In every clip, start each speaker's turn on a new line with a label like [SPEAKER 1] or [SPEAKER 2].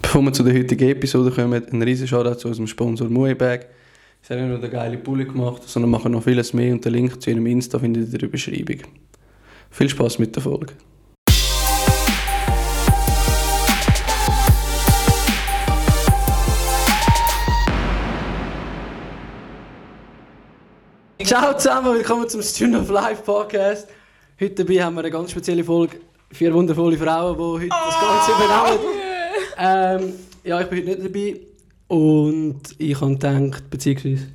[SPEAKER 1] Bevor wir zu der heutigen Episode kommen, ein riesen Shoutout zu unserem Sponsor Muebag. Sie haben nicht nur den geilen Pulli gemacht, sondern machen noch vieles mehr und den Link zu ihrem Insta findet ihr in der Beschreibung. Viel Spaß mit der Folge. Ciao zusammen, willkommen zum Student of Life Podcast. Heute dabei haben wir eine ganz spezielle Folge. Vier wundervolle Frauen, die heute das Ganze übernehmen. Ähm, ja, ich bin heute nicht dabei. Und ich habe gedacht, beziehungsweise,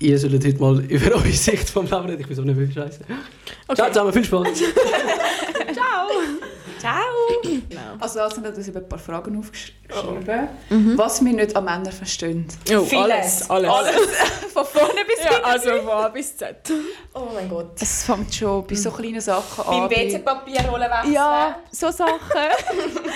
[SPEAKER 1] ihr solltet heute mal über eure Sicht vom Leben reden. Ich bin so nervös, scheiße. Ciao zusammen, viel Spaß.
[SPEAKER 2] Ciao!
[SPEAKER 3] Also da sind wir uns über ein paar Fragen aufgeschrieben,
[SPEAKER 2] Oh.
[SPEAKER 3] was wir nicht an Männern verstehen.
[SPEAKER 4] Oh,
[SPEAKER 2] Vieles.
[SPEAKER 4] alles, alles.
[SPEAKER 3] Von vorne bis
[SPEAKER 4] Ja, also von A bis Z.
[SPEAKER 2] Oh mein Gott.
[SPEAKER 3] Es fängt schon bei so kleinen Sachen
[SPEAKER 2] Beim
[SPEAKER 3] an. bei-
[SPEAKER 2] WC-Papier holen wechseln.
[SPEAKER 3] Ja, so Sachen.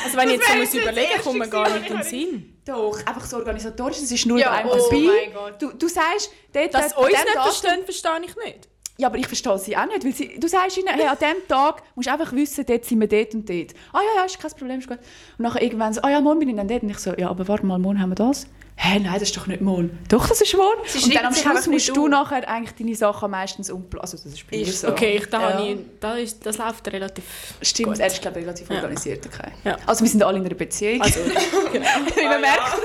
[SPEAKER 4] Also wenn ich jetzt so
[SPEAKER 2] wäre
[SPEAKER 4] muss
[SPEAKER 2] jetzt
[SPEAKER 4] überlegen,
[SPEAKER 2] das
[SPEAKER 4] kommt man
[SPEAKER 2] Erste
[SPEAKER 4] gar
[SPEAKER 2] gewesen,
[SPEAKER 4] nicht in den
[SPEAKER 2] was ich
[SPEAKER 4] Sinn.
[SPEAKER 3] Doch, einfach so organisatorisch, es ist nur
[SPEAKER 2] Ja,
[SPEAKER 3] da einem
[SPEAKER 2] oh mein
[SPEAKER 3] vorbei.
[SPEAKER 2] Gott.
[SPEAKER 3] Du, du sagst, dort,
[SPEAKER 4] Dass
[SPEAKER 3] an
[SPEAKER 4] uns
[SPEAKER 3] dem
[SPEAKER 4] nicht
[SPEAKER 3] Tag-
[SPEAKER 4] verstehen, verstehe ich nicht.
[SPEAKER 3] Ja, aber ich verstehe sie auch nicht, weil sie, du sagst ihnen, hey, an diesem Tag musst du einfach wissen, dort sind wir dort und dort. Ah ja, ja, ist kein Problem, ist gut. Und nachher irgendwann so, ah ja, morgen bin ich dann dort. Und ich so, ja, aber warte mal, morgen haben wir das. Hä, nein, das ist doch nicht morgen. Doch, das ist morgen.
[SPEAKER 2] Sie
[SPEAKER 3] und dann
[SPEAKER 2] schreiben
[SPEAKER 3] am
[SPEAKER 2] sich
[SPEAKER 3] Schluss
[SPEAKER 2] einfach nicht
[SPEAKER 3] musst du
[SPEAKER 2] auf.
[SPEAKER 3] nachher eigentlich deine Sachen meistens umplanen. Also das ist bei mir
[SPEAKER 2] Ist
[SPEAKER 3] so.
[SPEAKER 2] Ja.
[SPEAKER 4] Okay, ich, da
[SPEAKER 3] Ja.
[SPEAKER 4] habe ich, da ist, das läuft relativ...
[SPEAKER 3] Stimmt,
[SPEAKER 4] Gut.
[SPEAKER 3] er ist, glaube ich, relativ
[SPEAKER 4] Ja.
[SPEAKER 3] organisiert. Okay.
[SPEAKER 4] Ja.
[SPEAKER 3] Also wir sind alle in einer Beziehung.
[SPEAKER 4] Also,
[SPEAKER 3] wie
[SPEAKER 2] Oh, Ah,
[SPEAKER 3] man merkt,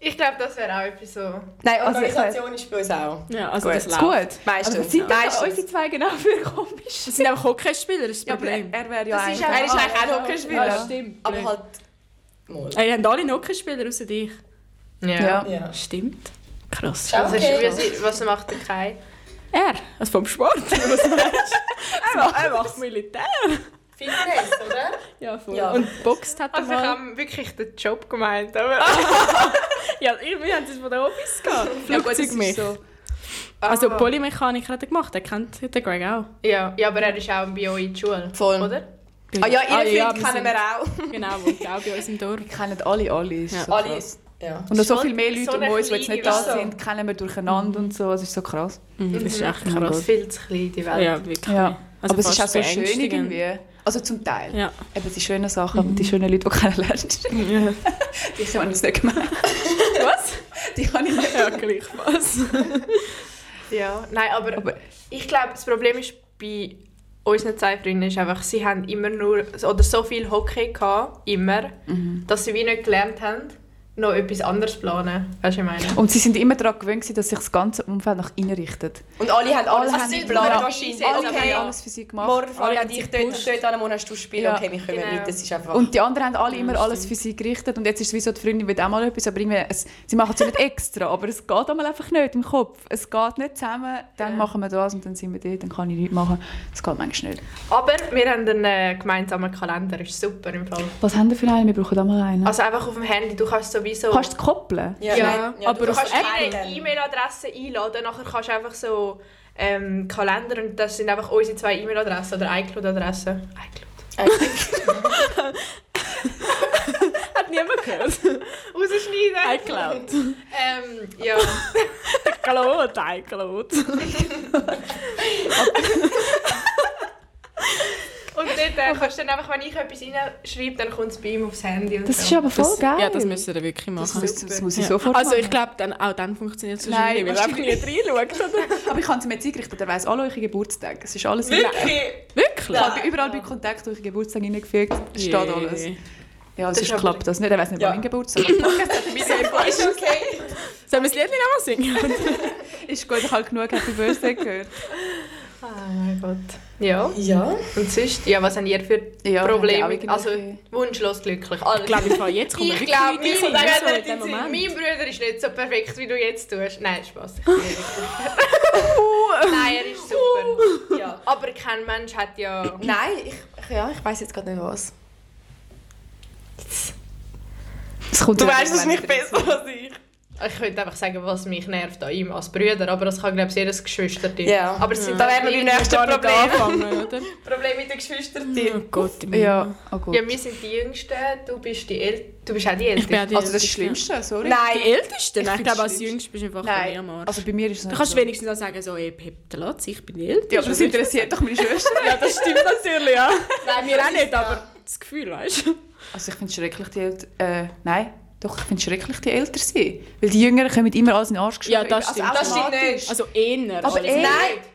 [SPEAKER 2] Ich glaube, das wäre auch etwas so.
[SPEAKER 3] Nein, also ich weiß.
[SPEAKER 2] Organisation ist bei uns auch.
[SPEAKER 4] ja, also
[SPEAKER 2] Gut.
[SPEAKER 4] das
[SPEAKER 3] Ist
[SPEAKER 4] läuft.
[SPEAKER 3] gut. Also,
[SPEAKER 2] Meistens,
[SPEAKER 3] Aber was sind denn
[SPEAKER 2] meistens.
[SPEAKER 3] unsere zwei genau für komisch?
[SPEAKER 4] Das sind einfach Hockeyspieler, das ist das Problem.
[SPEAKER 3] er wäre ja
[SPEAKER 2] Das
[SPEAKER 3] eigentlich...
[SPEAKER 2] ist auch- Er ist
[SPEAKER 3] Ah,
[SPEAKER 2] eigentlich auch
[SPEAKER 4] Ja,
[SPEAKER 2] Hockeyspieler.
[SPEAKER 3] Ja.
[SPEAKER 4] stimmt.
[SPEAKER 5] Aber
[SPEAKER 4] Blöd.
[SPEAKER 5] halt mal.
[SPEAKER 4] Ey, Ihr habt alle einen Hockeyspieler außer dich.
[SPEAKER 3] Ja.
[SPEAKER 5] Ja.
[SPEAKER 4] Stimmt. Krass.
[SPEAKER 5] Ja.
[SPEAKER 2] Also, es ist
[SPEAKER 5] Okay.
[SPEAKER 2] wie sie- was macht der Kai?
[SPEAKER 4] Er, also vom Sport. Was meinst du? Er macht Militär.
[SPEAKER 5] Fitness, oder?
[SPEAKER 4] Ja, voll.
[SPEAKER 5] Ja.
[SPEAKER 4] Und boxt hat er
[SPEAKER 2] Also, ich
[SPEAKER 4] mal.
[SPEAKER 2] habe wirklich den Job gemeint. Aber
[SPEAKER 4] Ja, ich- wir haben das von den Hobbys gehabt.
[SPEAKER 3] Ja, gut, das ist
[SPEAKER 4] Flugzeugmech.
[SPEAKER 3] so.
[SPEAKER 2] Ah.
[SPEAKER 3] Ah,
[SPEAKER 4] Also Polymechaniker hat er gemacht, er kennt den Greg auch.
[SPEAKER 2] ja, ja, aber er ist auch bei euch in der Schule.
[SPEAKER 5] Voll.
[SPEAKER 2] Oder?
[SPEAKER 4] Genau.
[SPEAKER 5] Ah ja, ihr Freund
[SPEAKER 4] wir
[SPEAKER 5] kennen wir auch.
[SPEAKER 4] sind- Genau, wohnt auch bei uns im Dorf.
[SPEAKER 3] Wir kennen alle, alle. Ist
[SPEAKER 4] Ja.
[SPEAKER 3] so
[SPEAKER 5] Alle-
[SPEAKER 3] krass.
[SPEAKER 5] Ja.
[SPEAKER 3] Und noch so
[SPEAKER 2] Schon
[SPEAKER 3] viel mehr Leute
[SPEAKER 2] so
[SPEAKER 3] um
[SPEAKER 2] eine
[SPEAKER 3] uns, die jetzt nicht da
[SPEAKER 2] kleine- Ist so.
[SPEAKER 3] sind, kennen wir durcheinander und so. Es ist so krass.
[SPEAKER 4] Das ist echt
[SPEAKER 3] Mhm.
[SPEAKER 2] Das ist
[SPEAKER 4] krass.
[SPEAKER 2] viel zu klein, die Welt.
[SPEAKER 4] Ja, wirklich.
[SPEAKER 3] Ja.
[SPEAKER 4] Also
[SPEAKER 3] aber es ist auch
[SPEAKER 4] fast
[SPEAKER 3] so schön
[SPEAKER 4] beängstigend.
[SPEAKER 3] irgendwie. Also zum Teil.
[SPEAKER 4] Ja. Mhm.
[SPEAKER 3] Eben die schönen Sachen und die schönen Leute, die du kennenlernst. Ich habe das nicht gemacht.
[SPEAKER 4] Was?
[SPEAKER 3] Die kann ich nicht.
[SPEAKER 4] Ja, gleich was.
[SPEAKER 2] Ja, nein, aber,
[SPEAKER 3] Aber-
[SPEAKER 2] ich glaube, das Problem ist bei unseren zwei Freunden ist einfach, sie haben immer nur oder so viel Hockey gehabt, immer, dass sie wie nicht gelernt haben, noch etwas anderes zu planen. Weißt du, was ich meine?
[SPEAKER 3] Und sie sind immer daran gewöhnt, gewesen, dass sich das ganze Umfeld nach innen richtet.
[SPEAKER 5] Und alle haben alles
[SPEAKER 3] haben
[SPEAKER 5] für sie
[SPEAKER 3] die
[SPEAKER 5] geplant.
[SPEAKER 3] Plan.
[SPEAKER 5] Scheiße,
[SPEAKER 3] Alle
[SPEAKER 5] jetzt
[SPEAKER 3] haben
[SPEAKER 5] okay.
[SPEAKER 3] alles für sie gemacht.
[SPEAKER 5] Morgen fangen
[SPEAKER 4] haben
[SPEAKER 5] dich
[SPEAKER 4] sich
[SPEAKER 5] dort und
[SPEAKER 4] gepusht.
[SPEAKER 5] dort an, morgen hast du spielen.
[SPEAKER 3] Ja.
[SPEAKER 5] Okay, wir kommen
[SPEAKER 2] Genau.
[SPEAKER 5] mit. Das ist einfach...
[SPEAKER 3] Und die anderen haben alle immer alles für sie gerichtet. Und jetzt ist es wie so, die Freundin will auch mal etwas, aber irgendwie, es, sie machen es ja nicht extra. Aber es geht einmal einfach nicht im Kopf. Es geht nicht zusammen, dann machen wir das und dann sind wir dort, dann kann ich nichts machen. Es geht manchmal nicht.
[SPEAKER 2] Aber wir haben einen äh, gemeinsamen Kalender, ist super im Fall.
[SPEAKER 3] Was haben wir für einen? Wir brauchen auch mal einen.
[SPEAKER 2] Also einfach auf dem Handy, du kannst sowieso...
[SPEAKER 3] Kannst du es koppeln?
[SPEAKER 5] Ja,
[SPEAKER 4] Ja,
[SPEAKER 5] nein,
[SPEAKER 4] aber
[SPEAKER 5] du
[SPEAKER 4] auf
[SPEAKER 5] kannst
[SPEAKER 4] App-
[SPEAKER 2] deine
[SPEAKER 5] keinen.
[SPEAKER 2] E-Mail-Adresse einladen, nachher kannst du einfach so ähm, Kalender und das sind einfach unsere zwei E-Mail-Adressen oder iCloud-Adressen. iCloud.
[SPEAKER 4] Hat niemand gehört.
[SPEAKER 2] Rausschneiden!
[SPEAKER 4] iCloud.
[SPEAKER 2] Ähm, ja.
[SPEAKER 4] Cloud, iCloud.
[SPEAKER 2] Und dort äh, kannst du dann einfach, wenn ich etwas reinschreibe, dann kommt es bei ihm aufs Handy und
[SPEAKER 3] Das
[SPEAKER 2] so.
[SPEAKER 3] ist aber voll
[SPEAKER 4] Das-
[SPEAKER 3] geil.
[SPEAKER 4] Dus- Ja, das müssen wir wirklich
[SPEAKER 3] Das
[SPEAKER 4] machen.
[SPEAKER 3] muss, das muss ich
[SPEAKER 4] Ja.
[SPEAKER 3] sofort
[SPEAKER 4] Also ich
[SPEAKER 3] machen.
[SPEAKER 4] glaube, dann, auch dann funktioniert es
[SPEAKER 3] Nein,
[SPEAKER 4] wahrscheinlich nicht, weil er einfach nie reinschaut. oder?
[SPEAKER 3] Aber ich habe es mir jetzt eingerichtet, er weiss alle eure Geburtstage. Es ist alles Wirklich?
[SPEAKER 4] Wirklich?
[SPEAKER 3] Ich habe überall bei Kontakt eure Geburtstage hineingefügt. Es steht
[SPEAKER 4] Yeah.
[SPEAKER 3] alles. Ja, sonst
[SPEAKER 2] ist aber-
[SPEAKER 3] klappt das nicht. Er weiss nicht,
[SPEAKER 5] Ja.
[SPEAKER 3] wann mein Geburtstag ist.
[SPEAKER 5] Ist okay.
[SPEAKER 4] Sollen wir das Lied nochmal singen?
[SPEAKER 3] ist gut, ich habe genug Happy Birthday gehört.
[SPEAKER 2] Oh mein Gott. Ja,
[SPEAKER 5] Ja.
[SPEAKER 2] und sonst, ja, was habt ihr für
[SPEAKER 3] Ja,
[SPEAKER 2] Probleme?
[SPEAKER 3] haben wir auch
[SPEAKER 2] also,
[SPEAKER 3] irgendwelche-
[SPEAKER 2] wunschlos glücklich. Alles.
[SPEAKER 4] Ich glaube, ich fahre jetzt kommen
[SPEAKER 2] ich
[SPEAKER 4] wirklich
[SPEAKER 2] glaube,
[SPEAKER 4] Leute in den
[SPEAKER 2] mein,
[SPEAKER 4] Sinn, so in
[SPEAKER 2] Bruder-
[SPEAKER 4] dem Moment.
[SPEAKER 2] mein Bruder ist nicht so perfekt, wie du jetzt tust. Nein, Spaß. Nein, er ist super. Ja. Aber kein Mensch hat ja...
[SPEAKER 5] Nein, ich, ich- ja, ich weiss jetzt gerade nicht was.
[SPEAKER 3] Es kommt ja irgendwann wieder.
[SPEAKER 5] besser als ich.
[SPEAKER 2] Ich könnte einfach sagen, was mich nervt an ihm als Bruder, aber das kann, glaube ich, jedes Geschwister.
[SPEAKER 5] Ja.
[SPEAKER 2] Aber es sind
[SPEAKER 5] Da wären wir beim nächsten
[SPEAKER 4] Gar nicht
[SPEAKER 5] Problem.
[SPEAKER 4] anfangen, oder?
[SPEAKER 5] Problem mit den Geschwistern.
[SPEAKER 4] Oh Gott,
[SPEAKER 3] Ja, oh gut.
[SPEAKER 2] Ja, wir sind die Jüngsten, du bist die El du bist auch die
[SPEAKER 4] Ich
[SPEAKER 2] Älteste.
[SPEAKER 4] bin auch die
[SPEAKER 3] also das
[SPEAKER 4] Älteste.
[SPEAKER 3] Schlimmste, sorry.
[SPEAKER 4] Die
[SPEAKER 5] Nein.
[SPEAKER 4] Älteste? Nein, ich glaube, als Jüngste bist du einfach bei mir
[SPEAKER 3] Nein,
[SPEAKER 4] am Arsch.
[SPEAKER 3] also bei mir ist es
[SPEAKER 4] Du
[SPEAKER 3] nicht
[SPEAKER 4] kannst
[SPEAKER 3] so. Also
[SPEAKER 4] wenigstens auch sagen, so, ey, Pep, der Latz, ich bin die Älteste.
[SPEAKER 3] Ja, aber das interessiert doch meine Schwester.
[SPEAKER 4] Ja, das stimmt natürlich, ja.
[SPEAKER 5] Nein,
[SPEAKER 4] Wir auch
[SPEAKER 5] das ist
[SPEAKER 4] nicht,
[SPEAKER 5] ja-
[SPEAKER 4] aber das Gefühl, weißt du?
[SPEAKER 3] Also ich finde es schrecklich, die Eltern... Äh, nein, doch, ich finde es schrecklich, die Eltern sind. Weil die Jüngeren kommen immer alles in den Arsch
[SPEAKER 4] Ja,
[SPEAKER 3] geschoben.
[SPEAKER 4] das stimmt.
[SPEAKER 5] Das stimmt
[SPEAKER 3] automatisch.
[SPEAKER 5] nicht.
[SPEAKER 4] Also eher.
[SPEAKER 3] Aber
[SPEAKER 4] als-
[SPEAKER 3] eher.
[SPEAKER 5] Nein,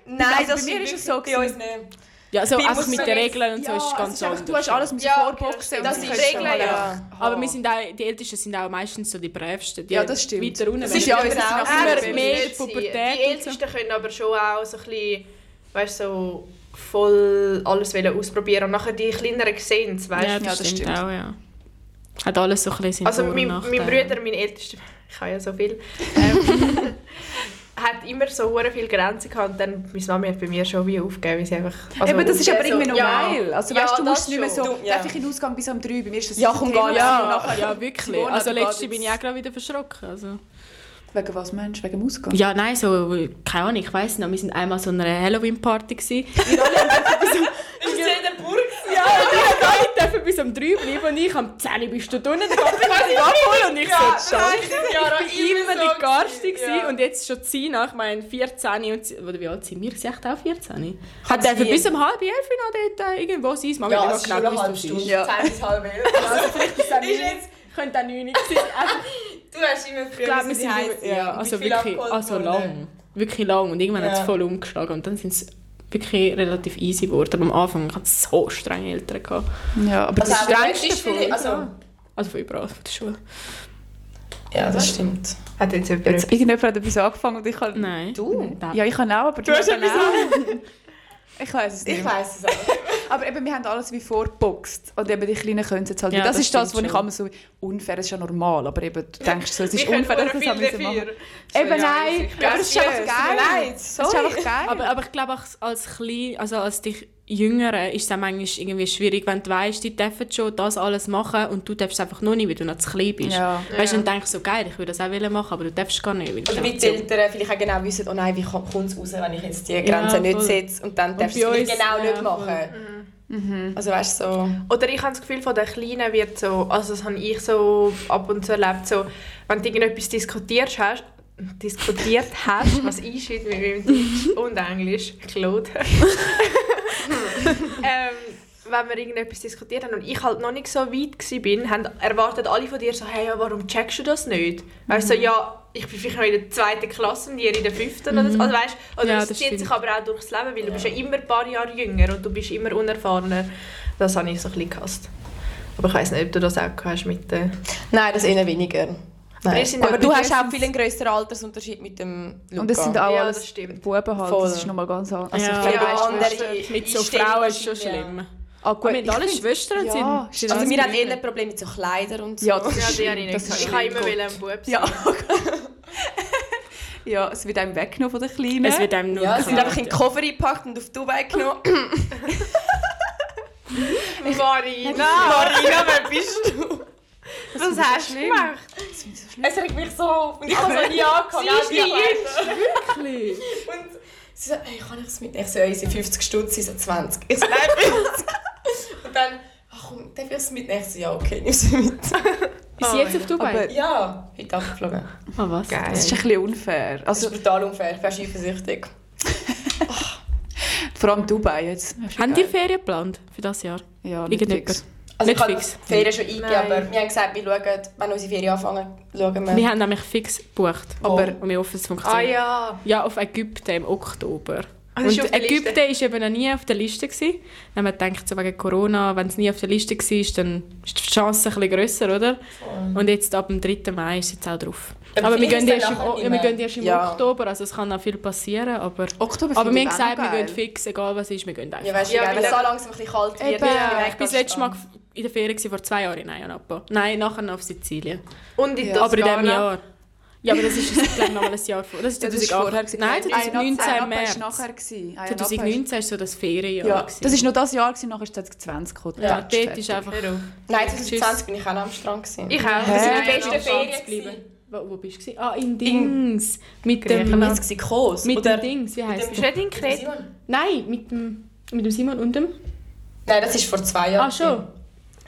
[SPEAKER 5] nein,
[SPEAKER 3] Also bei
[SPEAKER 5] das
[SPEAKER 3] mir
[SPEAKER 5] ist
[SPEAKER 3] ist es
[SPEAKER 5] wirklich
[SPEAKER 3] so
[SPEAKER 5] bei uns nicht.
[SPEAKER 4] Ja, also
[SPEAKER 5] Bei
[SPEAKER 4] einfach
[SPEAKER 5] uns
[SPEAKER 4] mit
[SPEAKER 5] so
[SPEAKER 4] den
[SPEAKER 5] nicht.
[SPEAKER 4] Regeln und so ist es ganz
[SPEAKER 3] also
[SPEAKER 4] anders.
[SPEAKER 3] einfach, Du hast alles mit
[SPEAKER 2] Ja,
[SPEAKER 3] ja,
[SPEAKER 2] okay,
[SPEAKER 3] vorboxen. und
[SPEAKER 2] das
[SPEAKER 3] du
[SPEAKER 2] sind
[SPEAKER 3] kannst-
[SPEAKER 2] Regeln, ja.
[SPEAKER 4] Aber wir sind auch, die Ältesten sind auch meistens so die Brävsten. Die
[SPEAKER 3] Ja, das stimmt.
[SPEAKER 4] Weiter unten.
[SPEAKER 5] Das
[SPEAKER 4] wenn
[SPEAKER 5] ist
[SPEAKER 4] die
[SPEAKER 5] ja
[SPEAKER 4] Ältesten
[SPEAKER 5] uns auch
[SPEAKER 4] sind
[SPEAKER 5] immer
[SPEAKER 4] immer
[SPEAKER 5] bei
[SPEAKER 4] mehr
[SPEAKER 2] Nicht
[SPEAKER 4] in der
[SPEAKER 2] sein.
[SPEAKER 4] Pubertät.
[SPEAKER 2] Die
[SPEAKER 4] und so.
[SPEAKER 2] Ältesten können aber schon auch so ein bisschen, weißt, so voll alles wollen ausprobieren und nachher die Kleineren sehen es, weißt
[SPEAKER 4] Ja,
[SPEAKER 3] Ja,
[SPEAKER 4] das,
[SPEAKER 3] das
[SPEAKER 4] stimmt,
[SPEAKER 3] stimmt.
[SPEAKER 4] auch, ja. Hat alles so ein bisschen
[SPEAKER 2] Also
[SPEAKER 4] Vor- und
[SPEAKER 2] mein, mein
[SPEAKER 4] Nachteile.
[SPEAKER 2] Bruder, mein ältester, ich habe ja so viel, ähm, hat immer so hure viele Grenzen gehabt und dann, meine Mami hat bei mir schon wie aufgegeben, weil sie einfach... also
[SPEAKER 3] Eben, das ist
[SPEAKER 2] und
[SPEAKER 3] aber
[SPEAKER 2] dann so-
[SPEAKER 3] irgendwie normal. Also weißt, du
[SPEAKER 2] das
[SPEAKER 3] musst nicht mehr so,
[SPEAKER 2] schon.
[SPEAKER 5] Du- ja.
[SPEAKER 3] darf ich in den Ausgang bis um 3? Bei mir ist das
[SPEAKER 5] Ja,
[SPEAKER 3] ein
[SPEAKER 5] komm,
[SPEAKER 3] Thema.
[SPEAKER 5] gar nicht.
[SPEAKER 4] Ja, ja, wirklich.
[SPEAKER 3] Simone,
[SPEAKER 4] Also
[SPEAKER 3] du
[SPEAKER 4] letzte
[SPEAKER 3] gehst
[SPEAKER 4] bin ich
[SPEAKER 3] jetzt.
[SPEAKER 4] auch gerade wieder verschrocken. Also.
[SPEAKER 3] Wegen was meinst du? Wegen dem Ausgang?
[SPEAKER 4] Ja, nein, so, keine Ahnung, ich weiß noch, wir sind einmal so einer Halloween-Party gewesen.
[SPEAKER 5] Ist es in der Burg?
[SPEAKER 4] Ja, und ich habe nicht dürfen bis um 3 bleiben und ich am 10 Uhr bist du drinnen, dann kann ich mich abholen und ich
[SPEAKER 5] Ja,
[SPEAKER 4] so,
[SPEAKER 5] nein,
[SPEAKER 4] schau.
[SPEAKER 5] ich bin Jahre
[SPEAKER 4] Ich war immer die Garste
[SPEAKER 5] gewesen,
[SPEAKER 4] ja. und jetzt schon Zina, ich meine 14 und sie- oder wie alt sind wir? Sie echt auch 14. Hat
[SPEAKER 5] sein.
[SPEAKER 4] dürfen bis um halb elf noch dort äh, irgendwo sein. Mama
[SPEAKER 5] Ja,
[SPEAKER 4] hat
[SPEAKER 5] es ist
[SPEAKER 4] nicht mal
[SPEAKER 5] schon eine halbe
[SPEAKER 4] gewusst, was
[SPEAKER 5] Stunde.
[SPEAKER 4] es ist.
[SPEAKER 5] Ja. Zeit ist halb elf.
[SPEAKER 4] Also vielleicht bis um
[SPEAKER 5] Ist
[SPEAKER 4] neun.
[SPEAKER 5] jetzt-
[SPEAKER 4] Könnte auch 9 gewesen. Also,
[SPEAKER 5] Du hast immer früher
[SPEAKER 4] Ich glaube, wir
[SPEAKER 5] bis
[SPEAKER 4] sind
[SPEAKER 5] um
[SPEAKER 4] über,
[SPEAKER 5] eins,
[SPEAKER 4] ja,
[SPEAKER 5] und
[SPEAKER 4] also
[SPEAKER 5] bist viel
[SPEAKER 4] wirklich,
[SPEAKER 5] abgeholt
[SPEAKER 4] also
[SPEAKER 5] worden.
[SPEAKER 4] lang. Wirklich lang. Und irgendwann hat es
[SPEAKER 5] Ja.
[SPEAKER 4] voll umgeschlagen. Und dann sind es wirklich relativ easy geworden. Aber am Anfang hat es so strenge Eltern gehabt.
[SPEAKER 3] Ja, aber
[SPEAKER 5] Also
[SPEAKER 3] das ist
[SPEAKER 5] auch wenn
[SPEAKER 4] Strengste
[SPEAKER 5] möglichst
[SPEAKER 4] von
[SPEAKER 5] viele-
[SPEAKER 4] überall.
[SPEAKER 5] also-
[SPEAKER 4] Also von überall, von der Schule.
[SPEAKER 5] Ja, das stimmt.
[SPEAKER 2] Hat jetzt jemand
[SPEAKER 3] jetzt irgendjemand hat etwas angefangen und ich habe...
[SPEAKER 4] Nein.
[SPEAKER 5] Du?
[SPEAKER 4] Nein.
[SPEAKER 3] Ja, ich kann auch, aber du
[SPEAKER 4] hast
[SPEAKER 3] hast auch. ich weiß es
[SPEAKER 5] Ich
[SPEAKER 3] nicht. Mehr.
[SPEAKER 5] weiss es auch.
[SPEAKER 3] Aber eben, wir haben alles wie vorgeboxt. Und eben die Kleinen können es jetzt halt
[SPEAKER 4] Ja,
[SPEAKER 3] nicht. Das,
[SPEAKER 4] das
[SPEAKER 3] ist das,
[SPEAKER 4] stimmt
[SPEAKER 3] was ich
[SPEAKER 4] schon.
[SPEAKER 3] immer so unfair ist, ja normal. Aber eben, du denkst so, es ist
[SPEAKER 2] Wir können
[SPEAKER 3] unfair, dass das
[SPEAKER 2] hure
[SPEAKER 3] haben
[SPEAKER 2] viel
[SPEAKER 3] müssen machen.
[SPEAKER 2] dafür.
[SPEAKER 3] Eben
[SPEAKER 2] ja,
[SPEAKER 3] nein,
[SPEAKER 2] ich-
[SPEAKER 3] aber es ist
[SPEAKER 2] Ja,
[SPEAKER 3] einfach
[SPEAKER 2] es tut
[SPEAKER 3] geil.
[SPEAKER 5] mir leid,
[SPEAKER 3] Es ist einfach geil.
[SPEAKER 4] Aber, aber ich glaube, als- als klein, also als dich Jüngere ist es auch manchmal irgendwie schwierig, wenn du weißt, die dürfen schon das alles machen und du darfst es einfach noch nicht, weil du noch zu klein bist.
[SPEAKER 3] Ja.
[SPEAKER 4] Weißt du, dann denkst du so, geil, ich würde das auch wollen machen, aber du darfst gar nicht. Weil
[SPEAKER 5] Oder
[SPEAKER 4] du
[SPEAKER 5] wie
[SPEAKER 4] einfach
[SPEAKER 5] die
[SPEAKER 4] zu jung
[SPEAKER 5] Eltern vielleicht auch genau wissen, oh nein, wie kommt es raus, wenn ich jetzt die Grenze
[SPEAKER 4] Ja,
[SPEAKER 5] nicht
[SPEAKER 4] voll.
[SPEAKER 5] setze und dann darfst
[SPEAKER 4] bei
[SPEAKER 5] du es
[SPEAKER 4] uns,
[SPEAKER 5] genau
[SPEAKER 4] ja,
[SPEAKER 5] nicht machen. Also weißt du, so...
[SPEAKER 2] Oder ich habe das Gefühl, von den Kleinen wird so, also das habe ich so ab und zu erlebt, so, wenn du irgendetwas diskutierst, hast, diskutiert hast, was einschreibt mit meinem Deutsch und Englisch, Claude. ähm, wenn wir irgendetwas diskutiert haben und ich halt noch nicht so weit war, haben erwartet alle von dir so, hey, ja, warum checkst du das nicht? Weißt du, so, ja, ich bin vielleicht noch in der zweiten Klasse und ihr in der fünften oder so, also weißt, oder
[SPEAKER 4] Ja,
[SPEAKER 2] es
[SPEAKER 4] das
[SPEAKER 2] zieht sich
[SPEAKER 4] stimmt.
[SPEAKER 2] aber auch durchs Leben, weil du bist ja immer ein paar Jahre jünger und du bist immer unerfahrener. Das habe ich so ein bisschen gehasst. Aber ich weiss nicht, ob du das auch gehabt hast mit den...
[SPEAKER 5] Nein, das eher weniger.
[SPEAKER 2] wir
[SPEAKER 5] Nein.
[SPEAKER 2] sind
[SPEAKER 5] Aber
[SPEAKER 2] ja
[SPEAKER 5] du hast auch
[SPEAKER 2] mindestens-
[SPEAKER 5] viel einen grösseren Altersunterschied mit dem Luca.
[SPEAKER 3] Und es sind auch
[SPEAKER 2] Ja, das
[SPEAKER 3] alles
[SPEAKER 2] stimmt.
[SPEAKER 3] Buben halt.
[SPEAKER 5] Voll.
[SPEAKER 3] Das ist nochmal ganz anders. Also,
[SPEAKER 4] Ja.
[SPEAKER 3] ich glaube,
[SPEAKER 5] Ja,
[SPEAKER 3] weißt du,
[SPEAKER 5] andere
[SPEAKER 4] bist. Mit so
[SPEAKER 5] Einstellungen
[SPEAKER 4] Frauen ist schon
[SPEAKER 5] sind, ja.
[SPEAKER 4] schlimm.
[SPEAKER 3] ah,
[SPEAKER 4] Und
[SPEAKER 3] gut,
[SPEAKER 4] mit
[SPEAKER 3] ich
[SPEAKER 4] allen
[SPEAKER 3] find-
[SPEAKER 4] Schwestern
[SPEAKER 3] Ja,
[SPEAKER 4] sind, sind
[SPEAKER 5] Also
[SPEAKER 4] alles
[SPEAKER 5] wir haben
[SPEAKER 4] gleich.
[SPEAKER 5] eher ein Problem mit so Kleidern und so.
[SPEAKER 3] Ja, das
[SPEAKER 2] Ja,
[SPEAKER 3] ist
[SPEAKER 2] die habe ich
[SPEAKER 3] schlimm.
[SPEAKER 2] nicht
[SPEAKER 3] Das
[SPEAKER 2] gehabt.
[SPEAKER 3] ist
[SPEAKER 2] Ich habe immer
[SPEAKER 3] schlimm.
[SPEAKER 2] wollen ein Bub sein.
[SPEAKER 3] Ja. ja, es wird einem weggenommen von den Kleinen.
[SPEAKER 4] Es wird einem nur
[SPEAKER 5] Ja, sie sind
[SPEAKER 4] kalt,
[SPEAKER 5] einfach in den
[SPEAKER 4] ja.
[SPEAKER 5] Koffer gepackt und auf Dubai genommen.
[SPEAKER 2] Marina!
[SPEAKER 5] Marina, wer bist du?
[SPEAKER 2] Was hast du gemacht?
[SPEAKER 5] Es regt mich so auf. Und ich habe
[SPEAKER 4] ne?
[SPEAKER 5] so nie angefangen.
[SPEAKER 2] Sie ist die
[SPEAKER 4] Wirklich.
[SPEAKER 5] Und sie sagt, hey, kann ich es mitnehmen? Ich so, unsere 50 Stunden, sie so 20. Ich so, nein, 50. Und dann, ach komm, darf ich es mitnehmen? Ich so, ja, okay, nimm sie mit.
[SPEAKER 4] Ist sie jetzt auf
[SPEAKER 2] Ah,
[SPEAKER 4] Dubai?
[SPEAKER 3] Aber-
[SPEAKER 5] Ja, heute abgeflogen.
[SPEAKER 4] Ah, was?
[SPEAKER 2] Geil.
[SPEAKER 3] Das ist ein bisschen unfair.
[SPEAKER 5] Das
[SPEAKER 3] Also,
[SPEAKER 5] ist brutal unfair, ich bin eifersüchtig.
[SPEAKER 3] vor allem Dubai jetzt. Das ist
[SPEAKER 4] Haben die
[SPEAKER 3] geil.
[SPEAKER 4] Ferien geplant für das Jahr?
[SPEAKER 3] Ja, nicht
[SPEAKER 4] Irgendetwas?
[SPEAKER 3] wirklich.
[SPEAKER 5] Also
[SPEAKER 4] Nicht
[SPEAKER 5] ich habe
[SPEAKER 4] fix.
[SPEAKER 5] die Ferien schon eingegeben,
[SPEAKER 2] Nein.
[SPEAKER 5] aber wir haben gesagt, wir schauen, wenn unsere Ferien anfangen, schauen wir.
[SPEAKER 4] Wir haben nämlich fix gebucht. um
[SPEAKER 5] Aber-
[SPEAKER 4] Und wir hoffen, es funktioniert.
[SPEAKER 2] Ah ja.
[SPEAKER 4] Ja, auf Ägypten im Oktober.
[SPEAKER 2] Ah,
[SPEAKER 4] Und
[SPEAKER 2] das ist auf der
[SPEAKER 4] Ägypten
[SPEAKER 2] Liste.
[SPEAKER 4] war eben noch nie auf der Liste. Gewesen. Dann haben wir gedacht, so wegen Corona, wenn es nie auf der Liste war, dann ist die Chance ein bisschen grösser, oder? Und jetzt ab dem 3. Mai ist es jetzt auch drauf.
[SPEAKER 5] Ja,
[SPEAKER 4] aber wir
[SPEAKER 5] vielleicht
[SPEAKER 4] gehen, erst im,
[SPEAKER 5] dann
[SPEAKER 4] O-
[SPEAKER 5] nachher
[SPEAKER 4] ja, wir
[SPEAKER 5] nicht mehr.
[SPEAKER 4] gehen erst im
[SPEAKER 5] Ja.
[SPEAKER 4] Oktober, also es kann auch viel passieren. Aber,
[SPEAKER 3] Oktober
[SPEAKER 4] aber
[SPEAKER 3] finde
[SPEAKER 4] wir
[SPEAKER 3] ich
[SPEAKER 4] haben
[SPEAKER 3] auch
[SPEAKER 4] gesagt, wir
[SPEAKER 3] geil.
[SPEAKER 4] gehen fix, egal was ist, wir gehen einfach.
[SPEAKER 5] Ja, weißt du,
[SPEAKER 2] Ja,
[SPEAKER 5] wenn
[SPEAKER 2] weil
[SPEAKER 5] es so
[SPEAKER 2] der-
[SPEAKER 5] langsam ein bisschen kalt wird,
[SPEAKER 3] Eben.
[SPEAKER 5] dann
[SPEAKER 4] ich war das letzte Mal in der Ferien gewesen, vor zwei Jahren in Ayanapa. Nein, nachher noch auf Sizilien.
[SPEAKER 2] Und in
[SPEAKER 3] Ja.
[SPEAKER 2] Toskana.
[SPEAKER 4] Aber in diesem Jahr. Ja, aber das ist, glaube ich, noch mal ein Jahr vor. Das ist
[SPEAKER 3] Ja, das war
[SPEAKER 4] 2008.
[SPEAKER 3] vorher. gewesen.
[SPEAKER 4] Nein, 2019 im
[SPEAKER 3] Ein Napa
[SPEAKER 4] März.
[SPEAKER 3] ist nachher. gewesen. Ein Napa ist-
[SPEAKER 4] 2019 war so das Ferienjahr.
[SPEAKER 3] Ja,
[SPEAKER 4] gewesen.
[SPEAKER 3] das war noch das Jahr, gewesen, nachher ist 2020 gekommen.
[SPEAKER 4] ja,
[SPEAKER 5] Ja,
[SPEAKER 4] dort ist einfach...
[SPEAKER 2] Hör auf.
[SPEAKER 5] Nein, 2020 bin ich auch noch am Strand. gewesen.
[SPEAKER 2] Ich auch.
[SPEAKER 5] Das
[SPEAKER 2] Nein,
[SPEAKER 5] waren die besten
[SPEAKER 2] nein,
[SPEAKER 5] Ferien. gewesen.
[SPEAKER 4] geblieben. Wo, wo bist du? gewesen? Ah, in Dings. Mit dem...
[SPEAKER 5] Griechenland. Es war Kos.
[SPEAKER 4] Mit
[SPEAKER 5] Oder-
[SPEAKER 4] dem Dings, wie heisst
[SPEAKER 2] Bist du
[SPEAKER 4] der?
[SPEAKER 2] nicht in Kret?
[SPEAKER 5] Simon?
[SPEAKER 4] Nein, mit dem... Mit dem Simon und dem...
[SPEAKER 5] Nein, das war vor zwei Jahren.
[SPEAKER 4] Ah, schon.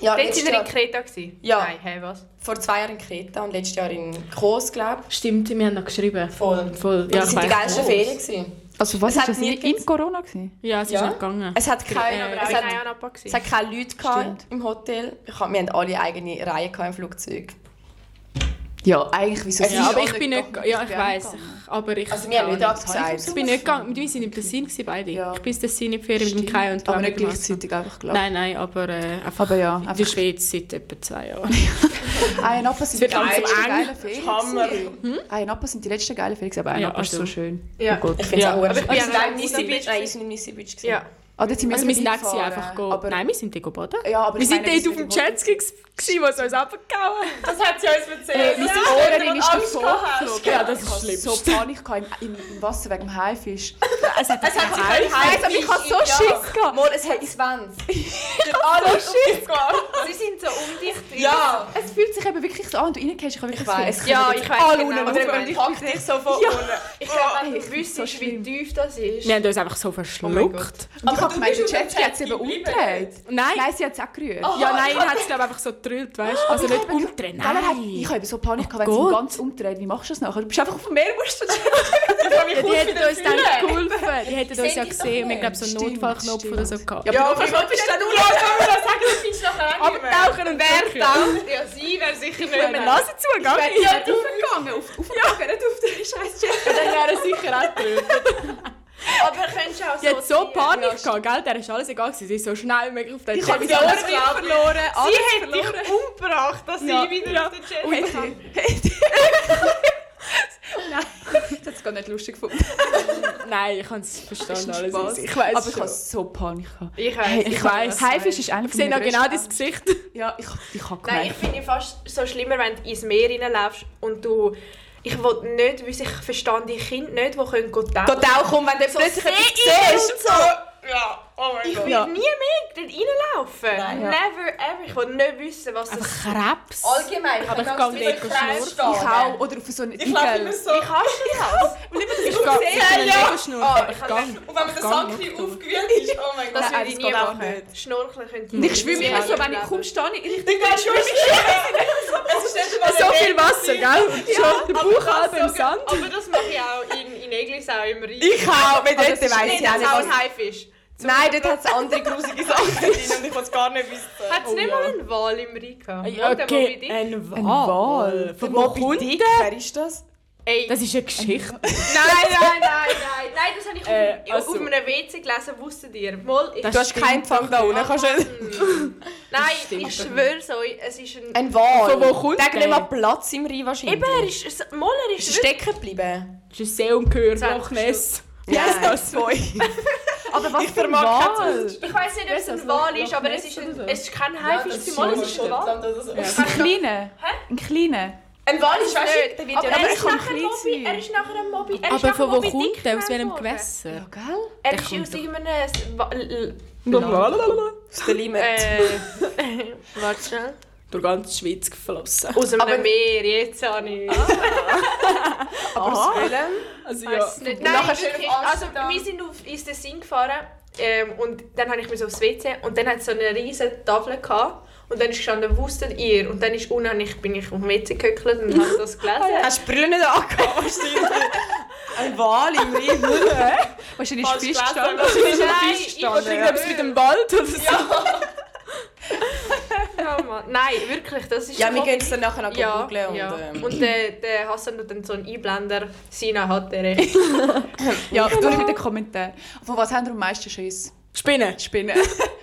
[SPEAKER 5] Ja,
[SPEAKER 2] Dort sind
[SPEAKER 5] letztes
[SPEAKER 2] wir in
[SPEAKER 5] Jahr,
[SPEAKER 2] Kreta. gewesen.
[SPEAKER 5] Ja.
[SPEAKER 2] Nein, hey, was?
[SPEAKER 5] vor zwei Jahren in Kreta und letztes Jahr in Kos, glaube
[SPEAKER 4] Stimmt, wir haben noch geschrieben.
[SPEAKER 5] ich. Voll.
[SPEAKER 4] Voll.
[SPEAKER 5] Ja, das
[SPEAKER 4] ich
[SPEAKER 5] waren die
[SPEAKER 4] weiss.
[SPEAKER 5] geilsten Ferien. Gewesen.
[SPEAKER 3] Also was
[SPEAKER 5] Es
[SPEAKER 3] ist
[SPEAKER 5] hat
[SPEAKER 3] das?
[SPEAKER 5] nie
[SPEAKER 3] Nicht im Corona gewesen?
[SPEAKER 4] Ja, es
[SPEAKER 5] Ja.
[SPEAKER 4] ist nicht gegangen.
[SPEAKER 5] Es hat
[SPEAKER 2] Nein,
[SPEAKER 5] keine,
[SPEAKER 2] aber
[SPEAKER 5] es
[SPEAKER 2] auch
[SPEAKER 5] hat,
[SPEAKER 2] in Ayanapa
[SPEAKER 5] es hat keine Leute gehabt
[SPEAKER 3] Stimmt.
[SPEAKER 5] im Hotel. Ich hab, wir haben alle eigene Reihen gehabt im Flugzeug.
[SPEAKER 3] Ja, eigentlich wieso
[SPEAKER 5] Es
[SPEAKER 3] sie-
[SPEAKER 5] ist
[SPEAKER 4] ja, aber
[SPEAKER 5] auch
[SPEAKER 4] ich
[SPEAKER 5] nicht
[SPEAKER 4] bin nicht,
[SPEAKER 5] gegangen.
[SPEAKER 4] ja,
[SPEAKER 5] Ich
[SPEAKER 4] ich
[SPEAKER 5] bin
[SPEAKER 4] weiss.
[SPEAKER 5] auch nicht
[SPEAKER 4] ich- Aber ich,
[SPEAKER 5] Also wir haben nicht
[SPEAKER 4] keine Ahnung.
[SPEAKER 5] abgesagt.
[SPEAKER 4] Ich bin nicht gegangen. Wir sind in Tessin gewesen, beide.
[SPEAKER 3] Ja.
[SPEAKER 4] Ich bin in Tessin in die Ferien mit dem
[SPEAKER 3] Stimmt.
[SPEAKER 4] Kai und du
[SPEAKER 3] Aber
[SPEAKER 4] auch
[SPEAKER 3] nicht
[SPEAKER 4] mit dem Max.
[SPEAKER 3] gleichzeitig einfach glaube
[SPEAKER 4] Nein, nein, aber äh, einfach
[SPEAKER 3] Aber ja,
[SPEAKER 4] in der
[SPEAKER 3] einfach
[SPEAKER 4] Schweiz seit etwa zwei Jahren.
[SPEAKER 3] Ein Appa sind
[SPEAKER 4] wird
[SPEAKER 3] die
[SPEAKER 4] alles
[SPEAKER 3] letzten
[SPEAKER 4] eng.
[SPEAKER 3] geilen Ferien.
[SPEAKER 5] Hammer.
[SPEAKER 3] Ein Appa sind die letzten geilen Ferien, aber ein
[SPEAKER 4] Ja,
[SPEAKER 3] Appa ist so
[SPEAKER 4] also.
[SPEAKER 3] schön.
[SPEAKER 2] Ja.
[SPEAKER 3] Oh Gott.
[SPEAKER 5] Ich finde es
[SPEAKER 4] Ja.
[SPEAKER 5] auch
[SPEAKER 4] Aber
[SPEAKER 5] Aber
[SPEAKER 2] ich
[SPEAKER 5] ich
[SPEAKER 2] bin
[SPEAKER 5] bin
[SPEAKER 2] ja
[SPEAKER 5] in
[SPEAKER 2] nicht Nisi
[SPEAKER 5] Nissy Beach.
[SPEAKER 2] Beach.
[SPEAKER 5] Nein, ich bin in Nissy Beach. gewesen.
[SPEAKER 2] Ja.
[SPEAKER 3] Ah, dort sind wir
[SPEAKER 4] Also wir sind nächstes Jahr
[SPEAKER 3] vorbeigefahren.
[SPEAKER 4] einfach gehen.
[SPEAKER 3] äh, Aber
[SPEAKER 4] Nein, wir sind dort baden.
[SPEAKER 3] Ja, aber
[SPEAKER 4] wir
[SPEAKER 3] ich
[SPEAKER 4] sind
[SPEAKER 3] meine,
[SPEAKER 4] dort auf dem
[SPEAKER 3] wir sind
[SPEAKER 4] Jetski, gewesen, was uns runtergehauen hat.
[SPEAKER 5] Das hat sie uns erzählt.
[SPEAKER 3] Äh, mein Ohrring ist davor geflogen. Ich hatte so Panik gehabt im, im, im Wasser wegen dem Haifisch.
[SPEAKER 4] Es hat
[SPEAKER 5] Es hat sich
[SPEAKER 4] Haifisch-
[SPEAKER 3] Also, ich
[SPEAKER 5] halt
[SPEAKER 3] hatte so Schiss gehabt.
[SPEAKER 5] Mal, es hat 20. Alle Schiss gehabt.
[SPEAKER 2] Sie sind so undicht.
[SPEAKER 5] Ja.
[SPEAKER 3] Es fühlt sich eben wirklich so an, und du reingehst, ich habe wirklich
[SPEAKER 5] Ich weiss.
[SPEAKER 3] das Gefühl,
[SPEAKER 2] Ja,
[SPEAKER 3] es
[SPEAKER 2] ich
[SPEAKER 3] kommen jetzt
[SPEAKER 2] weiß
[SPEAKER 3] alle
[SPEAKER 2] genau,
[SPEAKER 3] unten
[SPEAKER 2] was
[SPEAKER 5] Und
[SPEAKER 2] du
[SPEAKER 3] rauf.
[SPEAKER 5] dann
[SPEAKER 2] meinst.
[SPEAKER 5] packt dich so von
[SPEAKER 3] Ja.
[SPEAKER 5] unten.
[SPEAKER 2] Ich glaube, wenn
[SPEAKER 3] Ey,
[SPEAKER 2] du
[SPEAKER 3] ich find's so
[SPEAKER 2] wüsstest, wie
[SPEAKER 3] schlimm.
[SPEAKER 2] tief das ist.
[SPEAKER 4] Wir haben uns einfach so
[SPEAKER 3] Oh
[SPEAKER 4] verschluckt.
[SPEAKER 3] Und ich
[SPEAKER 5] Aber
[SPEAKER 3] habe
[SPEAKER 5] du
[SPEAKER 3] gemeint, der
[SPEAKER 5] bist auf
[SPEAKER 3] Jetski
[SPEAKER 5] dem
[SPEAKER 3] hat es eben
[SPEAKER 5] Jetski
[SPEAKER 3] umgedreht.
[SPEAKER 4] nein,
[SPEAKER 3] Nein, sie hat es auch gerührt.
[SPEAKER 4] ja, nein, er hat es einfach so gedrillt, weißt du? Also nicht umdrehen,
[SPEAKER 3] Nein. Hat,
[SPEAKER 4] nein.
[SPEAKER 3] ich habe eben so Panik gehabt, wenn
[SPEAKER 4] Oh
[SPEAKER 3] sie ihn
[SPEAKER 4] Gott.
[SPEAKER 3] ganz umdreht. Wie machst du das nachher? Du bist einfach auf dem Meer, musst du das
[SPEAKER 4] Ja, die hätten uns dann geholfen. Die hätten uns
[SPEAKER 5] seh
[SPEAKER 4] ja
[SPEAKER 5] dich doch
[SPEAKER 4] gesehen. Wir
[SPEAKER 5] nicht.
[SPEAKER 4] haben, glaube ich, so einen
[SPEAKER 3] Stimmt,
[SPEAKER 4] Notfallknopf oder so gehabt.
[SPEAKER 3] Ja,
[SPEAKER 5] aber was bist du denn nur los? Wenn wir das sagen, du bist noch
[SPEAKER 4] Abtauchen und
[SPEAKER 2] Wer
[SPEAKER 4] dunkeln.
[SPEAKER 2] taucht? Ja, sie wäre sicher nicht
[SPEAKER 4] Wenn
[SPEAKER 2] mehr
[SPEAKER 4] wir Nase zugegangen
[SPEAKER 5] Ja, du.
[SPEAKER 3] gegangen auf, auf, ja. nicht auf den scheiß Jet.
[SPEAKER 4] dann wäre er sicher auch gedrillt.
[SPEAKER 2] Aber könntest du auch
[SPEAKER 4] Die hat so
[SPEAKER 2] sein.
[SPEAKER 4] Panik gehabt, gell? Der ist alles egal gewesen. Sie ist so schnell wie möglich auf den
[SPEAKER 3] Ich habe
[SPEAKER 4] Jet.
[SPEAKER 3] mich alles
[SPEAKER 5] glaub ich.
[SPEAKER 3] verloren. alles
[SPEAKER 2] Sie hat
[SPEAKER 3] verloren.
[SPEAKER 2] dich umgebracht, dass
[SPEAKER 4] Ja.
[SPEAKER 2] sie wieder auf den Chat
[SPEAKER 3] Hätte-
[SPEAKER 2] kam.
[SPEAKER 3] hätte- Nein, das hat es gar nicht lustig gefunden.
[SPEAKER 4] Oh, Nein, ich kann es verstanden.
[SPEAKER 3] Das ist ein
[SPEAKER 4] Alles
[SPEAKER 3] Spaß.
[SPEAKER 4] easy. ich weiß
[SPEAKER 3] Aber ich
[SPEAKER 4] schon.
[SPEAKER 3] habe so Panik gehabt.
[SPEAKER 2] Ich weiß.
[SPEAKER 3] Hey,
[SPEAKER 4] ich weiss.
[SPEAKER 3] Haifisch ist einer
[SPEAKER 4] Ich sehe noch
[SPEAKER 3] meiner
[SPEAKER 4] genau dein
[SPEAKER 3] grössten
[SPEAKER 4] Gesicht.
[SPEAKER 3] Ängste. Ja, ich, ich habe
[SPEAKER 2] Nein, ich
[SPEAKER 3] gemerkt.
[SPEAKER 2] finde fast so schlimmer, wenn du ins Meer reinläufst und du... Ich will nicht, weil ich verstehe die Kinder nicht, die können gut tauchen.
[SPEAKER 5] Total komm, wenn du
[SPEAKER 2] So
[SPEAKER 5] plötzlich
[SPEAKER 2] seeigel
[SPEAKER 5] etwas
[SPEAKER 2] und
[SPEAKER 5] siehst.
[SPEAKER 2] so.
[SPEAKER 5] Ja, oh mein
[SPEAKER 2] Ich will
[SPEAKER 3] Ja.
[SPEAKER 2] nie mehr dort reinlaufen.
[SPEAKER 5] Nein.
[SPEAKER 3] Ja.
[SPEAKER 2] Never ever. Ich will nicht wissen, was das...
[SPEAKER 4] Krebs.
[SPEAKER 5] Allgemein, ich
[SPEAKER 4] Aber
[SPEAKER 5] kann
[SPEAKER 4] ich
[SPEAKER 5] ganz
[SPEAKER 4] gehe nicht
[SPEAKER 5] viel
[SPEAKER 4] schnurren.
[SPEAKER 5] Kreis
[SPEAKER 3] Ich auch.
[SPEAKER 5] stehen.
[SPEAKER 3] Oder auf so einen
[SPEAKER 5] Ich glaube immer
[SPEAKER 3] Igel.
[SPEAKER 5] so.
[SPEAKER 2] Wie kannst du
[SPEAKER 4] Ich gehe
[SPEAKER 2] das?
[SPEAKER 4] nicht Oh,
[SPEAKER 2] Ah, ich
[SPEAKER 4] Ich
[SPEAKER 2] kann
[SPEAKER 4] gehe.
[SPEAKER 5] Und wenn man
[SPEAKER 4] Ich
[SPEAKER 5] das
[SPEAKER 4] gehe
[SPEAKER 5] Sack
[SPEAKER 4] nackt
[SPEAKER 5] nicht
[SPEAKER 4] durch.
[SPEAKER 5] aufgewühlt ist, oh mein Gott.
[SPEAKER 2] Das würde ich
[SPEAKER 3] das
[SPEAKER 2] nie
[SPEAKER 3] geht auch
[SPEAKER 2] machen. Schnorcheln könnte
[SPEAKER 3] Und ich schwimme immer so, wenn ich
[SPEAKER 2] komme.
[SPEAKER 3] komme, stehe ich
[SPEAKER 5] Dann gehst du schon Es ist nicht mal
[SPEAKER 4] So
[SPEAKER 5] eine
[SPEAKER 4] viel
[SPEAKER 5] Welt.
[SPEAKER 4] Wasser, gell? Und schon der Bauch halb im Sand.
[SPEAKER 2] Aber das mache ich auch in, in Eglis auch immer rein.
[SPEAKER 5] Ich auch, weil dort
[SPEAKER 2] das
[SPEAKER 5] weiss
[SPEAKER 2] ist
[SPEAKER 5] ich auch nicht,
[SPEAKER 2] auch
[SPEAKER 5] was...
[SPEAKER 2] ein Haifisch.
[SPEAKER 5] Nein, dort hat es andere grusige Sachen drin und ich will es gar nicht wissen.
[SPEAKER 2] Hat es
[SPEAKER 4] Oh
[SPEAKER 2] nicht
[SPEAKER 4] ja.
[SPEAKER 2] mal einen Wal im Rhein gehabt?
[SPEAKER 3] Äh,
[SPEAKER 4] Ja,
[SPEAKER 2] Oder wo bin
[SPEAKER 4] okay,
[SPEAKER 2] ich?
[SPEAKER 4] ein Wal.
[SPEAKER 3] Ein Wal.
[SPEAKER 4] Von wo kommt
[SPEAKER 5] Dick,
[SPEAKER 4] der?
[SPEAKER 5] wer ist das?
[SPEAKER 2] Ey,
[SPEAKER 4] Das ist eine Geschichte.
[SPEAKER 2] nein, nein, nein, nein. Nein, das habe ich
[SPEAKER 4] Äh,
[SPEAKER 2] auf,
[SPEAKER 4] also-
[SPEAKER 2] auf einem WC gelesen, wusstet ihr. Mal, ich Ah,
[SPEAKER 4] Das
[SPEAKER 5] Du hast keinen Empfang da unten, kannst du...
[SPEAKER 2] Nein,
[SPEAKER 4] stimmt.
[SPEAKER 2] ich schwöre es euch, es ist ein...
[SPEAKER 5] Ein Wal.
[SPEAKER 4] Von wo kommt
[SPEAKER 5] der? hat nicht
[SPEAKER 4] der?
[SPEAKER 5] mal Platz im Rhein wahrscheinlich.
[SPEAKER 2] Eben, er ist... es- Mal, er
[SPEAKER 5] Äh, Ist
[SPEAKER 2] ist
[SPEAKER 5] er
[SPEAKER 2] wirklich...
[SPEAKER 5] stecken geblieben?
[SPEAKER 4] Das ist ein Seeungehör,
[SPEAKER 2] Sag-
[SPEAKER 4] Loch Ness.
[SPEAKER 5] Wie
[SPEAKER 4] heisst das?
[SPEAKER 3] Aber was für ein
[SPEAKER 5] vermag kein
[SPEAKER 3] Wal?
[SPEAKER 2] Ich weiss nicht, ob es
[SPEAKER 4] Weißt du,
[SPEAKER 2] ein
[SPEAKER 4] das
[SPEAKER 2] Wal
[SPEAKER 4] Loch-
[SPEAKER 2] ist, aber
[SPEAKER 4] Loch
[SPEAKER 2] es
[SPEAKER 4] Ness
[SPEAKER 2] ist, ein,
[SPEAKER 4] oder so?
[SPEAKER 2] es ist kein Haifisch, Simon, es ist ein Wal.
[SPEAKER 3] Ein kleiner? Ein kleiner?
[SPEAKER 5] Ein Wal ist, weißt
[SPEAKER 2] Nicht.
[SPEAKER 5] du, der wird
[SPEAKER 2] Aber
[SPEAKER 5] ja
[SPEAKER 2] er
[SPEAKER 3] es
[SPEAKER 2] ist
[SPEAKER 3] kann
[SPEAKER 2] nachher ein
[SPEAKER 3] klein
[SPEAKER 2] Mobi,
[SPEAKER 3] sein.
[SPEAKER 2] er ist nachher ein Mobi, er ist
[SPEAKER 4] Aber
[SPEAKER 2] nachher
[SPEAKER 4] von wo
[SPEAKER 2] Mobi dick
[SPEAKER 4] kommt der? Aus welchem
[SPEAKER 2] geworden.
[SPEAKER 4] Gewässer?
[SPEAKER 3] gell?
[SPEAKER 2] Er
[SPEAKER 4] Der
[SPEAKER 2] ist
[SPEAKER 4] kommt
[SPEAKER 2] aus
[SPEAKER 4] doch.
[SPEAKER 2] irgendeinem... S- Wa- L-
[SPEAKER 5] aus der Limit.
[SPEAKER 2] Äh... Warte schnell.
[SPEAKER 4] Durch ganze Schweiz geflossen.
[SPEAKER 2] Aus einem
[SPEAKER 5] Aber-
[SPEAKER 2] Meer, jetzt habe ich...
[SPEAKER 5] aber aus Wilhelm?
[SPEAKER 4] Also ja.
[SPEAKER 2] Weiss nicht.
[SPEAKER 5] Und nachher
[SPEAKER 2] Nein,
[SPEAKER 5] schön
[SPEAKER 2] wirklich.
[SPEAKER 5] auf
[SPEAKER 2] Also,
[SPEAKER 5] Amsterdam.
[SPEAKER 2] wir sind auf ins Tessin gefahren ähm, und dann habe ich mich so aufs WC und dann hat es so eine riesige Tafel gehabt und dann ist gestanden, wusstet ihr? Und dann ist unten habe ich, bin ich auf dem WC gehöckelt und habe das gelesen.
[SPEAKER 5] Hast du die Brille nicht angehabt, wahrscheinlich? Ein Wal im Rhein.
[SPEAKER 3] Wahrscheinlich ist Fisch gestanden.
[SPEAKER 2] Nein, ich-
[SPEAKER 4] Oder irgendetwas mit dem Wald oder so.
[SPEAKER 2] Ja, Mann. Nein, wirklich, das ist
[SPEAKER 5] Ja, wir
[SPEAKER 2] so-
[SPEAKER 5] gehen es dann nachher noch
[SPEAKER 2] ja,
[SPEAKER 5] googeln und...
[SPEAKER 2] ja.
[SPEAKER 5] ähm,
[SPEAKER 2] Und der, der Hassan hat dann so einen Einblender, Sina hat der.
[SPEAKER 3] Ja, durch mit den Kommentaren. Von was haben wir am meisten Schiss?
[SPEAKER 4] Spinnen.
[SPEAKER 3] Spinnen.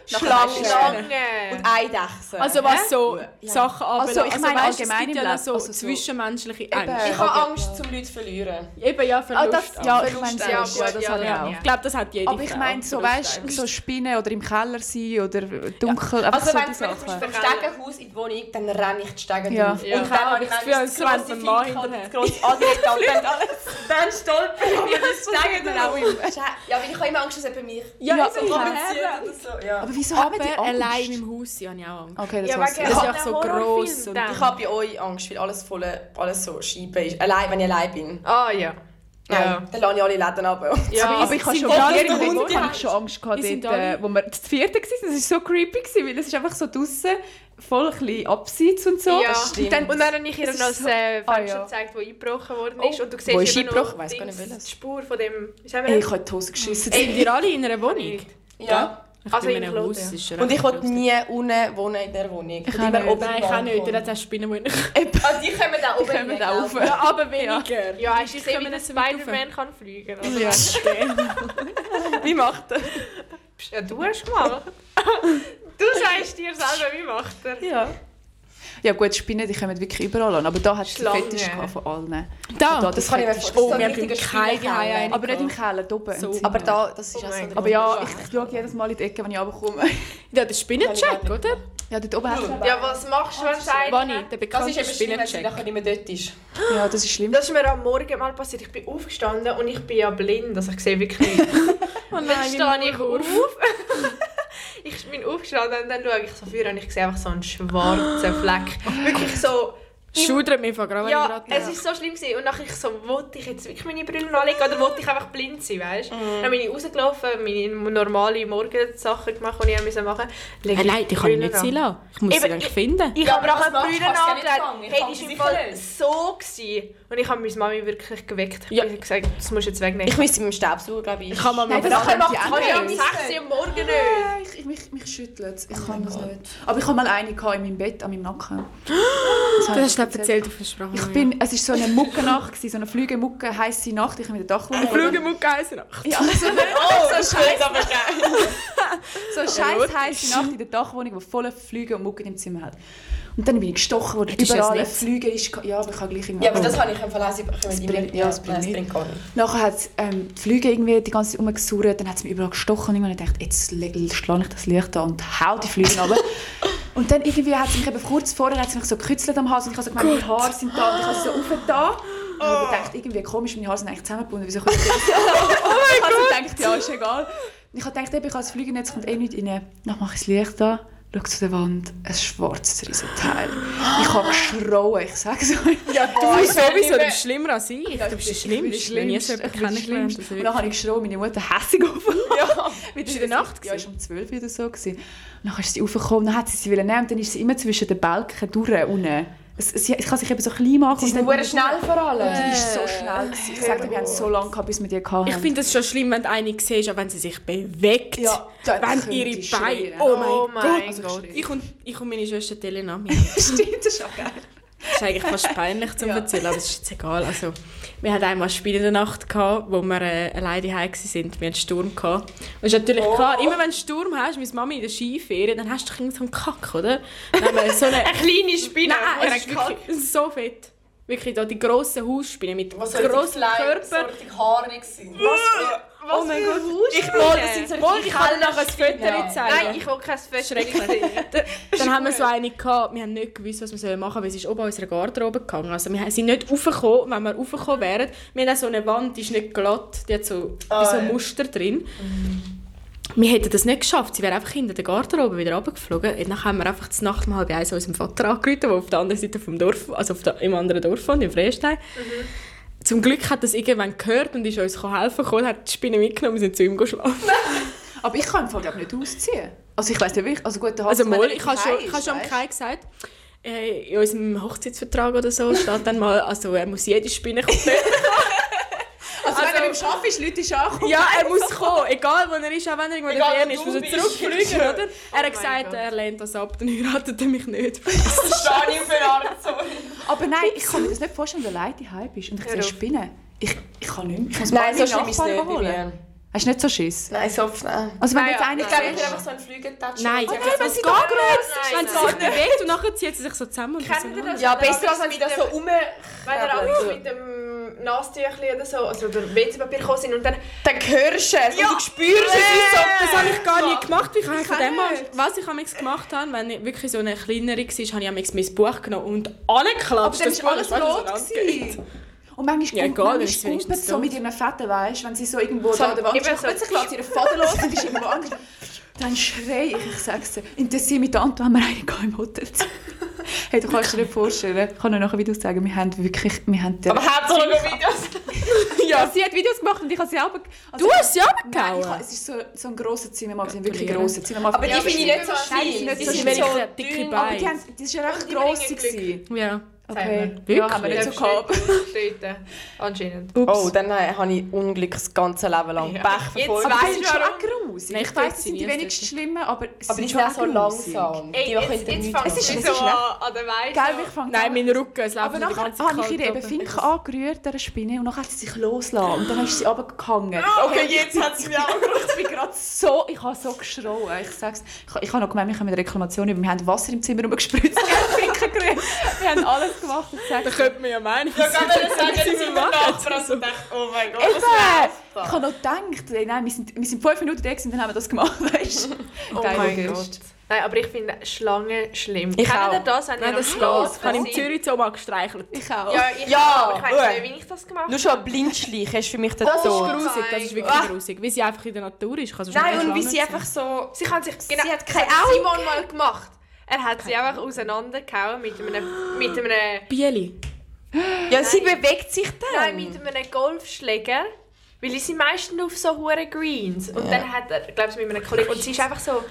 [SPEAKER 5] Schlangen.
[SPEAKER 2] Schlange!
[SPEAKER 5] Und Eidechsen.
[SPEAKER 4] Also was so Sachen anbelangt.
[SPEAKER 3] Also, ich meine
[SPEAKER 4] weisst, es
[SPEAKER 3] allgemein
[SPEAKER 4] gibt
[SPEAKER 3] im
[SPEAKER 4] ja noch
[SPEAKER 3] Leben.
[SPEAKER 4] so
[SPEAKER 3] Also so-
[SPEAKER 4] zwischenmenschliche
[SPEAKER 3] Eben.
[SPEAKER 5] ich
[SPEAKER 4] Ängste.
[SPEAKER 5] habe Angst, zum Leute zu verlieren.
[SPEAKER 4] Eben, ja,
[SPEAKER 3] Ah,
[SPEAKER 4] Verlust.
[SPEAKER 3] das,
[SPEAKER 4] auch.
[SPEAKER 3] ja, ich
[SPEAKER 5] Verlust
[SPEAKER 3] meine,
[SPEAKER 5] auch.
[SPEAKER 3] ja, ja, das
[SPEAKER 2] Ja,
[SPEAKER 3] habe ich
[SPEAKER 2] ja,
[SPEAKER 3] auch.
[SPEAKER 2] ja.
[SPEAKER 4] Ich glaube, das hat jede
[SPEAKER 3] Aber ich
[SPEAKER 4] Frau.
[SPEAKER 3] meine, so,
[SPEAKER 4] Verlust
[SPEAKER 3] weißt so Spinnen oder im Keller sein oder dunkel, einfach
[SPEAKER 5] Also
[SPEAKER 3] so
[SPEAKER 5] wenn
[SPEAKER 3] die
[SPEAKER 5] es zum Beispiel
[SPEAKER 3] Sachen.
[SPEAKER 5] vom Stegenhaus in die Wohnung, dann renne ich die Stegen
[SPEAKER 3] Ja.
[SPEAKER 5] durch.
[SPEAKER 2] Ja.
[SPEAKER 5] Und
[SPEAKER 4] Ja,
[SPEAKER 5] dann habe
[SPEAKER 4] aber
[SPEAKER 5] ich
[SPEAKER 4] das
[SPEAKER 5] manchmal
[SPEAKER 4] Gefühl, es rennt
[SPEAKER 5] das
[SPEAKER 4] ein
[SPEAKER 5] grosse
[SPEAKER 4] Mann
[SPEAKER 5] Finkel und
[SPEAKER 4] hinterher.
[SPEAKER 5] das grosse Adrett und dann alles. Dann stolpern wir das
[SPEAKER 3] passiert
[SPEAKER 5] Stegen
[SPEAKER 3] dann auch
[SPEAKER 5] durch. Ja, weil ich habe immer Angst, dass jemand mich
[SPEAKER 4] Ja,
[SPEAKER 3] Ja,
[SPEAKER 4] ja,
[SPEAKER 5] so
[SPEAKER 4] ich habe
[SPEAKER 5] provoziert oder so. Ja.
[SPEAKER 3] Aber wieso haben die
[SPEAKER 4] Aber allein
[SPEAKER 3] Angst?
[SPEAKER 4] im Haus habe ich auch Angst.
[SPEAKER 3] Okay, das
[SPEAKER 2] Ja,
[SPEAKER 3] war's.
[SPEAKER 2] wegen-
[SPEAKER 4] Das ist
[SPEAKER 2] Ja,
[SPEAKER 4] ja auch so
[SPEAKER 2] der
[SPEAKER 4] gross.
[SPEAKER 2] Horrorfilm
[SPEAKER 4] und-
[SPEAKER 2] dann.
[SPEAKER 5] Ich habe bei euch Angst, weil alles voll, alles so Scheiben ist. Allein, wenn ich allein bin.
[SPEAKER 2] Ah ja.
[SPEAKER 5] Nein,
[SPEAKER 2] Ja.
[SPEAKER 5] dann lasse ich alle Läden runter.
[SPEAKER 2] Ja,
[SPEAKER 3] aber ich habe schon,
[SPEAKER 5] alle
[SPEAKER 3] vier-
[SPEAKER 5] drunter.
[SPEAKER 3] dort habe ich schon Angst gehabt,
[SPEAKER 4] Wir sind
[SPEAKER 3] dort, äh,
[SPEAKER 4] alle-
[SPEAKER 3] wo wir das vierte waren. Das war so creepy, gewesen, weil es ist einfach so draussen, voll ein bisschen abseits und so.
[SPEAKER 2] Ja.
[SPEAKER 5] Das stimmt.
[SPEAKER 3] Und dann,
[SPEAKER 2] Und dann habe ich ihr noch
[SPEAKER 3] Das
[SPEAKER 2] das
[SPEAKER 3] ist
[SPEAKER 2] äh,
[SPEAKER 3] Ah,
[SPEAKER 2] Fenster
[SPEAKER 3] ja.
[SPEAKER 2] gezeigt, wo eingebrochen worden
[SPEAKER 3] Oh,
[SPEAKER 2] ist. und du
[SPEAKER 5] wo
[SPEAKER 2] siehst
[SPEAKER 5] ist
[SPEAKER 2] immer noch
[SPEAKER 5] eingebrochen? Weiss gar nicht
[SPEAKER 2] Dings,
[SPEAKER 5] welches.
[SPEAKER 2] die Spur von dem... Wie sagen wir
[SPEAKER 3] Ey, ich
[SPEAKER 2] das?
[SPEAKER 3] habe in die Hose geschissen.
[SPEAKER 4] Sind ihr alle in einer Wohnung?
[SPEAKER 5] Ja.
[SPEAKER 4] Ich
[SPEAKER 2] Also
[SPEAKER 4] bin
[SPEAKER 2] in
[SPEAKER 4] in einem
[SPEAKER 2] Kloten,
[SPEAKER 4] Haus,
[SPEAKER 2] ja.
[SPEAKER 4] es ist
[SPEAKER 5] Und ich wollte
[SPEAKER 4] recht
[SPEAKER 5] nie unten wohnen in dieser Wohnung.
[SPEAKER 3] Ich auch nicht.
[SPEAKER 5] oben
[SPEAKER 4] Nein, ich auch nicht. Dort hat es Spinnen, die ich...
[SPEAKER 5] Ah, die kommen da oben genau.
[SPEAKER 3] kommen da rauf.
[SPEAKER 5] Ja,
[SPEAKER 4] aber weniger.
[SPEAKER 2] Ja, hast du gesehen, wie
[SPEAKER 4] kommen
[SPEAKER 2] der
[SPEAKER 4] so weit
[SPEAKER 2] Spider-Man kann fliegen kann?
[SPEAKER 4] Ja.
[SPEAKER 5] Wie macht er?
[SPEAKER 2] Ja, du hast gemacht. du sagst dir selber, wie macht er.
[SPEAKER 3] Ja. Ja gut, Spinnen die kommen wirklich überall an, aber da hat es den
[SPEAKER 2] Schlangen.
[SPEAKER 3] Fetisch gehabt von allen.
[SPEAKER 4] Da!
[SPEAKER 3] das
[SPEAKER 5] kann ich mir
[SPEAKER 3] Fetisch-
[SPEAKER 5] vorstellen. Oh
[SPEAKER 4] Oh,
[SPEAKER 5] so
[SPEAKER 4] wir
[SPEAKER 5] ein
[SPEAKER 4] haben
[SPEAKER 5] richtiger
[SPEAKER 4] keine
[SPEAKER 5] Spinnenkeller.
[SPEAKER 4] Geheimnis.
[SPEAKER 3] Aber nicht im Keller, da oben.
[SPEAKER 4] So.
[SPEAKER 5] Aber da, das ist
[SPEAKER 2] Oh
[SPEAKER 5] ja
[SPEAKER 2] mein
[SPEAKER 5] so
[SPEAKER 2] Gott.
[SPEAKER 3] Aber ja, ich schaue jedes Mal in die Ecke, wenn ich runterkomme.
[SPEAKER 4] Ja, der Spinnencheck, oder?
[SPEAKER 3] Ja, dort oben hat es...
[SPEAKER 2] Ja, was machst du, wenn es
[SPEAKER 4] Bonnie, der
[SPEAKER 5] Das ist
[SPEAKER 4] bekannte
[SPEAKER 5] eben schlimm, wenn sie
[SPEAKER 4] Spinnencheck.
[SPEAKER 5] nachher nicht mehr dort ist.
[SPEAKER 3] Ja, das ist schlimm.
[SPEAKER 2] Das ist mir am Morgen mal passiert. Ich bin aufgestanden und ich bin ja blind, also ich sehe wirklich nichts.
[SPEAKER 4] Oh nein,
[SPEAKER 2] Dann stehe ich
[SPEAKER 4] Maulwurf.
[SPEAKER 2] auf. ich bin aufgestanden und dann schaue ich so vor und ich sehe einfach so einen schwarzen
[SPEAKER 4] Oh
[SPEAKER 2] Fleck. Wirklich so...
[SPEAKER 4] Schudert mich von gerade, wenn ich
[SPEAKER 2] Ja,
[SPEAKER 4] gerade-
[SPEAKER 2] es ist so schlimm gewesen. und nachher ich so, wollte ich jetzt wirklich meine Brille anlegen oder wollte ich einfach blind sein, weißt?
[SPEAKER 4] Mhm.
[SPEAKER 2] Dann bin ich rausgelaufen, meine normale Morgensachen gemacht, die ich auch machen musste. Lege
[SPEAKER 4] Äh, Nein, die kann ich
[SPEAKER 2] Brille
[SPEAKER 4] nicht
[SPEAKER 2] an.
[SPEAKER 4] sein lassen. Ich muss sie
[SPEAKER 2] Eben,
[SPEAKER 4] eigentlich finden.
[SPEAKER 2] Ich
[SPEAKER 5] Ja,
[SPEAKER 2] habe
[SPEAKER 5] aber
[SPEAKER 2] nachher
[SPEAKER 5] was machst du?
[SPEAKER 2] Brille
[SPEAKER 5] Kannst du ja nicht
[SPEAKER 2] angelegt.
[SPEAKER 5] fangen. Ich
[SPEAKER 2] Hey,
[SPEAKER 5] kann
[SPEAKER 2] das
[SPEAKER 5] sie
[SPEAKER 2] war im Fall
[SPEAKER 5] sicher
[SPEAKER 2] so. Gewesen. Und ich habe meine Mami wirklich geweckt. Ich
[SPEAKER 4] Ja.
[SPEAKER 2] habe gesagt, das musst du jetzt wegnehmen.
[SPEAKER 5] Ich müsste mit dem Staubsauger, glaube ich.
[SPEAKER 4] Ich kann mal
[SPEAKER 3] Nein,
[SPEAKER 4] mit
[SPEAKER 3] das können
[SPEAKER 2] Nachher macht
[SPEAKER 3] die
[SPEAKER 2] es
[SPEAKER 3] anderen
[SPEAKER 2] ja am
[SPEAKER 5] nicht.
[SPEAKER 2] 6 Uhr am Morgen nicht.
[SPEAKER 3] Ja, ich, ich, mich, mich schüttelt es. Ich kann das nicht. Aber ich hatte mal eine gehabt in meinem Bett, an meinem Nacken. Das
[SPEAKER 4] Du
[SPEAKER 3] habe ich
[SPEAKER 4] hast nicht erzählt auf der Sprache.
[SPEAKER 3] Ich bin, es war so eine Muckennacht, gewesen, so eine Flügemucke, heisse Nacht. Ich bin mit der Dachluft.
[SPEAKER 4] Flügelmuck Eisenach.
[SPEAKER 3] Ja, so eine,
[SPEAKER 5] Oh, das ist aber geil.
[SPEAKER 3] so eine scheiß heisse Nacht in der Dachwohnung, die voller Flüge und Mucke im Zimmer hat. Und dann bin ich gestochen worden.
[SPEAKER 4] Hättest du
[SPEAKER 3] Überall ein
[SPEAKER 4] es nicht?
[SPEAKER 3] Flüge ist. ge- Ja, aber ich habe gleich irgendwie.
[SPEAKER 5] Ja, aber das kann ich im Fall auch sie- ich mit
[SPEAKER 3] bringt-
[SPEAKER 5] ihm-
[SPEAKER 3] ja, es bringt
[SPEAKER 5] nein,
[SPEAKER 3] nicht.
[SPEAKER 5] gar nicht.
[SPEAKER 3] Nachher hat es ähm, die Flüge irgendwie die ganze Zeit rumgesaut, dann hat es mich überall gestochen und ich dachte, jetzt le- schlage ich das Licht an und hau die Flüge runter. Und dann irgendwie hat es mich eben kurz vorher hat sie mich so gekützelt am Hals und ich habe so gemeint, meine Haare sind da und ich habe sie so aufgetan. Und ich habe gedacht, irgendwie komisch, meine Haare sind eigentlich zusammengebunden, wieso kommt das jetzt? Also Ich habe so gedacht, ja, ist egal. Und ich habe gedacht, eben, ich habe das Flügennetz, kommt eh nicht rein. Dann mache ich das Licht an, schaue zu der Wand, ein schwarzes Riesenteil. Ich habe geschrauen, ich sage so.
[SPEAKER 4] Ja,
[SPEAKER 3] Oh,
[SPEAKER 4] du bist
[SPEAKER 5] nicht
[SPEAKER 4] sowieso
[SPEAKER 5] mehr.
[SPEAKER 4] du bist schlimmer als ich. Du bist der Schlimmste, wenn ich so jemanden kennengelernt
[SPEAKER 3] Schlimmste. Und dann
[SPEAKER 4] habe.
[SPEAKER 3] habe ich geschrien, meine Mutter hässig offen.
[SPEAKER 5] Ja.
[SPEAKER 3] Mit
[SPEAKER 4] Ist in der Nacht
[SPEAKER 3] Ja, es war um 12 Uhr oder so. Gewesen. Und dann ist sie raufgekommen, dann hat sie sie wollen nehmen und dann ist sie immer zwischen den Balken durch unten. Es, es, es kann sich eben so klein machen.
[SPEAKER 5] Sie
[SPEAKER 3] und
[SPEAKER 5] sind
[SPEAKER 3] dann-
[SPEAKER 5] nur schnell vor allem.
[SPEAKER 3] Die ist so schnell. gewesen. Ich sagte, wir haben so lange gehabt, bis wir die hatten.
[SPEAKER 4] Ich finde es schon schlimm, wenn du eine siehst, auch wenn sie sich bewegt.
[SPEAKER 3] Ja, dann
[SPEAKER 4] wenn
[SPEAKER 3] könnte ich
[SPEAKER 4] ihre Beine...
[SPEAKER 3] schreien.
[SPEAKER 4] Oh mein
[SPEAKER 2] Oh mein
[SPEAKER 4] Gott.
[SPEAKER 2] Gott.
[SPEAKER 4] Ich und, ich und meine Schwester teilen an mich.
[SPEAKER 3] Stimmt, Also, das ist auch geil.
[SPEAKER 4] Das ist eigentlich fast peinlich zu erzählen, aber es ist jetzt egal. Also, wir hatten einmal Spiel in der Nacht, gehabt, wo wir äh, alleine heim waren. Wir hatten Sturm. Gehabt. Und es ist natürlich
[SPEAKER 3] Oh.
[SPEAKER 4] klar, immer wenn du einen Sturm hast, meine Mama in der Skiferie, dann hast du doch irgendwie so einen Kack, oder? Dann haben wir so eine...
[SPEAKER 2] Eine kleine Spinne.
[SPEAKER 4] Nein,
[SPEAKER 2] die
[SPEAKER 4] es ist
[SPEAKER 2] einen Kack-
[SPEAKER 4] wirklich so fett. Wirklich, da die grossen Hausspinnen mit
[SPEAKER 5] Was soll das
[SPEAKER 4] grossen
[SPEAKER 5] Kleid, so
[SPEAKER 4] Körpern.
[SPEAKER 5] richtig haarig sein? Was
[SPEAKER 2] Was
[SPEAKER 4] mein
[SPEAKER 2] für
[SPEAKER 4] Gott.
[SPEAKER 2] Hausspinnen?
[SPEAKER 4] Ich mal, das sind so
[SPEAKER 2] Mal,
[SPEAKER 4] richtig
[SPEAKER 2] ich kann
[SPEAKER 4] kleine
[SPEAKER 2] nachher ein
[SPEAKER 4] Spinnen.
[SPEAKER 2] Foto zeigen. Nein, ich will kein Fest. Schrecklich.
[SPEAKER 4] Dann haben wir so eine gehabt, wir haben nicht gewusst, was wir sollen machen, weil es ist oben an unserer Garderobe gegangen. Also wir sind nicht raufgekommen, wenn wir raufgekommen wären. Wir haben auch so eine Wand, die ist nicht glatt, die hat so, wie so
[SPEAKER 5] Ah, ja. Mhm.
[SPEAKER 4] Muster drin. Wir hätten das nicht geschafft, sie wäre einfach hinter der Garderobe wieder runtergeflogen. Und Dann haben wir einfach zur Nacht um halb eins unserem Vater angerufen, der auf der anderen Seite vom Dorf, also auf der, im anderen Dorf wohnt, in Freystein.
[SPEAKER 5] Mhm.
[SPEAKER 4] Zum Glück hat das irgendwann gehört und ist uns helfen gekommen, hat die Spinne mitgenommen und sind zu ihm geschlafen.
[SPEAKER 3] Aber ich kann im Fall glaub, nicht ausziehen. Also ich weiß nicht, wie ich... Also gut, der Hals,
[SPEAKER 4] Also
[SPEAKER 3] wenn
[SPEAKER 4] mal,
[SPEAKER 3] er
[SPEAKER 4] ich habe
[SPEAKER 3] frei
[SPEAKER 4] schon,
[SPEAKER 3] ist,
[SPEAKER 4] ich habe schon am
[SPEAKER 3] weißt?
[SPEAKER 4] Kai gesagt, äh, in unserem Hochzeitsvertrag oder so steht dann mal, also er muss jede Spinne kommen.
[SPEAKER 3] Also, wenn er im Schaff ist, Leute ist auch...
[SPEAKER 4] ja, er muss kommen, egal wo er ist, auch wenn er irgendwo in der
[SPEAKER 5] Egal,
[SPEAKER 4] Ferien
[SPEAKER 5] wo
[SPEAKER 4] ist,
[SPEAKER 5] du
[SPEAKER 4] muss er
[SPEAKER 5] bist.
[SPEAKER 4] zurückfliegen, oder? er hat gesagt,
[SPEAKER 2] Gott.
[SPEAKER 4] er lehnt das ab, dann heiratet er mich nicht.
[SPEAKER 5] verstehe ich für Arzt?
[SPEAKER 3] Aber nein, ich kann mir das nicht vorstellen, wenn du alleine daheim bist und ich sehe Spinnen. Ich, ich kann nicht mehr. Ich muss
[SPEAKER 5] Nein, so
[SPEAKER 3] meine
[SPEAKER 5] schlimm ist es
[SPEAKER 3] Nachbarn
[SPEAKER 5] nicht bei
[SPEAKER 3] holen.
[SPEAKER 5] mir.
[SPEAKER 3] Hast du nicht so Schiss?
[SPEAKER 5] Nein, so nein.
[SPEAKER 3] Also wenn
[SPEAKER 2] Nein,
[SPEAKER 3] jetzt
[SPEAKER 2] ja,
[SPEAKER 3] einer
[SPEAKER 5] Ich glaube, ich
[SPEAKER 3] siehst-
[SPEAKER 5] will einfach so einen Oh, Flügeltatschen.
[SPEAKER 4] Nein,
[SPEAKER 5] Und
[SPEAKER 4] okay,
[SPEAKER 5] ich
[SPEAKER 4] wenn
[SPEAKER 5] einfach
[SPEAKER 4] es
[SPEAKER 5] so-
[SPEAKER 4] geht nicht,
[SPEAKER 2] nein,
[SPEAKER 4] wenn sie
[SPEAKER 2] nein.
[SPEAKER 4] sich bewegt und nachher zieht sie sich so zusammen. und
[SPEAKER 2] Kennt ihr
[SPEAKER 4] so.
[SPEAKER 2] das?
[SPEAKER 5] Ja,
[SPEAKER 2] Wenn er
[SPEAKER 5] besser als wenn
[SPEAKER 2] alles
[SPEAKER 5] sie das so
[SPEAKER 2] mit dem-
[SPEAKER 5] rum...
[SPEAKER 2] Wenn ihr alles mit dem Nasentüchli oder so, also oder WC-Papier gekommen sind und dann...
[SPEAKER 5] Dann hörst du es und du spürst
[SPEAKER 4] Das,
[SPEAKER 5] es.
[SPEAKER 4] ist so, das habe ich gar nicht gemacht. weil Ich habe von dem Angst. was ich amigs gemacht habe, wenn ich wirklich so eine kleinere war, habe ich amigs mein Buch genommen und
[SPEAKER 3] Aber
[SPEAKER 4] angeklatscht.
[SPEAKER 3] dann war alles
[SPEAKER 4] Buch, weißt du,
[SPEAKER 3] rot.
[SPEAKER 4] was
[SPEAKER 3] gewesen. Und manchmal
[SPEAKER 4] Ja,
[SPEAKER 3] kommt
[SPEAKER 4] egal,
[SPEAKER 3] manchmal
[SPEAKER 4] wenn es
[SPEAKER 3] kumpelt
[SPEAKER 4] wenigstens
[SPEAKER 3] so mit ihren Fäden, weißt wenn sie so irgendwo da an der Wand
[SPEAKER 2] eben
[SPEAKER 3] steht,
[SPEAKER 2] so.
[SPEAKER 3] plötzlich lässt sie ihren Faden los und ist irgendwo anders. Dann schrei ich, ich sag's dir. In Tessin mit der Anto haben wir einen gehabt im Hotel. hey, du kannst dir nicht vorstellen. Ich kann dir nachher Videos zeigen, wir haben wirklich, wir haben den
[SPEAKER 5] Aber hat so noch Videos.
[SPEAKER 4] angeht. ja.
[SPEAKER 3] sie hat Videos gemacht und ich habe sie selber... Also
[SPEAKER 4] Du hast sie
[SPEAKER 3] Nein, ich
[SPEAKER 4] abgehauen.
[SPEAKER 3] habe- es ist so, so ein grosser Zimmermann, sie haben
[SPEAKER 4] Gratuliere.
[SPEAKER 3] wirklich grosses Zimmermann.
[SPEAKER 5] Aber
[SPEAKER 2] Ja,
[SPEAKER 5] die finde ich nicht so
[SPEAKER 2] Nein,
[SPEAKER 3] die sind nicht
[SPEAKER 5] schlimm. Die
[SPEAKER 3] so
[SPEAKER 5] sind
[SPEAKER 3] schlimm.
[SPEAKER 5] so
[SPEAKER 4] Dicke
[SPEAKER 5] dünn.
[SPEAKER 4] Beine.
[SPEAKER 3] Aber die, haben, die ist ja recht
[SPEAKER 2] die
[SPEAKER 3] gross.
[SPEAKER 2] bringen
[SPEAKER 3] gewesen.
[SPEAKER 4] Ja.
[SPEAKER 3] Okay,
[SPEAKER 2] Zeig
[SPEAKER 3] ja, haben wir
[SPEAKER 4] Wirklich?
[SPEAKER 3] nicht so gehabt.
[SPEAKER 2] Dort. Anscheinend.
[SPEAKER 4] Ups.
[SPEAKER 5] Oh, dann äh, habe ich Unglück das ganze Leben lang.
[SPEAKER 2] Ja.
[SPEAKER 5] Pech
[SPEAKER 2] Jetzt
[SPEAKER 5] verfolgt.
[SPEAKER 3] Aber
[SPEAKER 2] Weißt
[SPEAKER 3] die sind
[SPEAKER 2] du
[SPEAKER 3] schon
[SPEAKER 2] warum?
[SPEAKER 3] auch grusig.
[SPEAKER 4] Nein, ich
[SPEAKER 3] ich weiss,
[SPEAKER 4] weiß
[SPEAKER 3] es sind
[SPEAKER 4] sie
[SPEAKER 3] die
[SPEAKER 4] nicht,
[SPEAKER 3] wenigsten schlimmen, aber es
[SPEAKER 5] Aber
[SPEAKER 3] sind
[SPEAKER 5] die sind
[SPEAKER 3] schon
[SPEAKER 5] auch
[SPEAKER 3] auch
[SPEAKER 5] so
[SPEAKER 3] grusig.
[SPEAKER 5] langsam.
[SPEAKER 2] Ey,
[SPEAKER 5] die
[SPEAKER 2] jetzt, jetzt
[SPEAKER 5] nichts
[SPEAKER 2] fängt
[SPEAKER 3] Es ist-
[SPEAKER 2] es
[SPEAKER 3] es
[SPEAKER 2] so
[SPEAKER 3] ist
[SPEAKER 2] an, an der Weise.
[SPEAKER 3] Gell, ich fange
[SPEAKER 4] Nein, mein Rücken, es läuft
[SPEAKER 3] Aber
[SPEAKER 4] die
[SPEAKER 3] nachher
[SPEAKER 4] ganze
[SPEAKER 3] habe ich ihre
[SPEAKER 4] Kalt
[SPEAKER 3] eben
[SPEAKER 4] oben.
[SPEAKER 3] Finken angerührt, der Spinne, und dann hat sie sich losgelassen. Und dann ist sie runtergehangen.
[SPEAKER 4] Ah,
[SPEAKER 5] Okay, jetzt hat es mich auch.
[SPEAKER 3] Ich bin gerade so, ich habe so geschrauen. Ich sag's, ich, ich habe noch gemeint, wir haben eine Reklamation, über- wir haben Wasser im Zimmer rumgespritzt, wir haben Finken gerührt, wir haben alles gemacht. Und gesagt,
[SPEAKER 4] Da könnte man ja meinen,
[SPEAKER 5] Ich kann mir
[SPEAKER 4] was
[SPEAKER 5] das sagen,
[SPEAKER 4] sie
[SPEAKER 5] jetzt sind wir nachfragen
[SPEAKER 4] so.
[SPEAKER 5] und dachte, oh mein Gott, was
[SPEAKER 3] Eben!
[SPEAKER 5] da?
[SPEAKER 3] Ich habe noch gedacht, ey, nein, wir sind, wir sind fünf Minuten da gewesen und dann haben wir das gemacht, weißt du?
[SPEAKER 2] Oh
[SPEAKER 3] Geil,
[SPEAKER 2] mein
[SPEAKER 3] okay.
[SPEAKER 2] Gott. Nein, aber ich finde Schlangen schlimm.
[SPEAKER 5] Ich
[SPEAKER 2] Kennt
[SPEAKER 5] auch.
[SPEAKER 2] ihr das? Wenn ihr
[SPEAKER 4] Nein,
[SPEAKER 2] am
[SPEAKER 4] das geht.
[SPEAKER 2] Schloss
[SPEAKER 4] Ich habe in
[SPEAKER 2] seid?
[SPEAKER 4] Zürich so mal gestreichelt.
[SPEAKER 3] Ich auch.
[SPEAKER 2] Ja, ich
[SPEAKER 5] Ja,
[SPEAKER 2] auch, aber ich
[SPEAKER 5] gut.
[SPEAKER 2] weiß nicht, wie ich das gemacht
[SPEAKER 5] Nur schon blind schleichen ist für mich der
[SPEAKER 4] Das ist
[SPEAKER 5] Tod.
[SPEAKER 4] grusig, das ist wirklich
[SPEAKER 5] Ah.
[SPEAKER 4] grusig. Wie sie einfach in der Natur ist. kannst du schon
[SPEAKER 5] Nein,
[SPEAKER 4] keine
[SPEAKER 5] und wie
[SPEAKER 4] Schlange
[SPEAKER 5] sie
[SPEAKER 4] sehen.
[SPEAKER 5] einfach so...
[SPEAKER 2] Sie hat sich
[SPEAKER 5] Sie
[SPEAKER 2] genau,
[SPEAKER 5] hat keine
[SPEAKER 2] das hat Simon mal gemacht. Er hat sie einfach auseinandergehauen mit einem, mit einem,
[SPEAKER 4] Bieli.
[SPEAKER 5] Ja, sie bewegt sich
[SPEAKER 2] nein,
[SPEAKER 5] dann.
[SPEAKER 2] mit einem Golfschläger. Weil die sind meistens auf so hohen Greens. Und
[SPEAKER 5] Ja.
[SPEAKER 2] dann hat er, glaube ich, mit einem Kollegen. Und sie ist einfach so.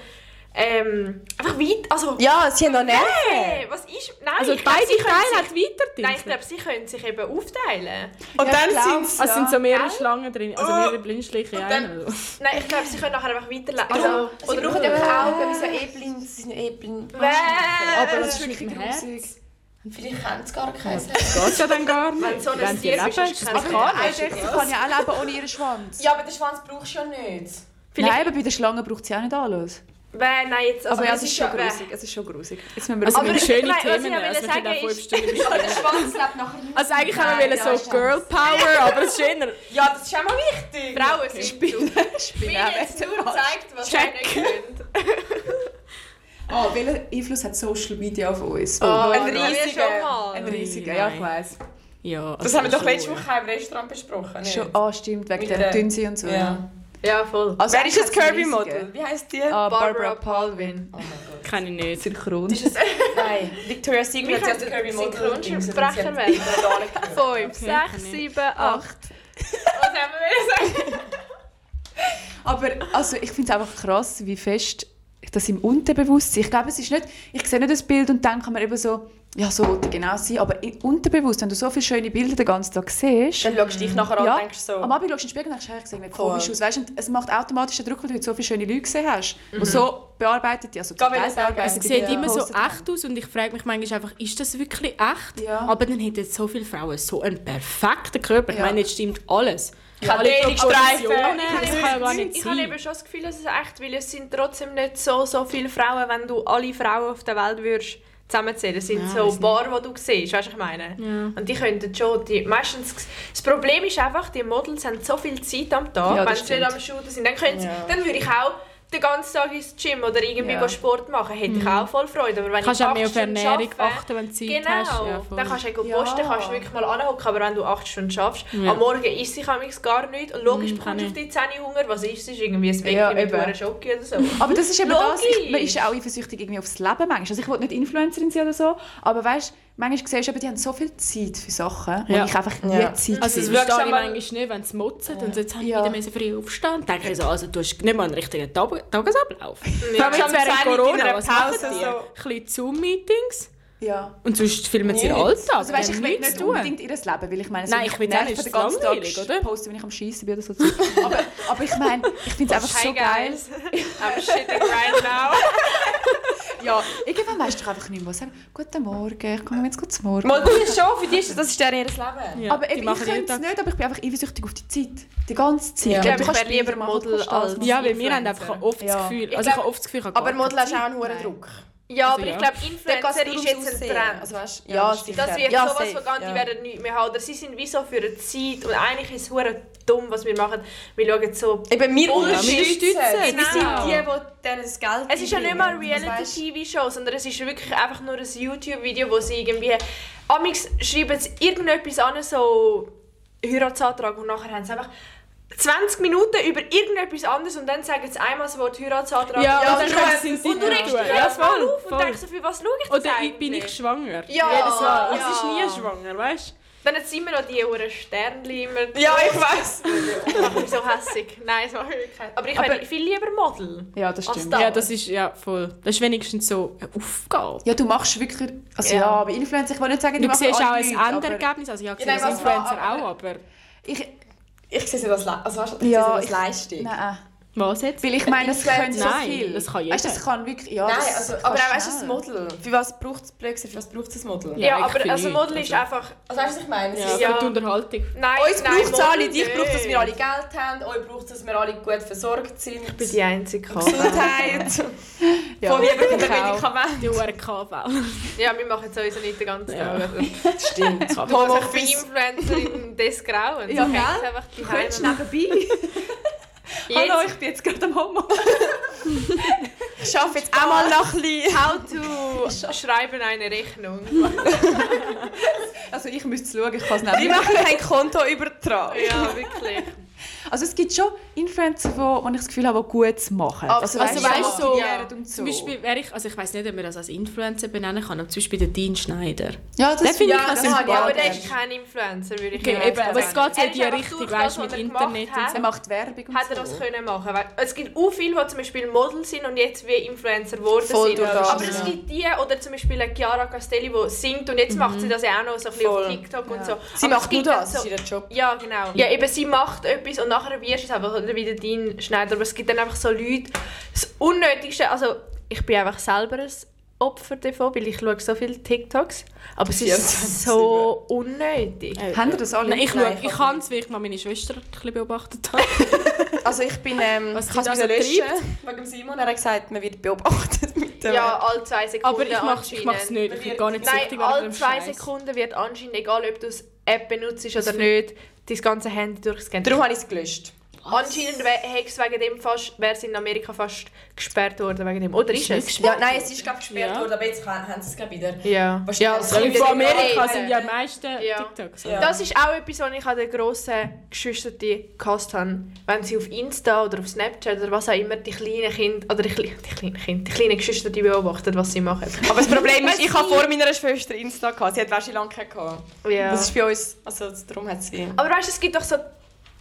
[SPEAKER 2] Ähm, einfach weit. Also.
[SPEAKER 5] Ja, sie haben noch
[SPEAKER 2] Hey,
[SPEAKER 5] Nerven.
[SPEAKER 2] was ist. Nein,
[SPEAKER 4] Also
[SPEAKER 2] ich glaub,
[SPEAKER 4] beide
[SPEAKER 2] sie können
[SPEAKER 4] Teile
[SPEAKER 2] sich-
[SPEAKER 4] hat weiter
[SPEAKER 2] Nein, ich glaube, sie können sich eben aufteilen.
[SPEAKER 5] Und
[SPEAKER 3] Ja,
[SPEAKER 5] dann
[SPEAKER 3] ich glaub-
[SPEAKER 5] sind sie...
[SPEAKER 4] Also sind so mehrere
[SPEAKER 2] Gell?
[SPEAKER 4] Schlangen drin, also
[SPEAKER 5] Oh.
[SPEAKER 4] mehrere Blindschleiche in einer.
[SPEAKER 2] Nein, ich glaube, sie können nachher einfach weiterlaufen.
[SPEAKER 5] Darum-
[SPEAKER 2] Also,
[SPEAKER 5] Sie brauchen ja keine Augen, wie so eh blind, sie sind eh blind.
[SPEAKER 2] Aber
[SPEAKER 3] das ist
[SPEAKER 4] mit
[SPEAKER 3] wirklich
[SPEAKER 4] dem Herz.
[SPEAKER 3] grusig.
[SPEAKER 5] Vielleicht haben sie gar keinen.
[SPEAKER 4] Geht ja dann gar nicht.
[SPEAKER 2] Wenn so ein
[SPEAKER 4] Wenn die
[SPEAKER 2] Tier
[SPEAKER 4] leben,
[SPEAKER 2] bist,
[SPEAKER 4] ist das
[SPEAKER 2] kannst du
[SPEAKER 3] Aber
[SPEAKER 2] keine
[SPEAKER 4] gar
[SPEAKER 2] Ahnung.
[SPEAKER 4] nicht.
[SPEAKER 3] eine Echse kann ja auch leben ohne ihren Schwanz.
[SPEAKER 5] Ja, aber den Schwanz brauchst du ja nicht.
[SPEAKER 2] Vielleicht-
[SPEAKER 3] Nein, aber bei der Schlange braucht sie auch nicht alles.
[SPEAKER 2] Wer- Nein, jetzt. Also,
[SPEAKER 3] aber ja,
[SPEAKER 2] es ist
[SPEAKER 3] schon
[SPEAKER 2] ja-
[SPEAKER 3] grusig. Es ist schon grusig. Jetzt müssen wir
[SPEAKER 4] Also
[SPEAKER 2] Aber
[SPEAKER 4] wir haben
[SPEAKER 2] ich-
[SPEAKER 4] schöne
[SPEAKER 2] nein,
[SPEAKER 4] Themen,
[SPEAKER 2] was ich ja
[SPEAKER 4] also wir
[SPEAKER 2] wollte
[SPEAKER 4] können auch
[SPEAKER 2] sagen,
[SPEAKER 4] fünf
[SPEAKER 2] ist-
[SPEAKER 4] Stunden
[SPEAKER 5] Ja, der Schwanz lebt nachher nicht.
[SPEAKER 4] Also eigentlich haben
[SPEAKER 5] Nein,
[SPEAKER 4] wir
[SPEAKER 5] ja,
[SPEAKER 4] so
[SPEAKER 5] stimmt.
[SPEAKER 4] Girl Power, aber es ist schöner.
[SPEAKER 5] Ja, das ist auch mal wichtig.
[SPEAKER 2] Frauen sind dumm.
[SPEAKER 3] Spinnen.
[SPEAKER 2] Mir jetzt nur zeigt, was
[SPEAKER 4] Check.
[SPEAKER 2] ihr nicht könnt.
[SPEAKER 3] Oh, welchen Einfluss hat Social Media auf uns?
[SPEAKER 2] Oh,
[SPEAKER 5] ein
[SPEAKER 2] das haben wir
[SPEAKER 5] riesiger-
[SPEAKER 2] schon mal.
[SPEAKER 3] Ein riesiger, ja, ich
[SPEAKER 4] Nein.
[SPEAKER 3] weiss.
[SPEAKER 4] Ja,
[SPEAKER 5] Das haben wir doch letzte Woche im Restaurant besprochen. nicht?
[SPEAKER 3] Schon, ah, stimmt, wegen
[SPEAKER 5] Mit
[SPEAKER 3] der
[SPEAKER 5] der-
[SPEAKER 3] Dünnsi und so.
[SPEAKER 5] Ja.
[SPEAKER 2] Ja, voll.
[SPEAKER 3] Also
[SPEAKER 5] Wer ist
[SPEAKER 3] eigentlich
[SPEAKER 5] das
[SPEAKER 3] hat's einen
[SPEAKER 5] Kirby-Model?
[SPEAKER 3] riesigen.
[SPEAKER 5] Wie heisst die?
[SPEAKER 3] Ah, Barbara
[SPEAKER 2] Barbara
[SPEAKER 3] Palvin.
[SPEAKER 5] Oh mein
[SPEAKER 4] Kenne ich nicht.
[SPEAKER 3] Synchron.
[SPEAKER 5] Gott. Nein, Victoria
[SPEAKER 2] Wir
[SPEAKER 5] Secret
[SPEAKER 2] können
[SPEAKER 5] hat Kirby Model.
[SPEAKER 2] Synchronsprecher werden.
[SPEAKER 5] Oh,
[SPEAKER 2] 5, 6, 7, 8.
[SPEAKER 5] Was haben wir gesagt?
[SPEAKER 3] Aber also, ich finde es einfach krass, wie fest das im Unterbewusstsein. Ich glaube, es ist nicht. Ich sehe nicht das Bild und denke mir eben so, ja, so wollte ich genau sein. Aber im Unterbewusst, wenn du so viele schöne Bilder den ganzen Tag siehst,
[SPEAKER 5] Dann schaust du dich nachher an
[SPEAKER 3] ja,
[SPEAKER 5] und denkst so...
[SPEAKER 3] am Abend schaust du in den Spiegel und denkst, hey, ich sehe mir komisch
[SPEAKER 5] Voll.
[SPEAKER 3] aus. Weißt, du, und es macht automatisch den Druck, weil du heute so viele schöne Leute gesehen hast.
[SPEAKER 5] Mhm.
[SPEAKER 3] Und so bearbeitet die, also
[SPEAKER 5] Gott, wenn
[SPEAKER 3] Teil
[SPEAKER 5] ich sage,
[SPEAKER 3] bearbeitet
[SPEAKER 4] Es
[SPEAKER 3] die,
[SPEAKER 4] sieht
[SPEAKER 3] die
[SPEAKER 4] immer so
[SPEAKER 3] gepostet haben.
[SPEAKER 4] echt aus und ich frage mich manchmal einfach, ist das wirklich echt?
[SPEAKER 3] Ja.
[SPEAKER 4] Aber dann hätten so viele Frauen so einen perfekten Körper. Ich
[SPEAKER 3] Ja.
[SPEAKER 4] meine, jetzt stimmt alles.
[SPEAKER 5] Ja.
[SPEAKER 2] Ah,
[SPEAKER 4] Alle
[SPEAKER 5] Proportionen.
[SPEAKER 4] Proportionen, das
[SPEAKER 2] Ich
[SPEAKER 4] kann ja gar nicht
[SPEAKER 2] habe
[SPEAKER 4] sein.
[SPEAKER 2] eben schon das Gefühl, dass es echt weil es sind trotzdem nicht so, so viele Frauen, wenn du alle Frauen auf der Welt würdest zusammenzählen. Es sind
[SPEAKER 4] Ja, weiss
[SPEAKER 2] so paar, die du siehst, weißt du, was ich meine? Und die könnten schon, die, meistens, das Problem ist einfach, die Models haben so viel Zeit am Tag,
[SPEAKER 3] Ja, das
[SPEAKER 2] wenn sie nicht am Shooten sind, dann, können sie,
[SPEAKER 5] Ja.
[SPEAKER 2] dann würde ich auch den ganzen Tag ins Gym oder irgendwie
[SPEAKER 3] Ja.
[SPEAKER 2] go Sport machen, hätte ich auch voll Freude. Aber wenn
[SPEAKER 4] Du Mhm. kannst
[SPEAKER 2] ich
[SPEAKER 4] auch
[SPEAKER 2] acht
[SPEAKER 4] mehr auf
[SPEAKER 2] Stunden
[SPEAKER 4] Ernährung
[SPEAKER 2] arbeite,
[SPEAKER 4] achten, wenn du Zeit
[SPEAKER 2] Genau,
[SPEAKER 4] hast. Ja, voll.
[SPEAKER 2] dann kannst du ja
[SPEAKER 3] Ja.
[SPEAKER 2] posten, kannst du wirklich mal anhocken, aber wenn du 8 Stunden schaffst,
[SPEAKER 4] Ja.
[SPEAKER 2] am Morgen isst ich manchmal gar nichts und logisch
[SPEAKER 4] Mm, kann
[SPEAKER 2] bekommst du auf
[SPEAKER 4] ich.
[SPEAKER 2] die 10 Uhr Hunger, was isst du? Ist irgendwie ein Bäckchen
[SPEAKER 3] Ja,
[SPEAKER 2] mit
[SPEAKER 3] eben.
[SPEAKER 2] einem Schoki oder so.
[SPEAKER 3] Aber das ist eben das, ich, man
[SPEAKER 2] Logisch.
[SPEAKER 3] ist ja auch eifersüchtig irgendwie aufs Leben manchmal. Also ich will nicht Influencerin sein oder so, aber weißt, manchmal siehst du, eben, die haben so viel Zeit für Sachen, wo
[SPEAKER 4] Ja.
[SPEAKER 3] ich einfach nie
[SPEAKER 5] Ja.
[SPEAKER 4] Also
[SPEAKER 3] Zeit
[SPEAKER 4] das
[SPEAKER 3] für-
[SPEAKER 5] Wirklich
[SPEAKER 4] verstehe ich
[SPEAKER 5] schon mal-
[SPEAKER 4] manchmal nicht, wenn sie motzen und jetzt haben
[SPEAKER 3] Ja.
[SPEAKER 4] wieder mehr so früh aufstehen. Dann denke ich so, also du hast nicht mal einen richtigen Tag Tagesablauf. Vor
[SPEAKER 2] Ja.
[SPEAKER 4] allem jetzt
[SPEAKER 5] Schon
[SPEAKER 4] während
[SPEAKER 5] mit in
[SPEAKER 4] Corona,
[SPEAKER 5] einer
[SPEAKER 4] was machen
[SPEAKER 5] Pause
[SPEAKER 4] die?
[SPEAKER 5] so.
[SPEAKER 4] Ein bisschen Zoom-Meetings
[SPEAKER 3] ja.
[SPEAKER 4] und sonst filmen sie ihren
[SPEAKER 5] Nichts.
[SPEAKER 4] Alltag.
[SPEAKER 3] Also weißt,
[SPEAKER 4] Die
[SPEAKER 3] ich
[SPEAKER 4] haben
[SPEAKER 3] will
[SPEAKER 4] nichts
[SPEAKER 3] nicht
[SPEAKER 4] zu tun.
[SPEAKER 3] unbedingt ihr Leben, weil ich meine, es
[SPEAKER 4] Nein,
[SPEAKER 3] würde
[SPEAKER 4] ich will
[SPEAKER 3] mich
[SPEAKER 4] auch
[SPEAKER 3] nerven,
[SPEAKER 4] nicht, es
[SPEAKER 3] den
[SPEAKER 4] ist
[SPEAKER 3] ganzen
[SPEAKER 4] langweilig,
[SPEAKER 3] Tag
[SPEAKER 4] oder?
[SPEAKER 3] posten, wenn ich am Schiessen bin oder so. aber, aber ich meine, ich
[SPEAKER 4] Oh,
[SPEAKER 3] finde es einfach so
[SPEAKER 2] Hi
[SPEAKER 3] geil.
[SPEAKER 2] guys, I'm shitting right now.
[SPEAKER 3] Ja, irgendwann weißt du doch einfach nicht mehr, was sagen. Guten Morgen, ich komme jetzt gut zum Morgen.
[SPEAKER 5] Mal gut, schon, für die ist das, das ist deren ihr Leben.
[SPEAKER 4] Ja,
[SPEAKER 3] aber
[SPEAKER 4] die
[SPEAKER 3] eben, ich
[SPEAKER 4] machen jeden
[SPEAKER 3] könnte
[SPEAKER 4] Tag-
[SPEAKER 3] es nicht, aber ich bin einfach eifersüchtig auf die Zeit. Die ganze Zeit.
[SPEAKER 5] Ja.
[SPEAKER 3] Und
[SPEAKER 5] Ich
[SPEAKER 2] glaube, ich wäre
[SPEAKER 3] Bilder
[SPEAKER 2] lieber
[SPEAKER 3] machen, du
[SPEAKER 2] Model
[SPEAKER 3] kannst alles
[SPEAKER 2] als-
[SPEAKER 3] machen.
[SPEAKER 4] Ja, weil wir haben
[SPEAKER 2] Influencer.
[SPEAKER 4] einfach oft das
[SPEAKER 3] Ja.
[SPEAKER 4] Gefühl,
[SPEAKER 2] Ich
[SPEAKER 4] also ich
[SPEAKER 2] glaub-
[SPEAKER 4] habe oft das Gefühl, ich habe
[SPEAKER 5] Aber
[SPEAKER 4] gar
[SPEAKER 5] Model
[SPEAKER 4] keine
[SPEAKER 5] hast du auch
[SPEAKER 4] Zeit.
[SPEAKER 5] einen hohen
[SPEAKER 3] Nein.
[SPEAKER 5] Druck.
[SPEAKER 2] Ja,
[SPEAKER 4] Also
[SPEAKER 2] aber
[SPEAKER 4] ja.
[SPEAKER 2] ich glaube, Influencer ist jetzt ein Trend.
[SPEAKER 5] Also weißt,
[SPEAKER 3] Ja,
[SPEAKER 5] ja,
[SPEAKER 3] sicher.
[SPEAKER 2] das wird
[SPEAKER 5] ja,
[SPEAKER 2] sowas
[SPEAKER 5] safe,
[SPEAKER 2] von ganz,
[SPEAKER 5] ja.
[SPEAKER 2] die werden nichts mehr haben. Oder sie sind wie so für eine Zeit und eigentlich ist es hure dumm, was wir machen. Wir schauen so...
[SPEAKER 5] Eben, wir
[SPEAKER 4] wir
[SPEAKER 5] unterstützen.
[SPEAKER 4] unterstützen,
[SPEAKER 5] Wir
[SPEAKER 4] genau.
[SPEAKER 5] sind die, die denen das Geld
[SPEAKER 2] Es ist ja nicht mal eine
[SPEAKER 5] einbringen. Also, weisst,
[SPEAKER 2] Reality-TV-Show, sondern es ist wirklich einfach nur ein YouTube-Video, wo sie irgendwie... Amix schreiben sie irgendetwas an, so Heiratsantrag, und nachher haben sie einfach 20 Minuten über irgendetwas anderes und dann sagen sie einmal das Wort Heiratsantrag.
[SPEAKER 4] Ja, und
[SPEAKER 2] und
[SPEAKER 4] dann
[SPEAKER 2] schon-
[SPEAKER 4] können sie es
[SPEAKER 2] Und du
[SPEAKER 4] nicht
[SPEAKER 2] regst
[SPEAKER 4] tun.
[SPEAKER 2] dich
[SPEAKER 4] Ja,
[SPEAKER 2] jedes Mal
[SPEAKER 4] voll,
[SPEAKER 2] auf und
[SPEAKER 4] voll.
[SPEAKER 2] denkst so, für was schaue ich das
[SPEAKER 4] Oder ich bin
[SPEAKER 2] eigentlich?
[SPEAKER 4] ich schwanger?
[SPEAKER 2] Ja,
[SPEAKER 4] Jedes Mal.
[SPEAKER 2] ja.
[SPEAKER 4] Es ist nie schwanger, weißt du?
[SPEAKER 2] Dann jetzt sind wir noch die Uhren Sternli immer.
[SPEAKER 5] Ja, ich weiß.
[SPEAKER 2] Das macht mich so hässig. Nein, das macht mich keinen. Aber ich
[SPEAKER 3] Aber-
[SPEAKER 2] wäre viel lieber Model.
[SPEAKER 3] Ja, das
[SPEAKER 2] Als
[SPEAKER 3] stimmt.
[SPEAKER 2] da.
[SPEAKER 4] Ja, das ist ja voll. Das ist wenigstens so eine Aufgabe.
[SPEAKER 3] Ja, du machst wirklich... Also
[SPEAKER 2] Ja.
[SPEAKER 3] ja, bei Influencer, ich will nicht sagen, die
[SPEAKER 4] Du
[SPEAKER 3] machen
[SPEAKER 4] siehst auch
[SPEAKER 3] alle
[SPEAKER 4] ein
[SPEAKER 3] nichts, aber
[SPEAKER 4] Endergebnis. Also, ja, ich
[SPEAKER 5] Ja,
[SPEAKER 4] sehe
[SPEAKER 5] nein,
[SPEAKER 4] das
[SPEAKER 5] was
[SPEAKER 4] Influencer
[SPEAKER 5] war-
[SPEAKER 4] auch, aber.
[SPEAKER 3] Ich,
[SPEAKER 5] Ich sehe sie als, Le also, weißt du, ich
[SPEAKER 3] Ja,
[SPEAKER 5] sehe sie als Leistung. Nein,
[SPEAKER 3] nein,
[SPEAKER 4] Was jetzt?
[SPEAKER 3] weil ich meine, das können so
[SPEAKER 4] Nein,
[SPEAKER 3] viel.
[SPEAKER 4] das kann
[SPEAKER 3] Weißt, du, das
[SPEAKER 4] jeder.
[SPEAKER 3] kann wirklich... Ja, das
[SPEAKER 5] also,
[SPEAKER 3] kann
[SPEAKER 5] aber auch weißt du, das
[SPEAKER 3] schnell.
[SPEAKER 5] Model. Für was braucht es Blödsinn? Für was braucht es ein Model?
[SPEAKER 2] Ja,
[SPEAKER 4] ich
[SPEAKER 2] aber
[SPEAKER 4] finde
[SPEAKER 2] also Model
[SPEAKER 4] nicht.
[SPEAKER 2] ist einfach.
[SPEAKER 5] Also weißt du, was ich meine? Es
[SPEAKER 4] Ja,
[SPEAKER 5] ist-
[SPEAKER 2] Ja.
[SPEAKER 4] für die Unterhaltung.
[SPEAKER 2] Nein,
[SPEAKER 5] Uns
[SPEAKER 2] nein,
[SPEAKER 5] braucht es alle,
[SPEAKER 2] Model
[SPEAKER 5] dich braucht, dass wir
[SPEAKER 2] nicht.
[SPEAKER 5] alle Geld haben, euch braucht, dass wir alle gut versorgt sind.
[SPEAKER 2] Ich bin die einzige Kamera.
[SPEAKER 5] Gesundheit.
[SPEAKER 3] Ja.
[SPEAKER 5] Von mir bekommen wir
[SPEAKER 3] Ich auch.
[SPEAKER 5] Medikamente.
[SPEAKER 4] Die Uhren KV.
[SPEAKER 2] Ja, wir machen jetzt sowieso nicht den ganzen
[SPEAKER 4] Ja.
[SPEAKER 2] Tag.
[SPEAKER 5] Stimmt.
[SPEAKER 2] Ich bin
[SPEAKER 5] Homeoffice.
[SPEAKER 2] Influencerin des Grauen.
[SPEAKER 3] Ja,
[SPEAKER 2] Ich
[SPEAKER 3] gell?
[SPEAKER 2] hätte einfach die
[SPEAKER 3] Könntest du nebenbei? Hallo,
[SPEAKER 2] Jetzt
[SPEAKER 3] ich bin jetzt gerade am Homo.
[SPEAKER 5] Ich arbeite jetzt auch mal noch ein bisschen.
[SPEAKER 2] how to schreiben eine Rechnung.
[SPEAKER 3] Also ich müsste es schauen, ich kann es
[SPEAKER 5] Die
[SPEAKER 3] nicht.
[SPEAKER 5] machen kein Konto übertragen.
[SPEAKER 2] Ja, wirklich.
[SPEAKER 3] Also es gibt schon Influencer, die wo, wo ich das Gefühl habe, die Gutes machen.
[SPEAKER 5] Also
[SPEAKER 4] Also,
[SPEAKER 5] weißt
[SPEAKER 4] weißt du, so,
[SPEAKER 3] motivieren und so.
[SPEAKER 4] zum Beispiel wäre ich, also ich weiß nicht, ob man das als Influencer benennen kann, aber zum Beispiel den Dean Schneider.
[SPEAKER 3] ja,
[SPEAKER 4] Den
[SPEAKER 3] das
[SPEAKER 4] finde ich
[SPEAKER 5] ja,
[SPEAKER 4] auch
[SPEAKER 5] das
[SPEAKER 4] sympathisch.
[SPEAKER 5] habe ich
[SPEAKER 2] Aber der ist kein Influencer, würde ich
[SPEAKER 4] Okay,
[SPEAKER 2] mal
[SPEAKER 4] eben,
[SPEAKER 2] sagen.
[SPEAKER 4] aber es geht ja
[SPEAKER 2] Er ist
[SPEAKER 4] die
[SPEAKER 2] einfach
[SPEAKER 4] Richtung,
[SPEAKER 2] durch
[SPEAKER 4] weißt,
[SPEAKER 2] das,
[SPEAKER 4] mit
[SPEAKER 2] was er gemacht
[SPEAKER 4] Internet und
[SPEAKER 2] hat,
[SPEAKER 3] Er macht Werbung und
[SPEAKER 2] Hat er
[SPEAKER 3] so.
[SPEAKER 2] das können machen? Weil es gibt auch viele, die zum Beispiel Model sind und jetzt wie Influencer geworden
[SPEAKER 5] Voll
[SPEAKER 2] sind.
[SPEAKER 5] durch das,
[SPEAKER 2] Aber es
[SPEAKER 5] ja.
[SPEAKER 2] gibt die, oder zum Beispiel eine Chiara Castelli, die singt und jetzt
[SPEAKER 4] Mhm.
[SPEAKER 2] macht sie das ja auch noch so ein bisschen auf
[SPEAKER 5] Voll.
[SPEAKER 2] TikTok und
[SPEAKER 3] Ja.
[SPEAKER 2] so.
[SPEAKER 5] Sie
[SPEAKER 2] Aber es
[SPEAKER 5] macht nur
[SPEAKER 2] gibt dann
[SPEAKER 5] das, das
[SPEAKER 2] so-
[SPEAKER 5] ist ihr Job.
[SPEAKER 2] ja, genau. Ja, eben, sie macht etwas und nachher wirst du es einfach oder wieder dein Schneider. Aber es gibt dann einfach so Leute, das Unnötigste, also ich bin einfach selber ein Opfer davon, weil ich schaue so viele TikToks. Aber es ist
[SPEAKER 5] 24
[SPEAKER 2] so unnötig.
[SPEAKER 3] Haben ihr das alle?
[SPEAKER 4] Nein, ich
[SPEAKER 5] Nein,
[SPEAKER 4] schaue,
[SPEAKER 5] ich
[SPEAKER 4] ich
[SPEAKER 5] hab
[SPEAKER 4] kann es, weil ich mal meine Schwester ein bisschen beobachtet habe.
[SPEAKER 5] Also ich bin, ähm,
[SPEAKER 4] Was
[SPEAKER 5] ich kann es
[SPEAKER 4] dich
[SPEAKER 5] wieder
[SPEAKER 4] also
[SPEAKER 5] löschen. Wegen Simon, er hat gesagt, man wird beobachtet mit dem...
[SPEAKER 2] Ja, alle zwei Sekunden
[SPEAKER 4] Aber ich mache
[SPEAKER 2] anscheinend.
[SPEAKER 4] ich es nicht, ich bin gar nicht
[SPEAKER 2] Nein,
[SPEAKER 4] süchtig
[SPEAKER 2] alle
[SPEAKER 4] dem
[SPEAKER 2] zwei
[SPEAKER 4] Scheiß.
[SPEAKER 2] Sekunden wird anscheinend, egal ob du es App benutzt oder nicht, dein ganze Handy durchscannt.
[SPEAKER 5] Darum habe ich es gelöscht.
[SPEAKER 2] Anscheinend wäre es wegen dem fast, wäre es in Amerika fast gesperrt worden wegen dem. Oder ist es?
[SPEAKER 5] Ja, nein, es ist, glaube gesperrt
[SPEAKER 4] Ja.
[SPEAKER 5] worden, aber jetzt kann- haben sie es, glaube wieder.
[SPEAKER 2] Ja.
[SPEAKER 5] Wahrscheinlich-
[SPEAKER 4] Ja,
[SPEAKER 5] es
[SPEAKER 4] also
[SPEAKER 5] kommt
[SPEAKER 4] von
[SPEAKER 5] wieder-
[SPEAKER 4] Amerika
[SPEAKER 5] Reden.
[SPEAKER 4] sind ja die meisten
[SPEAKER 2] Ja.
[SPEAKER 4] TikToks.
[SPEAKER 5] Ja.
[SPEAKER 2] Das ist auch etwas, was ich an den grossen Geschwistern gehasst habe. Wenn sie auf Insta oder auf Snapchat oder was auch immer die kleinen Kinder, oder die, kle- die kleinen Kinder, die kleinen Geschwister die beobachten, was sie machen.
[SPEAKER 5] Aber das Problem ist, ich habe vor meiner Schwester Insta gehabt. Sie hat Wäschelanke gehabt.
[SPEAKER 2] Ja.
[SPEAKER 5] Das ist bei uns, also darum hat sie...
[SPEAKER 2] Aber weißt du, es gibt doch so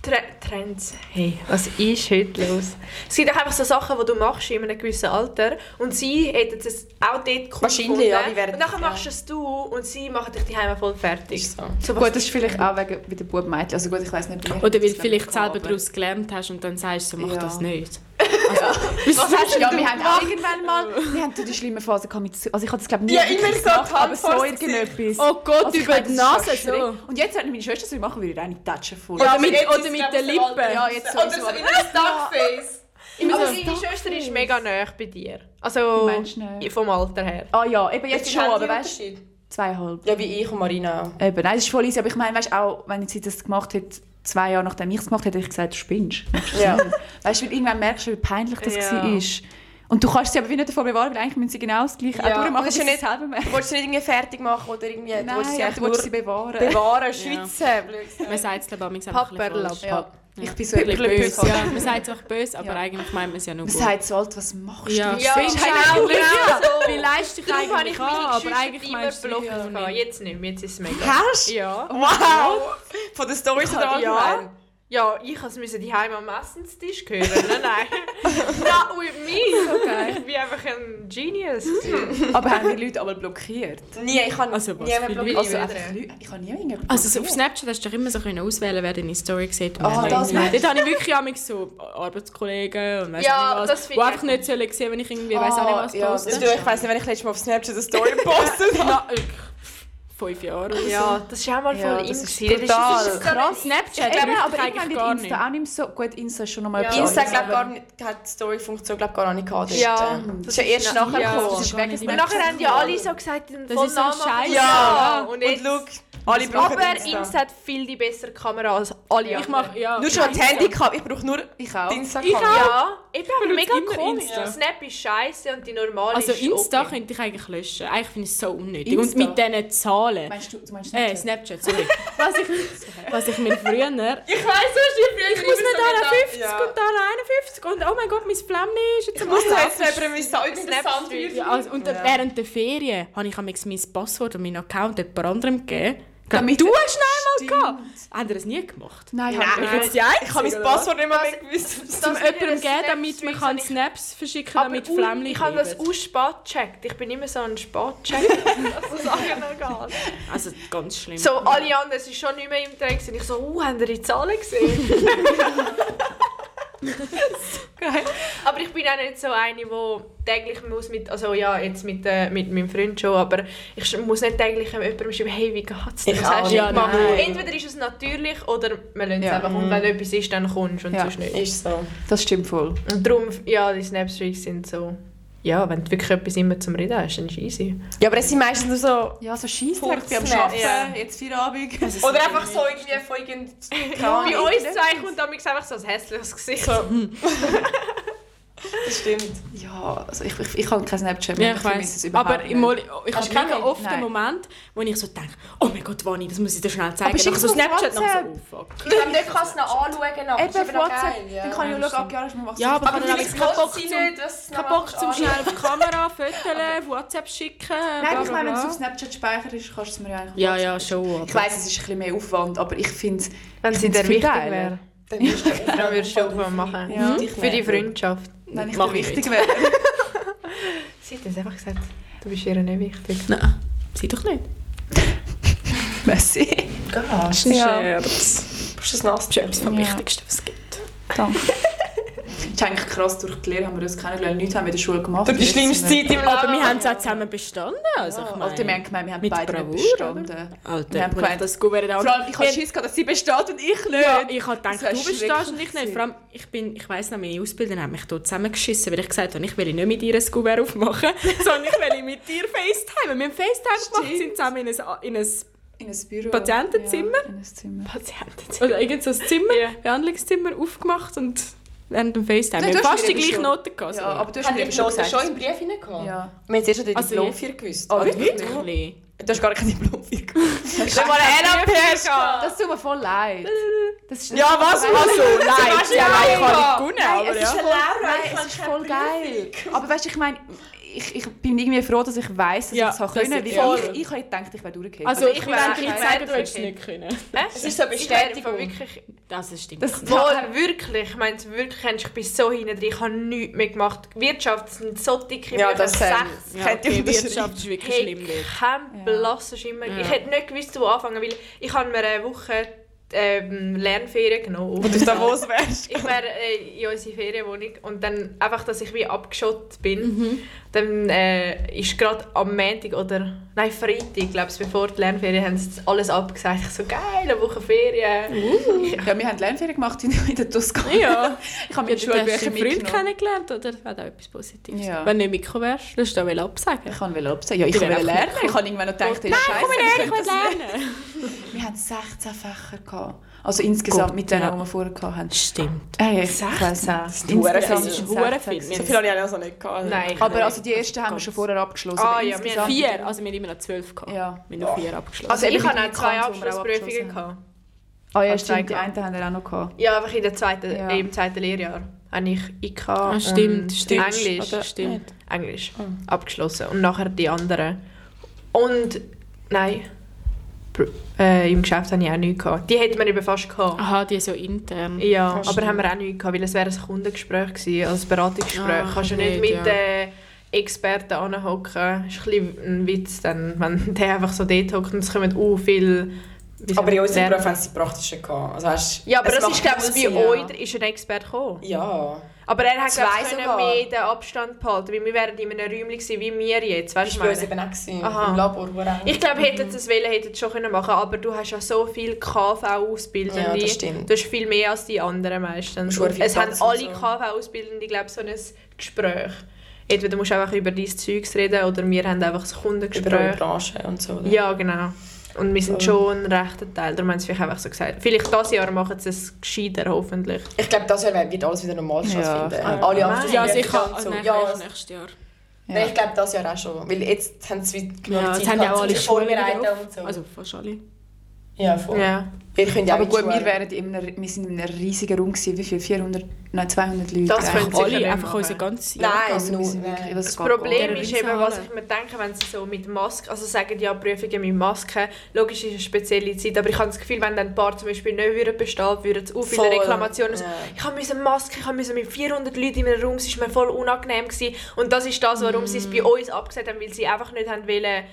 [SPEAKER 2] Tre Trends. Hey, was ist heute los? Es gibt doch einfach so Sachen, die du machst in einem gewissen Alter. Und sie hätten es auch dort cool
[SPEAKER 5] Wahrscheinlich,
[SPEAKER 2] gefunden.
[SPEAKER 5] ja, die werden-
[SPEAKER 2] Und dann
[SPEAKER 5] ja.
[SPEAKER 2] machst du es du und sie machen dich die Heime voll fertig.
[SPEAKER 5] Ist so.
[SPEAKER 2] So was-
[SPEAKER 3] Gut, das ist vielleicht auch wegen bei den Bubenmädchen. Also gut, ich weiß nicht, wie ich
[SPEAKER 4] Oder weil
[SPEAKER 3] das
[SPEAKER 4] du vielleicht
[SPEAKER 3] gehabt
[SPEAKER 4] selber
[SPEAKER 3] habe.
[SPEAKER 4] daraus gelernt hast und dann sagst du, mach
[SPEAKER 3] Ja.
[SPEAKER 4] das nicht.
[SPEAKER 3] Was hast du ja, wir haben auch irgendwann mal... Wir haben so die schlimme Phase gehabt mit... so- Also ich habe das glaube ich nie
[SPEAKER 5] Ja,
[SPEAKER 3] wirklich
[SPEAKER 5] immer so die Hand
[SPEAKER 3] aber
[SPEAKER 5] vor
[SPEAKER 3] so
[SPEAKER 5] das Gesicht.
[SPEAKER 3] irgendetwas.
[SPEAKER 4] Oh Gott,
[SPEAKER 3] Also ich
[SPEAKER 4] über
[SPEAKER 3] meine,
[SPEAKER 4] die
[SPEAKER 3] das ist
[SPEAKER 4] Nase.
[SPEAKER 3] schon
[SPEAKER 4] So.
[SPEAKER 3] schräg. Und jetzt, wenn meine Schwester das würde machen, würde ich eine Tatsche voll.
[SPEAKER 4] Ja,
[SPEAKER 5] aber
[SPEAKER 4] mit-
[SPEAKER 5] jetzt
[SPEAKER 4] oder
[SPEAKER 5] ist
[SPEAKER 4] mit
[SPEAKER 5] glaub
[SPEAKER 4] den
[SPEAKER 5] ich, so alt.
[SPEAKER 4] Lippen.
[SPEAKER 3] Ja, jetzt
[SPEAKER 5] Oder
[SPEAKER 3] sowieso.
[SPEAKER 5] so in einem Duckface.
[SPEAKER 2] Aber deine Schwester ist mega nah bei dir. Also
[SPEAKER 3] Wie meinst du nah?
[SPEAKER 2] vom Alter her.
[SPEAKER 3] Ah ja, eben jetzt schon, aber weißt du,
[SPEAKER 5] du?
[SPEAKER 3] zweieinhalb.
[SPEAKER 5] Ja, wie ich und Marina.
[SPEAKER 3] Eben, nein, das ist voll easy, aber ich meine, weißt auch, wenn sie das gemacht hat, zwei Jahre nachdem ich es gemacht habe, hätte ich gesagt, du spinnst.
[SPEAKER 5] Ja.
[SPEAKER 3] Weißt du, weil irgendwann merkst du, wie peinlich das
[SPEAKER 2] Ja.
[SPEAKER 3] war. Und du kannst sie aber wie nicht davor bewahren, weil eigentlich müssen sie genau das gleiche
[SPEAKER 5] Ja,
[SPEAKER 3] auch
[SPEAKER 5] und
[SPEAKER 3] durchmachen, bis
[SPEAKER 5] das ist
[SPEAKER 3] sie
[SPEAKER 5] ja
[SPEAKER 3] es selber merken.
[SPEAKER 5] Wolltest du nicht irgendwie fertig machen oder irgendwie... du
[SPEAKER 3] Nein,
[SPEAKER 5] wolltest
[SPEAKER 3] ja,
[SPEAKER 5] eigentlich
[SPEAKER 3] du willst sie
[SPEAKER 5] nur
[SPEAKER 3] bewahren.
[SPEAKER 5] bewahren, schützen. blöd gesagt.
[SPEAKER 4] Man sagt es, glaube ich, auch ein bisschen
[SPEAKER 2] Papperlapp.
[SPEAKER 4] falsch.
[SPEAKER 5] Ja.
[SPEAKER 3] Ich bin so
[SPEAKER 4] Ein bisschen
[SPEAKER 3] etwas
[SPEAKER 4] böse.
[SPEAKER 3] böse.
[SPEAKER 4] Ja, man sagt es auch böse, aber
[SPEAKER 3] Ja.
[SPEAKER 4] eigentlich meint man es ja nur
[SPEAKER 3] Man
[SPEAKER 4] gut.
[SPEAKER 3] sagt so alt, was machst du?
[SPEAKER 4] ja,
[SPEAKER 3] Du
[SPEAKER 2] Ja,
[SPEAKER 4] spinnst
[SPEAKER 2] genau,
[SPEAKER 4] eigentlich nicht.
[SPEAKER 2] genau so.
[SPEAKER 4] Wie leist dich
[SPEAKER 2] Darum habe
[SPEAKER 4] eigentlich
[SPEAKER 2] ich
[SPEAKER 4] an,
[SPEAKER 2] meine
[SPEAKER 4] aber
[SPEAKER 2] Geschwister
[SPEAKER 4] eigentlich
[SPEAKER 2] immer
[SPEAKER 4] meinst du es ja
[SPEAKER 2] bluffen.
[SPEAKER 4] nicht.
[SPEAKER 2] Jetzt nicht, mehr, jetzt ist es mega.
[SPEAKER 5] Hast du?
[SPEAKER 2] Ja.
[SPEAKER 5] Wow! Von den Stories oder
[SPEAKER 2] Ja.
[SPEAKER 5] allgemein?
[SPEAKER 2] Ja, ich musste die Heim am Essenstisch hören. ne? Nein, nein. Not with me.
[SPEAKER 3] Okay.
[SPEAKER 2] Ich bin einfach ein Genius.
[SPEAKER 3] aber haben die Leute aber blockiert?
[SPEAKER 5] Nie, ich kann
[SPEAKER 4] Also was,
[SPEAKER 5] niemanden
[SPEAKER 4] wie
[SPEAKER 2] Also,
[SPEAKER 5] blockieren. Also,
[SPEAKER 2] einfach
[SPEAKER 3] Leute- Ich habe nie irgendjemanden
[SPEAKER 4] Also so auf
[SPEAKER 3] blockiert.
[SPEAKER 4] Snapchat hast du doch immer so können auswählen, wer deine Story sieht und
[SPEAKER 3] Ah,
[SPEAKER 4] wer nicht.
[SPEAKER 3] das meinst du?
[SPEAKER 4] Dort habe ich wirklich auch so Arbeitskollegen und weiss
[SPEAKER 2] Ja,
[SPEAKER 4] nicht was,
[SPEAKER 2] das
[SPEAKER 4] die
[SPEAKER 2] finde ich
[SPEAKER 4] einfach nicht sollen sehen, wenn ich irgendwie weiss auch
[SPEAKER 3] Ah,
[SPEAKER 4] nicht was
[SPEAKER 3] ja,
[SPEAKER 4] poste.
[SPEAKER 5] das tue ich ich weiss nicht, wenn ich letztes Mal auf Snapchat eine Story gepostet habe.
[SPEAKER 4] Ja, ich- fünf Jahre oder
[SPEAKER 2] Ja, das ist auch mal voll
[SPEAKER 5] Ja,
[SPEAKER 2] in.
[SPEAKER 5] das ist
[SPEAKER 2] gewesen.
[SPEAKER 5] brutal.
[SPEAKER 2] Das ist- das ist so
[SPEAKER 4] so.
[SPEAKER 2] krass.
[SPEAKER 4] Snapchat
[SPEAKER 3] Eben,
[SPEAKER 4] brauche
[SPEAKER 3] aber
[SPEAKER 4] ich
[SPEAKER 3] irgendwann
[SPEAKER 4] eigentlich
[SPEAKER 3] wird
[SPEAKER 4] gar
[SPEAKER 3] Insta
[SPEAKER 4] nicht.
[SPEAKER 3] auch nicht mehr so... Gut, Insta ist schon nochmal
[SPEAKER 2] Ja.
[SPEAKER 3] etwas
[SPEAKER 5] Insta,
[SPEAKER 3] anderes,
[SPEAKER 5] glaube
[SPEAKER 3] aber-
[SPEAKER 5] gar nicht, hat die Story-Funktion glaub, gar nicht gehabt. dort.
[SPEAKER 2] Ja.
[SPEAKER 5] Ähm, Das ist ja erst nachher
[SPEAKER 2] Ja.
[SPEAKER 5] gekommen.
[SPEAKER 4] Das ist
[SPEAKER 5] wegen
[SPEAKER 4] gar nicht
[SPEAKER 2] Und
[SPEAKER 5] Snapchat.
[SPEAKER 2] nachher haben ja alle so gesagt,
[SPEAKER 4] Das ist so scheiße.
[SPEAKER 5] Ja,
[SPEAKER 2] Und
[SPEAKER 5] und,
[SPEAKER 2] jetzt...
[SPEAKER 5] schau, alle brauchen
[SPEAKER 2] aber
[SPEAKER 5] Insta.
[SPEAKER 2] Insta hat viel die bessere Kamera als alle
[SPEAKER 4] Ich mache, ja.
[SPEAKER 5] Nur schon die Handykamera, ich brauche nur die
[SPEAKER 3] Ich auch.
[SPEAKER 5] Insta-Kamera.
[SPEAKER 2] Ja, ich bin aber
[SPEAKER 4] benutze
[SPEAKER 2] mega
[SPEAKER 4] immer
[SPEAKER 2] komisch.
[SPEAKER 4] Insta.
[SPEAKER 2] Snap ist scheiße und die normale
[SPEAKER 4] Also
[SPEAKER 2] ist
[SPEAKER 4] Insta
[SPEAKER 2] okay.
[SPEAKER 4] könnte ich eigentlich löschen. Eigentlich finde ich es so unnötig. Und
[SPEAKER 3] Insta?
[SPEAKER 4] mit diesen Zahlen.
[SPEAKER 3] Meinst du, du meinst
[SPEAKER 4] Äh, Snapchat,
[SPEAKER 3] Snapchat?
[SPEAKER 4] sorry. was, ich, was ich mir früher...
[SPEAKER 5] Ich weiss, was ich früher
[SPEAKER 4] Ich muss nicht alle 50
[SPEAKER 5] ja.
[SPEAKER 4] und alle 51 und oh mein Gott, mein Flämmchen ist jetzt
[SPEAKER 5] Ich
[SPEAKER 4] am
[SPEAKER 5] muss
[SPEAKER 4] Abfallen.
[SPEAKER 5] jetzt nicht über mein Snapchat.
[SPEAKER 4] Ja, also, und dann während der Ferien habe ich amigs mein Passwort und meinen Account jemand anderem gegeben.
[SPEAKER 3] Damit-
[SPEAKER 4] du hast es
[SPEAKER 3] Stimmt.
[SPEAKER 4] noch einmal gehabt. Haben wir es nie gemacht?
[SPEAKER 3] Nein,
[SPEAKER 2] Nein.
[SPEAKER 3] habe ich
[SPEAKER 4] Ich
[SPEAKER 3] nicht.
[SPEAKER 4] bin jetzt die Einzige,
[SPEAKER 5] Ich habe mein
[SPEAKER 4] oder
[SPEAKER 5] Passwort nicht mehr
[SPEAKER 2] Das-
[SPEAKER 5] mehr gewusst.
[SPEAKER 4] was? Zum jemandem geben, damit man kann Snaps verschicken kann, damit
[SPEAKER 2] damit
[SPEAKER 4] die Flämmchen
[SPEAKER 2] uh, Ich habe das
[SPEAKER 4] bleiben.
[SPEAKER 2] auch spät gecheckt. Ich bin immer so ein Spät-Checker, dass das auch geht.
[SPEAKER 4] Also ganz schlimm.
[SPEAKER 2] So, alle anderen, es war schon nicht mehr im Train. gewesen. Ich so, uh, haben ihr die Zahlen gesehen?
[SPEAKER 4] geil.
[SPEAKER 2] aber ich bin auch nicht so eine, die täglich muss mit, also ja, jetzt mit, äh, mit meinem Freund schon, aber ich sch- muss nicht täglich jemandem schreiben, hey, wie geht's dir?
[SPEAKER 5] Ich
[SPEAKER 2] Was hast
[SPEAKER 5] auch
[SPEAKER 2] du
[SPEAKER 4] nicht.
[SPEAKER 2] gemacht?
[SPEAKER 4] Ja, nein.
[SPEAKER 2] Entweder ist es natürlich oder man lässt es
[SPEAKER 3] Ja.
[SPEAKER 2] einfach und wenn etwas ist, dann kommst du und
[SPEAKER 3] Ja.
[SPEAKER 2] sonst nicht.
[SPEAKER 5] Ist so.
[SPEAKER 3] Das stimmt voll.
[SPEAKER 2] Und darum, ja, die Snapstreaks sind so, ja, wenn du wirklich etwas immer zum Reden hast, dann ist es easy.
[SPEAKER 5] Ja, aber es sind meistens nur so...
[SPEAKER 3] Ja, so scheiße.
[SPEAKER 5] Kurz
[SPEAKER 3] Ich bin am
[SPEAKER 5] Snaps.
[SPEAKER 3] Arbeiten, Also,
[SPEAKER 2] Ja.
[SPEAKER 3] jetzt Feierabend.
[SPEAKER 5] Oder einfach so irgendwie folgend...
[SPEAKER 2] Bei uns zeichnet und damit einfach so ein hässliches Gesicht.
[SPEAKER 5] Das stimmt.
[SPEAKER 3] Ja, also ich, ich, ich habe kein Snapchat mehr.
[SPEAKER 4] Ja, ich
[SPEAKER 3] vermisse es
[SPEAKER 4] weiß.
[SPEAKER 3] überhaupt
[SPEAKER 4] Aber
[SPEAKER 3] nicht.
[SPEAKER 4] ich, mal, ich
[SPEAKER 3] Hast
[SPEAKER 4] habe
[SPEAKER 3] du keine?
[SPEAKER 4] mega oft
[SPEAKER 3] Nein.
[SPEAKER 4] den Moment, wo ich so denke, oh mein Gott, Vani, das muss ich dir schnell zeigen.
[SPEAKER 3] Aber
[SPEAKER 4] ich
[SPEAKER 3] schick's
[SPEAKER 4] so
[SPEAKER 3] auf
[SPEAKER 4] Snapchat
[SPEAKER 3] WhatsApp.
[SPEAKER 4] noch so, oh fuck.
[SPEAKER 5] Ich kann es noch anschauen. aber
[SPEAKER 3] Eben
[SPEAKER 5] das ist
[SPEAKER 3] auf
[SPEAKER 5] eben noch
[SPEAKER 3] WhatsApp,
[SPEAKER 5] geil, ja.
[SPEAKER 3] dann kann ich auch
[SPEAKER 4] Ja,
[SPEAKER 3] schauen, ab, ja, muss
[SPEAKER 4] Ja, aber
[SPEAKER 5] Aber
[SPEAKER 4] kann ich
[SPEAKER 5] vielleicht
[SPEAKER 4] keinen Bock
[SPEAKER 5] kotzt sie
[SPEAKER 4] zum,
[SPEAKER 5] nicht, dass es
[SPEAKER 4] keinen
[SPEAKER 5] noch
[SPEAKER 4] Bock zum
[SPEAKER 5] anschauen.
[SPEAKER 4] schnell auf die Kamera, Fotos, WhatsApp schicken,
[SPEAKER 3] Nein,
[SPEAKER 4] bla,
[SPEAKER 3] ich
[SPEAKER 4] bla,
[SPEAKER 3] meine, wenn es
[SPEAKER 4] bla.
[SPEAKER 3] auf Snapchat gespeichert ist, kannst du es mir ja eigentlich...
[SPEAKER 4] Ja, ja, schon.
[SPEAKER 3] Ich
[SPEAKER 4] aber-
[SPEAKER 3] weiss, es ist ein bisschen mehr Aufwand, aber ich finde es...
[SPEAKER 2] Wenn sie
[SPEAKER 3] find's
[SPEAKER 2] dir
[SPEAKER 3] viel
[SPEAKER 2] wichtig
[SPEAKER 3] geiler.
[SPEAKER 2] wäre.
[SPEAKER 5] Dann ist es
[SPEAKER 2] Dann würdest du auch machen. Mhm.
[SPEAKER 3] Ja.
[SPEAKER 2] Für die Freundschaft.
[SPEAKER 3] Wenn ich
[SPEAKER 4] Mach
[SPEAKER 3] dir
[SPEAKER 4] ich
[SPEAKER 3] wichtig wäre.
[SPEAKER 2] Sie hat das einfach gesagt. Du bist ihr nicht wichtig.
[SPEAKER 4] Nein, sei doch nicht.
[SPEAKER 3] Merci.
[SPEAKER 5] Gosh.
[SPEAKER 3] Ja.
[SPEAKER 4] Scherz.
[SPEAKER 5] Brauchst du ein
[SPEAKER 4] Das
[SPEAKER 5] nasses
[SPEAKER 4] ist etwas vom
[SPEAKER 3] Ja.
[SPEAKER 4] Wichtigsten, was es gibt.
[SPEAKER 3] Danke. Das ist eigentlich krass, durch die Lehre haben wir uns kennengelernt, nichts haben wir in der Schule gemacht.
[SPEAKER 5] Durch die
[SPEAKER 3] Jetzt sind
[SPEAKER 5] schlimmste
[SPEAKER 3] wir-
[SPEAKER 5] Zeit im Leben.
[SPEAKER 4] Aber wir haben es auch zusammen bestanden. Also, ich meine,
[SPEAKER 3] Alter, wir haben gemeint, wir haben
[SPEAKER 4] mit
[SPEAKER 3] beide
[SPEAKER 4] Bravour,
[SPEAKER 3] nicht bestanden.
[SPEAKER 4] Alter,
[SPEAKER 3] wir haben
[SPEAKER 4] wenn
[SPEAKER 3] gemeint-
[SPEAKER 4] das Gouverneur...
[SPEAKER 3] Vor allem, ich
[SPEAKER 4] Wir-
[SPEAKER 3] habe Schiss gehabt, dass sie besteht und ich nicht.
[SPEAKER 4] Ja, ich habe gedacht,
[SPEAKER 3] Das wär
[SPEAKER 4] du bist
[SPEAKER 3] schrecklich
[SPEAKER 4] das und ich nicht. Vor allem, ich, bin, ich weiss noch, meine Ausbilder haben mich hier zusammengeschissen, weil ich gesagt habe, ich will nicht mit dir ein Gouverneur aufmachen, sondern ich will mit dir FaceTime. Wir haben FaceTime gemacht,
[SPEAKER 3] Stimmt.
[SPEAKER 4] sind zusammen in ein, in ein
[SPEAKER 3] In ein Büro.
[SPEAKER 4] Patientenzimmer?
[SPEAKER 3] Ja, in ein Zimmer.
[SPEAKER 2] Patienten.
[SPEAKER 4] oder irgend so ein Zimmer,
[SPEAKER 2] Ja.
[SPEAKER 4] Behandlungszimmer aufgemacht und haben den FaceTime.
[SPEAKER 3] Nein,
[SPEAKER 4] wir
[SPEAKER 3] du
[SPEAKER 4] haben
[SPEAKER 3] hast
[SPEAKER 4] fast die
[SPEAKER 3] mir
[SPEAKER 4] gleiche
[SPEAKER 3] schon-
[SPEAKER 4] Note gehabt.
[SPEAKER 3] Ja,
[SPEAKER 4] sogar.
[SPEAKER 3] aber du hast
[SPEAKER 5] Haben
[SPEAKER 3] mir
[SPEAKER 5] die
[SPEAKER 3] eben schon
[SPEAKER 5] Noten
[SPEAKER 3] gesagt.
[SPEAKER 5] schon im Brief hineingehauen?
[SPEAKER 3] Ja.
[SPEAKER 5] Wir haben jetzt schon den
[SPEAKER 4] Also,
[SPEAKER 5] Diplom
[SPEAKER 4] ja.
[SPEAKER 5] 4 gewusst.
[SPEAKER 4] Ah,
[SPEAKER 5] Aber
[SPEAKER 4] wirklich?
[SPEAKER 5] Du hast gar kein Diplom 4 gewusst.
[SPEAKER 3] Das,
[SPEAKER 5] Schon mal eine NAPS
[SPEAKER 2] Ah.
[SPEAKER 3] das tut mir voll leid. Das ist
[SPEAKER 4] Ja, was?
[SPEAKER 3] Nein,
[SPEAKER 4] Also, nein,
[SPEAKER 5] hast
[SPEAKER 4] sie haben
[SPEAKER 5] ja
[SPEAKER 4] eigentlich
[SPEAKER 5] genau, ja.
[SPEAKER 4] gar nicht gewonnen,
[SPEAKER 3] Nein,
[SPEAKER 4] aber
[SPEAKER 3] es ist
[SPEAKER 4] ja.
[SPEAKER 3] voll, nein, es ist voll geil. Aber weißt du, ich meine, ich, ich bin irgendwie froh, dass ich weiss, dass
[SPEAKER 4] Ja,
[SPEAKER 3] ich es
[SPEAKER 4] das
[SPEAKER 3] können
[SPEAKER 4] ist
[SPEAKER 3] weil
[SPEAKER 4] voll.
[SPEAKER 3] Ich, ich hätte gedacht, ich wäre durchgefallen.
[SPEAKER 4] Also,
[SPEAKER 2] ich
[SPEAKER 4] ich
[SPEAKER 2] wär-
[SPEAKER 4] würde nicht
[SPEAKER 2] ich wär
[SPEAKER 4] sagen, du hättest
[SPEAKER 2] wirklich-
[SPEAKER 4] nicht können.
[SPEAKER 2] Es
[SPEAKER 5] ist so eine Bestätigung.
[SPEAKER 2] Wirklich,
[SPEAKER 4] Das ist stimmt.
[SPEAKER 3] Das-
[SPEAKER 2] wohl, wirklich. Ich meine, es wirklich, ernst, ich bin so hinten drin, ich habe nichts mehr gemacht. Wirtschaft sind so dicke
[SPEAKER 5] Ja,
[SPEAKER 2] Bücher,
[SPEAKER 5] das, ähm,
[SPEAKER 2] sechs.
[SPEAKER 4] ja,
[SPEAKER 5] Hätte ich
[SPEAKER 4] okay,
[SPEAKER 5] unterschrieben.
[SPEAKER 4] Wirtschaft ist wirklich schlimm.
[SPEAKER 2] Hey, kein
[SPEAKER 3] Ja.
[SPEAKER 2] blasser Schimmer.
[SPEAKER 4] Ja.
[SPEAKER 2] Ich hätte nicht gewusst, wo anfangen, weil ich habe mir eine Woche ähm, Lernferien genommen.
[SPEAKER 5] Wenn du Davos wärst.
[SPEAKER 2] Ich wäre äh, in unsere Ferienwohnung und dann einfach, dass ich wie abgeschottet bin.
[SPEAKER 3] Mhm.
[SPEAKER 2] Dann äh, ist gerade am Montag oder, nein, Freitag, glaube ich, bevor die Lernferien, haben sie jetzt alles abgesagt. Ich so, geil, eine Woche Ferien.
[SPEAKER 3] Uh. ja, wir haben Lernferien gemacht in, in der Toskana.
[SPEAKER 4] Ja.
[SPEAKER 3] Ich habe
[SPEAKER 4] Ja,
[SPEAKER 3] meine
[SPEAKER 4] du hast deinen
[SPEAKER 3] Schulbücher
[SPEAKER 4] Freund
[SPEAKER 3] mitgenommen.
[SPEAKER 4] kennengelernt, oder? Das wäre auch etwas Positives.
[SPEAKER 3] Ja.
[SPEAKER 4] Wenn du nicht mitgekommen wärst, würdest du auch absagen.
[SPEAKER 3] Ich kann will absagen. Ja, ich
[SPEAKER 4] Die
[SPEAKER 3] will
[SPEAKER 4] wäre auch
[SPEAKER 3] lernen. Ich habe irgendwann noch gedacht, Nein, Scheiße,
[SPEAKER 4] lernen.
[SPEAKER 3] Wir haben 16 Fächer gehabt. Also insgesamt
[SPEAKER 4] Gut,
[SPEAKER 3] mit denen,
[SPEAKER 4] ja.
[SPEAKER 3] die wir vorher gehabt haben.
[SPEAKER 4] Stimmt.
[SPEAKER 3] Hey, ich
[SPEAKER 2] Sechzehn?
[SPEAKER 3] weiss auch. Das
[SPEAKER 5] ist verdammt
[SPEAKER 3] insgesamt
[SPEAKER 4] Verdammt viel.
[SPEAKER 3] sind 16
[SPEAKER 5] viel. So
[SPEAKER 3] gewesen.
[SPEAKER 5] viel habe ich auch noch nicht gehabt.
[SPEAKER 2] Nein, ich
[SPEAKER 3] Aber
[SPEAKER 2] nicht.
[SPEAKER 3] also die ersten haben wir schon vorher abgeschlossen.
[SPEAKER 2] Ah,
[SPEAKER 3] aber
[SPEAKER 2] ja, wir
[SPEAKER 3] insgesamt-
[SPEAKER 4] Vier, also wir haben immer noch zwölf gehabt.
[SPEAKER 3] Ja.
[SPEAKER 4] Wir haben noch vier abgeschlossen.
[SPEAKER 2] also
[SPEAKER 3] eben
[SPEAKER 2] ich
[SPEAKER 3] mit
[SPEAKER 2] hatte auch
[SPEAKER 3] den
[SPEAKER 2] zwei
[SPEAKER 3] Kanten, die wir auch
[SPEAKER 2] Abschlussprüfungen.
[SPEAKER 3] abgeschlossen
[SPEAKER 2] Gehabt.
[SPEAKER 3] Ah ja,
[SPEAKER 2] Hast du
[SPEAKER 3] stimmt, die
[SPEAKER 2] einen
[SPEAKER 3] einen haben wir auch noch gehabt.
[SPEAKER 2] Ja, einfach in der zweiten,
[SPEAKER 3] Ja.
[SPEAKER 2] im zweiten Lehrjahr habe ich IK
[SPEAKER 4] Ah,
[SPEAKER 2] und
[SPEAKER 4] stimmt, stimmt.
[SPEAKER 2] ähm, Englisch,
[SPEAKER 4] Oder- Stimmt.
[SPEAKER 2] Englisch
[SPEAKER 3] Ah.
[SPEAKER 2] abgeschlossen und nachher die anderen. Und, nein, Pr- äh, im Geschäft hatte ich auch nichts. Gehabt. Die hätten wir eben fast gehabt.
[SPEAKER 4] Aha, die so intern.
[SPEAKER 5] Mhm.
[SPEAKER 2] Ja,
[SPEAKER 5] Fast
[SPEAKER 2] aber haben wir auch nichts gehabt, weil es wäre ein Kundengespräch gewesen, also ein Beratungsgespräch.
[SPEAKER 4] Ah,
[SPEAKER 2] Kannst du
[SPEAKER 4] nicht,
[SPEAKER 2] nicht mit
[SPEAKER 4] ja.
[SPEAKER 2] äh, Experten anhocken. Ist ein bisschen ein Witz, dann, wenn der einfach so dort hockt und es kommen auch viele... wie
[SPEAKER 5] Aber
[SPEAKER 2] sagen
[SPEAKER 5] in
[SPEAKER 2] wir,
[SPEAKER 5] unserem
[SPEAKER 2] Lehrer-
[SPEAKER 5] Beruf haben sie praktisch schon gehabt. Also hast,
[SPEAKER 2] Ja, aber
[SPEAKER 5] es
[SPEAKER 2] das
[SPEAKER 5] macht
[SPEAKER 2] ist, glaube ich, bei
[SPEAKER 5] Sinn.
[SPEAKER 2] euch dr- ist ein Experte gekommen.
[SPEAKER 5] Ja.
[SPEAKER 2] Aber er hat,
[SPEAKER 5] Zwei
[SPEAKER 2] glaube ich, können
[SPEAKER 5] sogar.
[SPEAKER 2] mehr den Abstand behalten, weil wir wären in einem Räumchen gewesen, wie wir jetzt, weißt
[SPEAKER 5] Also Ich
[SPEAKER 2] du,
[SPEAKER 5] war bei
[SPEAKER 2] was
[SPEAKER 5] uns
[SPEAKER 2] ich meine?
[SPEAKER 5] eben auch gewesen,
[SPEAKER 2] Aha.
[SPEAKER 5] im Labor. wo er-
[SPEAKER 2] Ich glaube, hättet ihr es wollen, hättet ihr es schon können machen aber du hast ja so viel KV-Ausbildende.
[SPEAKER 5] Ja, das stimmt.
[SPEAKER 2] Du hast viel mehr als die anderen meistens.
[SPEAKER 5] Schon
[SPEAKER 2] Und
[SPEAKER 5] viel
[SPEAKER 2] Es haben
[SPEAKER 5] Platz und
[SPEAKER 2] alle
[SPEAKER 5] so.
[SPEAKER 2] KV-Ausbildende, glaube ich, so ein Gespräch. Entweder musst du einfach über dein Zeugs reden oder wir haben einfach das
[SPEAKER 5] Über eure
[SPEAKER 2] Kundengespräch.
[SPEAKER 5] Branche und so. Oder?
[SPEAKER 2] Ja, genau. Und wir sind
[SPEAKER 5] Voll.
[SPEAKER 2] schon ein rechter Teil, darum haben sie vielleicht einfach so gesagt. Vielleicht dieses Jahr machen sie es gescheiter, hoffentlich.
[SPEAKER 5] Ich glaube, das Jahr wird alles wieder normal stattfinden.
[SPEAKER 3] Ja,
[SPEAKER 5] Alle anderen
[SPEAKER 4] Ah, Ja,
[SPEAKER 5] sind
[SPEAKER 4] sicher.
[SPEAKER 5] und
[SPEAKER 4] Also,
[SPEAKER 5] so.
[SPEAKER 4] nein,
[SPEAKER 5] Ja,
[SPEAKER 4] erst nächstes Jahr. Genau,
[SPEAKER 5] nein, ich glaube, das Jahr auch schon. Weil jetzt haben sie wieder genug
[SPEAKER 4] Ja,
[SPEAKER 5] Zeit
[SPEAKER 4] jetzt haben ja
[SPEAKER 5] gehabt,
[SPEAKER 4] auch
[SPEAKER 5] um
[SPEAKER 4] alle
[SPEAKER 5] sich
[SPEAKER 4] Schulen Also,
[SPEAKER 5] vorbereiten
[SPEAKER 4] wieder auf.
[SPEAKER 5] und so.
[SPEAKER 4] Also fast alle.
[SPEAKER 5] Ja, voll.
[SPEAKER 2] Ja.
[SPEAKER 5] Ihr könnt ja
[SPEAKER 3] Aber
[SPEAKER 5] auch
[SPEAKER 3] gut,
[SPEAKER 5] mitschwören.
[SPEAKER 3] wir, wären in einem, wir sind in einem riesigen Raum gewesen, wie viel? 400, nein 200 Leute. Äh,
[SPEAKER 2] Das
[SPEAKER 3] Echt?
[SPEAKER 2] können sie
[SPEAKER 4] Alle,
[SPEAKER 2] sicher
[SPEAKER 4] einfach
[SPEAKER 2] machen.
[SPEAKER 4] unser ganzes
[SPEAKER 5] Nein.
[SPEAKER 4] Jahr.
[SPEAKER 3] Also, wir sind
[SPEAKER 5] nein.
[SPEAKER 3] wirklich- das
[SPEAKER 2] Das
[SPEAKER 3] geht
[SPEAKER 2] Problem
[SPEAKER 4] gar nicht.
[SPEAKER 2] ist
[SPEAKER 4] Der
[SPEAKER 2] eben, was
[SPEAKER 4] Riesenhalle.
[SPEAKER 2] ich mir denke, wenn sie so mit Maske, also sagen ja Prüfungen mit Maske, logisch ist es eine spezielle Zeit, aber ich habe das Gefühl, wenn dann ein paar zum Beispiel nicht würden bestehen, würden es auch viele
[SPEAKER 5] Voll,
[SPEAKER 2] Reklamationen sein.
[SPEAKER 5] ja.
[SPEAKER 2] Ich habe eine Maske, ich habe mit 400 Leuten in einem Raum, es war mir voll unangenehm gewesen. und das ist das, warum sie es
[SPEAKER 5] Mm.
[SPEAKER 2] bei uns abgesagt haben, weil sie einfach nicht haben wollen,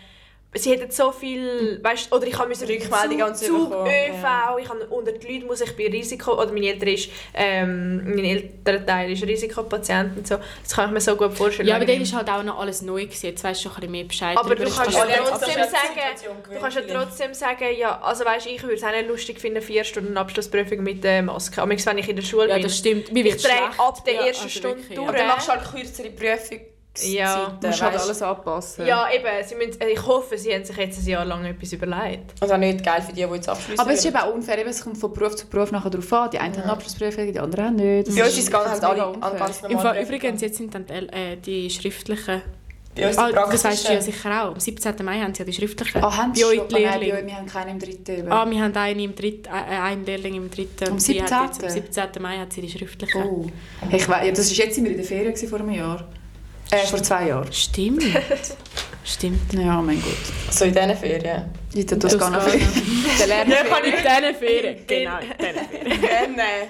[SPEAKER 2] Sie hätten so viel, weißt, oder ich habe müssen
[SPEAKER 5] Rückmeldungen und so
[SPEAKER 2] Zug,
[SPEAKER 5] bekommen,
[SPEAKER 2] ÖV, ich habe unter die Leute muss ich bei Risiko, oder meine Eltern ist, ähm, mein älterer Teil ist Risikopatient und so. Das kann ich mir so gut vorstellen.
[SPEAKER 4] Ja, aber
[SPEAKER 2] Wenn
[SPEAKER 4] dann ist halt auch noch alles neu gewesen. Jetzt weißt du schon ein bisschen mehr Bescheid.
[SPEAKER 2] aber du
[SPEAKER 4] darüber.
[SPEAKER 2] kannst
[SPEAKER 4] Das
[SPEAKER 2] ja
[SPEAKER 5] schon
[SPEAKER 4] ist-
[SPEAKER 5] jetzt
[SPEAKER 2] trotzdem
[SPEAKER 5] an die
[SPEAKER 2] sagen,
[SPEAKER 5] Situation
[SPEAKER 2] du kannst ja
[SPEAKER 5] gewöhnt,
[SPEAKER 2] trotzdem sagen, ja, also weißt, ich würde es auch nicht lustig finden, vier Stunden Abschlussprüfung mit der Maske. Aber wenn ich in der Schule
[SPEAKER 4] Ja,
[SPEAKER 2] bin,
[SPEAKER 4] das stimmt. Mir
[SPEAKER 2] ich
[SPEAKER 4] wird's
[SPEAKER 2] drehe
[SPEAKER 4] schlecht.
[SPEAKER 2] ab der
[SPEAKER 4] Ja,
[SPEAKER 2] ersten
[SPEAKER 4] also
[SPEAKER 2] Stunde
[SPEAKER 4] wirklich, ja.
[SPEAKER 2] durch.
[SPEAKER 5] Aber dann machst du halt kürzere Prüfungszeiten.
[SPEAKER 2] Ja.
[SPEAKER 3] Du musst halt
[SPEAKER 5] weisst.
[SPEAKER 3] alles anpassen.
[SPEAKER 2] ja, eben, sie müssen, äh, ich hoffe, sie haben sich jetzt ein Jahr lang etwas überlegt.
[SPEAKER 5] Und auch nicht geil für die, die jetzt abschließen.
[SPEAKER 3] Aber es ist eben auch unfair, eben, es kommt von Beruf zu Beruf nachher drauf an. Die einen haben Abschlussprüfungen, die anderen haben nicht. Das
[SPEAKER 5] Bei uns
[SPEAKER 3] ist-
[SPEAKER 5] ist es gegangen,
[SPEAKER 3] das
[SPEAKER 5] haben
[SPEAKER 3] ist
[SPEAKER 5] alle
[SPEAKER 3] mega
[SPEAKER 5] an
[SPEAKER 3] unfair.
[SPEAKER 5] ganz
[SPEAKER 4] Im
[SPEAKER 5] normalen
[SPEAKER 4] Fall,
[SPEAKER 5] Weg
[SPEAKER 4] übrigens, jetzt sind dann die, L- äh, die schriftlichen.
[SPEAKER 5] Bei uns die
[SPEAKER 4] Ah, das
[SPEAKER 5] praktischen.
[SPEAKER 4] weißt du ja sicher auch. Am 17. Mai haben sie ja die schriftlichen.
[SPEAKER 3] Ah, haben
[SPEAKER 4] bei euch die
[SPEAKER 3] schon? Ah, nein, bei
[SPEAKER 4] Lehrlinge.
[SPEAKER 3] euch, wir haben keinen im dritten. eben.
[SPEAKER 4] Ah, wir haben einen, im dritten, äh, einen Lehrling im dritten.
[SPEAKER 3] Am
[SPEAKER 4] und sie hat jetzt
[SPEAKER 3] 17.?
[SPEAKER 4] Am 17. Mai hat sie die schriftlichen.
[SPEAKER 3] Oh. Ich weiß, ja, das ist jetzt sind wir in der Ferien gewesen, vor einem Jahr. Äh, vor zwei Jahren.
[SPEAKER 4] Stimmt. Stimmt.
[SPEAKER 3] Ja, mein Gott.
[SPEAKER 5] So in diesen Ferien.
[SPEAKER 3] Ich tue das gar nicht.
[SPEAKER 4] Der Lehrer. Ja, kann ich diesen Ferien. Genau, in diesen Ferien. äh,
[SPEAKER 5] Rennen.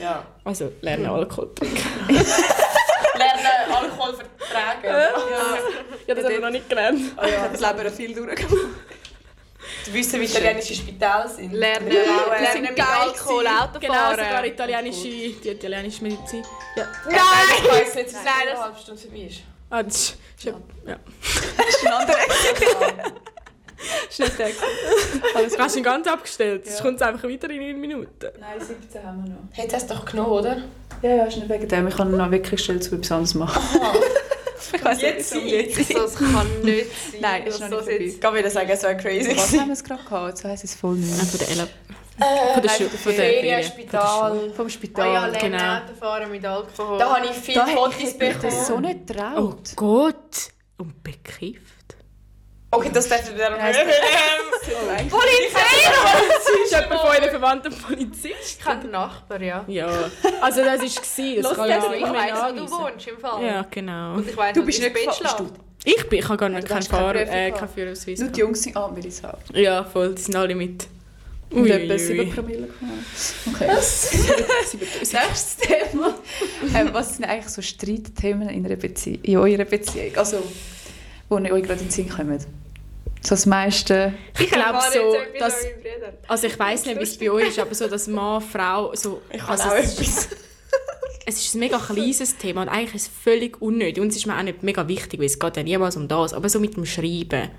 [SPEAKER 5] Ja.
[SPEAKER 4] Also, lernen Alkohol trinken.
[SPEAKER 5] Lernen, Alkohol vertragen. ja.
[SPEAKER 4] Ja, das haben wir noch nicht gelernt.
[SPEAKER 5] Oh ja, das Leben hat viel durchgemacht. Du wissen, wie italienische Spitäler sind.
[SPEAKER 2] Lernen,
[SPEAKER 5] Ja,
[SPEAKER 2] lernen,
[SPEAKER 5] das sind
[SPEAKER 2] mit
[SPEAKER 5] geil
[SPEAKER 2] Alkohol
[SPEAKER 5] gewesen.
[SPEAKER 2] Auto
[SPEAKER 4] Genau, sogar
[SPEAKER 2] fahren.
[SPEAKER 4] italienische, die italienische Medizin.
[SPEAKER 5] Nein! Ich weiss nicht, dass es
[SPEAKER 2] Nein,
[SPEAKER 5] eine
[SPEAKER 2] das-
[SPEAKER 5] halbe Stunde vorbei ist.
[SPEAKER 4] Ah, das ist, ist, ja. Ja.
[SPEAKER 3] Das ist nicht der.
[SPEAKER 4] Das hast du ihn ganz abgestellt. Sonst kommt es einfach wieder in 9 Minuten.
[SPEAKER 3] Nein, 17 haben wir noch.
[SPEAKER 5] Hättest du es doch genommen, oder?
[SPEAKER 3] Ja, ja, ist nicht wegen dem. Ich kann noch wirklich schnell zu etwas anderes machen. ich weiß
[SPEAKER 5] Jetzt
[SPEAKER 3] nicht,
[SPEAKER 5] sein.
[SPEAKER 3] jetzt.
[SPEAKER 2] So, es kann nicht sein.
[SPEAKER 3] Nein, ist
[SPEAKER 2] dass
[SPEAKER 3] noch nicht
[SPEAKER 2] das
[SPEAKER 3] vorbei.
[SPEAKER 5] Ich
[SPEAKER 2] jetzt-
[SPEAKER 5] kann wieder sagen, es war
[SPEAKER 3] Was
[SPEAKER 5] crazy.
[SPEAKER 3] haben wir es gerade gehabt? Jetzt weiss ich es voll nicht.
[SPEAKER 4] von der Ella.
[SPEAKER 5] Von
[SPEAKER 4] der Schu- von der Ferien.
[SPEAKER 5] Ferienspital.
[SPEAKER 3] Vom
[SPEAKER 2] Ah
[SPEAKER 3] Spital.
[SPEAKER 2] ja, lernen
[SPEAKER 4] Genau.
[SPEAKER 2] Auto fahren mit Alkohol.
[SPEAKER 5] Da habe ich viele
[SPEAKER 3] da hätte
[SPEAKER 5] Fotos
[SPEAKER 3] ich mich das so
[SPEAKER 5] bekommen.
[SPEAKER 3] nicht
[SPEAKER 4] Oh
[SPEAKER 3] getraut.
[SPEAKER 4] Gott! Und bekifft.
[SPEAKER 5] Okay, das darf ich wieder
[SPEAKER 3] Nein,
[SPEAKER 5] nicht.
[SPEAKER 2] Polizei!
[SPEAKER 4] Ist jemand von euren Verwandten Polizist?
[SPEAKER 2] Ich kenne den Nachbar, ja.
[SPEAKER 4] Ja. Also, das war es. Das
[SPEAKER 5] Los,
[SPEAKER 4] kann
[SPEAKER 5] das-
[SPEAKER 4] ja
[SPEAKER 5] ich
[SPEAKER 2] Ich
[SPEAKER 4] immer
[SPEAKER 2] weiss, wo du
[SPEAKER 4] nachweisen.
[SPEAKER 2] wohnst im Fall.
[SPEAKER 4] Ja, genau.
[SPEAKER 2] Und ich weiss,
[SPEAKER 3] Du
[SPEAKER 2] wo
[SPEAKER 3] bist
[SPEAKER 2] dein
[SPEAKER 3] nicht
[SPEAKER 2] Bett
[SPEAKER 3] gefahren.
[SPEAKER 2] schläft.
[SPEAKER 4] Ich, bin, ich habe gar nicht
[SPEAKER 3] du
[SPEAKER 4] keinen
[SPEAKER 3] hast keine
[SPEAKER 4] Fahr
[SPEAKER 3] Prüfung
[SPEAKER 4] äh,
[SPEAKER 3] gehabt.
[SPEAKER 4] keinen Führerausweis.
[SPEAKER 3] Nur die Jungs sind anwesend.
[SPEAKER 4] gehabt. Ja, voll. Die sind alle mit.
[SPEAKER 3] Und
[SPEAKER 4] Ui,
[SPEAKER 3] etwa
[SPEAKER 4] ui,
[SPEAKER 3] 7
[SPEAKER 4] ui.
[SPEAKER 3] Promille genommen. Okay. Nächstes Thema. ähm, was sind eigentlich so Streitthemen in, einer Bezie in eurer Beziehung? Also, wo ihr euch gerade in den Sinn kommt. So das meiste.
[SPEAKER 4] Ich glaube
[SPEAKER 2] erfahre
[SPEAKER 4] so,
[SPEAKER 2] jetzt etwas
[SPEAKER 4] dass...
[SPEAKER 2] an meinem Bruder.
[SPEAKER 4] Also ich weiß nicht, wie es bei euch ist, aber so, dass Mann, Frau... So,
[SPEAKER 5] Ich kann
[SPEAKER 4] also
[SPEAKER 5] auch
[SPEAKER 4] es, ist,
[SPEAKER 5] etwas.
[SPEAKER 4] es ist ein mega kleines Thema und eigentlich ist es völlig unnötig. Uns ist mir auch nicht mega wichtig, weil es geht ja niemals um das, aber so mit dem Schreiben.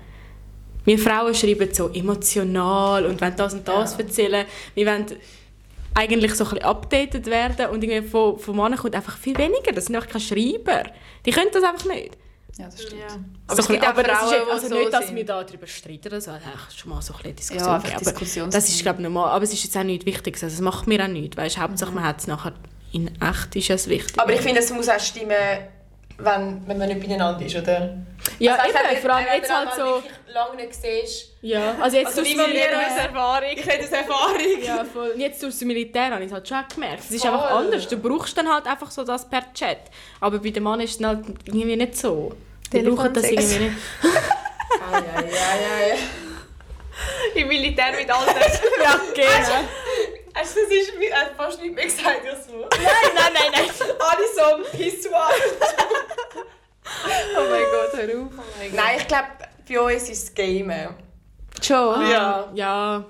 [SPEAKER 4] Wir Frauen schreiben so emotional und wollen das und das erzählen. Wir wollen eigentlich so ein bisschen updated werden und irgendwie von, von Männern kommt einfach viel weniger. Das sind einfach keine Schreiber. Die können das einfach nicht.
[SPEAKER 3] Ja, das stimmt.
[SPEAKER 2] Ja.
[SPEAKER 4] Aber,
[SPEAKER 2] es gibt auch
[SPEAKER 4] aber das ist
[SPEAKER 2] Frauen,
[SPEAKER 4] jetzt- also
[SPEAKER 2] die so
[SPEAKER 4] nicht, dass
[SPEAKER 2] sind.
[SPEAKER 4] wir da darüber streiten, also hat eigentlich schon mal so ein bisschen Diskussion
[SPEAKER 3] Ja, einfach
[SPEAKER 4] gegeben, aber
[SPEAKER 3] Diskussions-
[SPEAKER 4] Das ist glaube ich normal, aber es ist jetzt auch nichts Wichtiges, also es macht mir auch nichts, weißt, Hauptsache man hat es nachher in echt ist es wichtig.
[SPEAKER 5] Aber ich finde, es muss auch stimmen, wenn, wenn man nicht beieinander ist, oder?
[SPEAKER 4] ja,
[SPEAKER 5] Also,
[SPEAKER 4] eben,
[SPEAKER 5] wenn du-
[SPEAKER 4] vor allem
[SPEAKER 5] wenn du
[SPEAKER 4] jetzt
[SPEAKER 5] den
[SPEAKER 4] halt
[SPEAKER 5] Mann
[SPEAKER 4] so,
[SPEAKER 5] wirklich lange nicht siehst.
[SPEAKER 4] ja, also jetzt
[SPEAKER 5] Also
[SPEAKER 4] durchs
[SPEAKER 5] wie wir
[SPEAKER 4] Militär,
[SPEAKER 5] aus Erfahrung. Ich hätte aus Erfahrung.
[SPEAKER 4] ja, voll. Und jetzt durchs Militär habe ich es halt schon gemerkt, es ist
[SPEAKER 5] Voll.
[SPEAKER 4] einfach anders, du brauchst dann halt einfach so das per Chat, aber bei dem Mann ist es dann halt irgendwie nicht so. Die brauchen das
[SPEAKER 2] Telefonsex.
[SPEAKER 4] irgendwie nicht.
[SPEAKER 5] Eieieiei.
[SPEAKER 2] Im Militär mit Alter.
[SPEAKER 4] ja, genau.
[SPEAKER 5] Hast du das ist mir äh, fast nicht mehr gesagt, das Wort?
[SPEAKER 4] nein, nein, nein.
[SPEAKER 5] Alle so ein Pissoir.
[SPEAKER 3] Oh mein Gott, hör auf.
[SPEAKER 5] Nein, ich glaube, bei uns ist es Gamen.
[SPEAKER 3] Schon?
[SPEAKER 5] Ja.
[SPEAKER 4] Ja,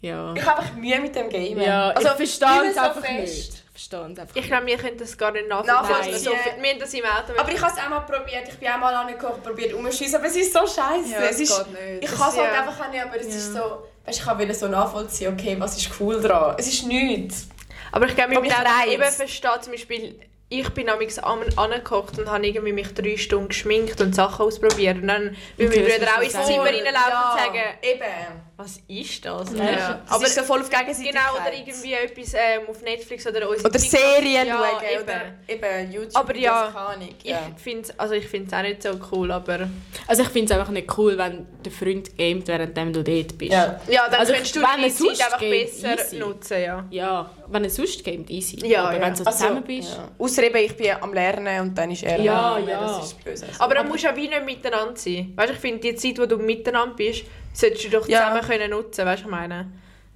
[SPEAKER 4] ja.
[SPEAKER 5] Ich habe einfach Mühe mit dem Gamen.
[SPEAKER 4] Ja, also ich verstehe
[SPEAKER 5] nicht
[SPEAKER 4] es
[SPEAKER 5] so
[SPEAKER 4] einfach
[SPEAKER 5] fest.
[SPEAKER 4] nicht. Ich verstehe es einfach
[SPEAKER 2] Ich
[SPEAKER 4] nicht.
[SPEAKER 2] glaube, wir können das gar nicht
[SPEAKER 5] Nachvollziehen.
[SPEAKER 2] nachvollziehen. Nein. Wir haben das im Auto.
[SPEAKER 5] Aber ich habe es auch mal probiert. Ich bin auch mal angekommen, probiert umzuschießen, aber es ist so scheiße.
[SPEAKER 3] Ja,
[SPEAKER 5] es
[SPEAKER 3] es
[SPEAKER 5] ist,
[SPEAKER 3] geht nicht.
[SPEAKER 5] Ich
[SPEAKER 3] Das-
[SPEAKER 5] kann es halt
[SPEAKER 2] ja.
[SPEAKER 5] einfach auch nicht, aber es ist so... Weißt, du, ich wollte so nachvollziehen, okay, was ist cool daran? Es ist nichts.
[SPEAKER 2] Aber ich glaube,
[SPEAKER 5] Aber
[SPEAKER 2] ich
[SPEAKER 5] ich
[SPEAKER 2] bin auch
[SPEAKER 5] reiz.
[SPEAKER 2] eben verstehe, zum Beispiel, ich bin amigs am- angekocht und habe irgendwie mich drei Stunden geschminkt und Sachen ausprobiert. Und dann will
[SPEAKER 4] Okay,
[SPEAKER 2] mein
[SPEAKER 4] das
[SPEAKER 2] Bruder
[SPEAKER 4] muss
[SPEAKER 2] auch
[SPEAKER 4] man
[SPEAKER 2] ins
[SPEAKER 4] sagen.
[SPEAKER 2] Zimmer reinlaufen
[SPEAKER 5] ja,
[SPEAKER 2] und sagen,
[SPEAKER 5] Eben.
[SPEAKER 2] was ist das?
[SPEAKER 5] Ja.
[SPEAKER 2] Weißt du?
[SPEAKER 5] Es ist so voll auf Gegenseitigkeit.
[SPEAKER 2] Genau, oder irgendwie etwas ähm, auf Netflix oder unsere
[SPEAKER 5] Oder
[SPEAKER 2] TikTok.
[SPEAKER 5] Serien
[SPEAKER 2] Ja,
[SPEAKER 5] schauen.
[SPEAKER 2] eben.
[SPEAKER 5] Oder eben YouTube.
[SPEAKER 2] Aber ja,
[SPEAKER 5] das kann ich. Ja.
[SPEAKER 2] Ich finde es also ich find's auch nicht so cool, aber...
[SPEAKER 4] Also ich finde es einfach nicht cool, wenn der Freund gamet, während du dort bist.
[SPEAKER 5] Ja.
[SPEAKER 2] Ja, dann
[SPEAKER 4] Also,
[SPEAKER 2] könntest du
[SPEAKER 4] wenn
[SPEAKER 2] deine
[SPEAKER 4] es
[SPEAKER 2] Zeit
[SPEAKER 4] sonst
[SPEAKER 2] einfach
[SPEAKER 4] geht,
[SPEAKER 2] besser
[SPEAKER 4] easy.
[SPEAKER 2] nutzen, ja.
[SPEAKER 4] Ja, wenn er sonst gamet, easy.
[SPEAKER 2] Ja,
[SPEAKER 4] Aber
[SPEAKER 2] ja.
[SPEAKER 4] wenn du so
[SPEAKER 5] Also,
[SPEAKER 4] zusammen bist...
[SPEAKER 5] Ja. Ausser eben, ich bin am Lernen und dann ist er
[SPEAKER 4] Ja,
[SPEAKER 5] am Lernen.
[SPEAKER 4] ja.
[SPEAKER 5] Das ist böse.
[SPEAKER 2] Aber dann musst du auch wie nicht miteinander sein. Weißt du, ich finde, die Zeit, wo du miteinander bist, solltest du doch
[SPEAKER 5] Ja.
[SPEAKER 2] zusammen können nutzen, weißt du, was ich meine?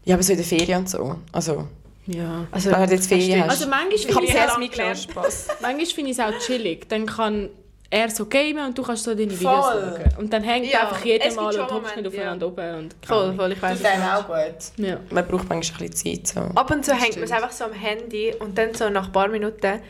[SPEAKER 5] ja, aber so in der Ferien und so. Also,
[SPEAKER 4] Ja.
[SPEAKER 2] Also,
[SPEAKER 5] wenn du jetzt Ferien hast.
[SPEAKER 4] Also manchmal
[SPEAKER 5] ich habe
[SPEAKER 4] finde ich,
[SPEAKER 2] sehr
[SPEAKER 5] sehr
[SPEAKER 2] lang
[SPEAKER 5] Mikro
[SPEAKER 2] gelernt.
[SPEAKER 5] Spass.
[SPEAKER 4] manchmal finde ich es auch chillig. Dann kann er so gamen und du kannst so deine Videos
[SPEAKER 5] Voll.
[SPEAKER 4] schauen. Und dann hängt
[SPEAKER 2] Ja,
[SPEAKER 4] einfach
[SPEAKER 2] es
[SPEAKER 4] jeder
[SPEAKER 2] gibt
[SPEAKER 4] Mal
[SPEAKER 2] schon
[SPEAKER 4] und hockst nicht
[SPEAKER 2] Momente,
[SPEAKER 4] aufeinander oben. Und
[SPEAKER 2] voll, voll, ich
[SPEAKER 5] Das
[SPEAKER 2] weiss
[SPEAKER 5] ist einem auch gut.
[SPEAKER 4] Ja.
[SPEAKER 5] Man braucht manchmal ein bisschen Zeit. So.
[SPEAKER 2] Ab und zu hängt man es einfach so am Handy und dann so nach ein paar Minuten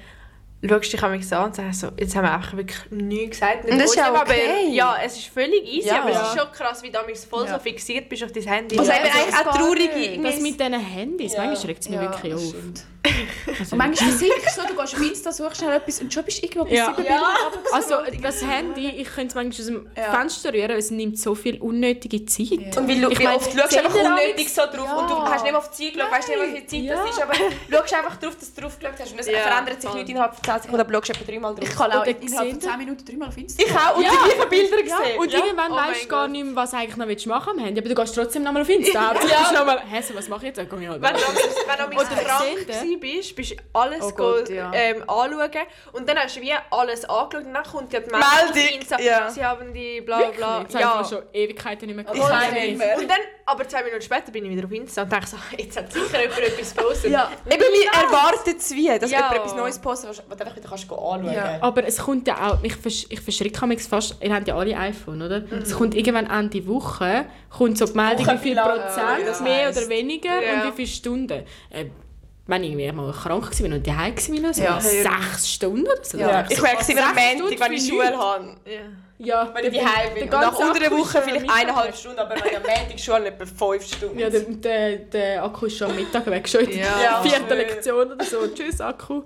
[SPEAKER 2] schaust du dich an mich an und sagst so, jetzt haben wir einfach wirklich nichts gesagt.
[SPEAKER 5] Und das ist
[SPEAKER 2] trotzdem,
[SPEAKER 5] ja okay.
[SPEAKER 2] aber, ja, es ist völlig easy,
[SPEAKER 5] Ja.
[SPEAKER 2] aber es ist
[SPEAKER 4] Ja.
[SPEAKER 2] schon krass, wie du damals voll so fixiert bist auf dein Handy.
[SPEAKER 5] Also
[SPEAKER 3] Ja,
[SPEAKER 5] eben
[SPEAKER 3] also
[SPEAKER 5] eigentlich
[SPEAKER 3] das
[SPEAKER 5] auch
[SPEAKER 3] geht
[SPEAKER 5] traurige...
[SPEAKER 4] Das mit diesen Handys, manchmal regt es mich wirklich
[SPEAKER 5] das
[SPEAKER 4] auf.
[SPEAKER 5] stimmt.
[SPEAKER 4] Also,
[SPEAKER 3] Und manchmal versinkst du, so, du gehst auf Insta, suchst schnell etwas und schon bist du irgendwo bei
[SPEAKER 4] Ja.
[SPEAKER 3] sieben
[SPEAKER 4] Ja.
[SPEAKER 3] Bildern
[SPEAKER 4] also
[SPEAKER 3] runtergezogen.
[SPEAKER 4] das Handy, ich könnte es manchmal aus dem
[SPEAKER 5] Ja.
[SPEAKER 4] Fenster rühren, weil es nimmt so viel unnötige Zeit.
[SPEAKER 5] Und wie, lu-
[SPEAKER 4] Ich
[SPEAKER 5] wie
[SPEAKER 4] meine,
[SPEAKER 5] oft schaust du
[SPEAKER 4] seht
[SPEAKER 5] einfach
[SPEAKER 4] ihr
[SPEAKER 5] unnötig so drauf
[SPEAKER 3] Ja.
[SPEAKER 5] und du hast nicht mal auf die Zeit geschaut, weißt nicht, wie viel Zeit
[SPEAKER 4] Ja.
[SPEAKER 5] das ist, aber schaust einfach drauf, dass du drauf geschaut hast und es
[SPEAKER 2] Ja,
[SPEAKER 5] verändert sich
[SPEAKER 2] voll.
[SPEAKER 5] nicht innerhalb von 10 Sekunden, aber schaust etwa dreimal drauf.
[SPEAKER 3] Ich kann auch
[SPEAKER 4] Oder
[SPEAKER 3] innerhalb von
[SPEAKER 4] gesehen.
[SPEAKER 3] 10 Minuten dreimal auf Insta.
[SPEAKER 5] Ich auch, und
[SPEAKER 4] Ja.
[SPEAKER 5] die gleichen Bilder gesehen.
[SPEAKER 4] Und irgendwann
[SPEAKER 2] Oh
[SPEAKER 4] weißt
[SPEAKER 2] mein
[SPEAKER 4] du gar
[SPEAKER 2] Gott.
[SPEAKER 4] nicht mehr, was du eigentlich noch willst machen am Handy, aber du gehst trotzdem nochmal auf Insta. Ja. Du
[SPEAKER 5] Ja.
[SPEAKER 4] bist nochmal, hä, so, was mache ich jetzt? Dann gehe ich halt
[SPEAKER 2] Wenn
[SPEAKER 4] weg.
[SPEAKER 2] du damals- wenn du damals
[SPEAKER 4] Oder
[SPEAKER 2] krank
[SPEAKER 4] gesehen,
[SPEAKER 2] gewesen bist, bist du alles
[SPEAKER 4] Oh
[SPEAKER 2] go,
[SPEAKER 4] Gott, ja.
[SPEAKER 2] ähm, anschauen und dann hast du wie alles angeschaut und dann kommt ja die
[SPEAKER 5] Meldung,
[SPEAKER 2] Meldung, Insta,
[SPEAKER 5] ja.
[SPEAKER 2] sie haben die bla bla.
[SPEAKER 4] Jetzt habe
[SPEAKER 2] Ja.
[SPEAKER 4] ich schon Ewigkeiten nicht mehr
[SPEAKER 5] Ich
[SPEAKER 4] gemacht.
[SPEAKER 5] auch nicht mehr.
[SPEAKER 2] Und dann, aber zwei Minuten später bin ich wieder auf Insta und denke so, jetzt hat sicher jemand etwas gepostet.
[SPEAKER 3] Ja.
[SPEAKER 5] Eben, wir erwarten es wie, dass
[SPEAKER 2] Ja.
[SPEAKER 5] jemand etwas Neues postet, was was du einfach wieder kannst go anschauen
[SPEAKER 3] Ja.
[SPEAKER 5] kannst.
[SPEAKER 4] Aber es kommt ja auch, ich, versch ich verschrecke mich fast, ihr habt ja alle iPhone, oder?
[SPEAKER 5] Mhm.
[SPEAKER 4] Es kommt irgendwann Ende Woche, kommt so die Meldung, wie viel
[SPEAKER 5] Wochenplan,
[SPEAKER 4] Prozent,
[SPEAKER 5] wie das
[SPEAKER 4] mehr
[SPEAKER 5] heisst.
[SPEAKER 4] oder weniger
[SPEAKER 2] Ja.
[SPEAKER 4] und wie viele Stunden. Äh, wenn ich irgendwie mal krank war und daheim war, so
[SPEAKER 3] Ja.
[SPEAKER 4] sechs Stunden oder so. Also
[SPEAKER 5] Ja. Ich merke es immer am
[SPEAKER 4] Sechs
[SPEAKER 5] Montag, wenn ich
[SPEAKER 4] Stunden
[SPEAKER 5] Schule habe.
[SPEAKER 2] Ja.
[SPEAKER 4] Ja,
[SPEAKER 5] Wenn ich
[SPEAKER 4] dann
[SPEAKER 5] daheim
[SPEAKER 4] den
[SPEAKER 5] bin. Und
[SPEAKER 4] ganzen
[SPEAKER 5] nach unter einer
[SPEAKER 4] Akku ist
[SPEAKER 5] Woche
[SPEAKER 4] schon am
[SPEAKER 5] vielleicht
[SPEAKER 4] Mittag
[SPEAKER 5] eineinhalb
[SPEAKER 4] weg.
[SPEAKER 5] Stunden, aber wenn ich am Montag Schule habe, etwa fünf Stunden.
[SPEAKER 4] Ja, der, der, der Akku ist schon am Mittag weg, schon in der
[SPEAKER 2] Ja.
[SPEAKER 5] Ja.
[SPEAKER 4] vierten Lektion oder so. Tschüss, Akku.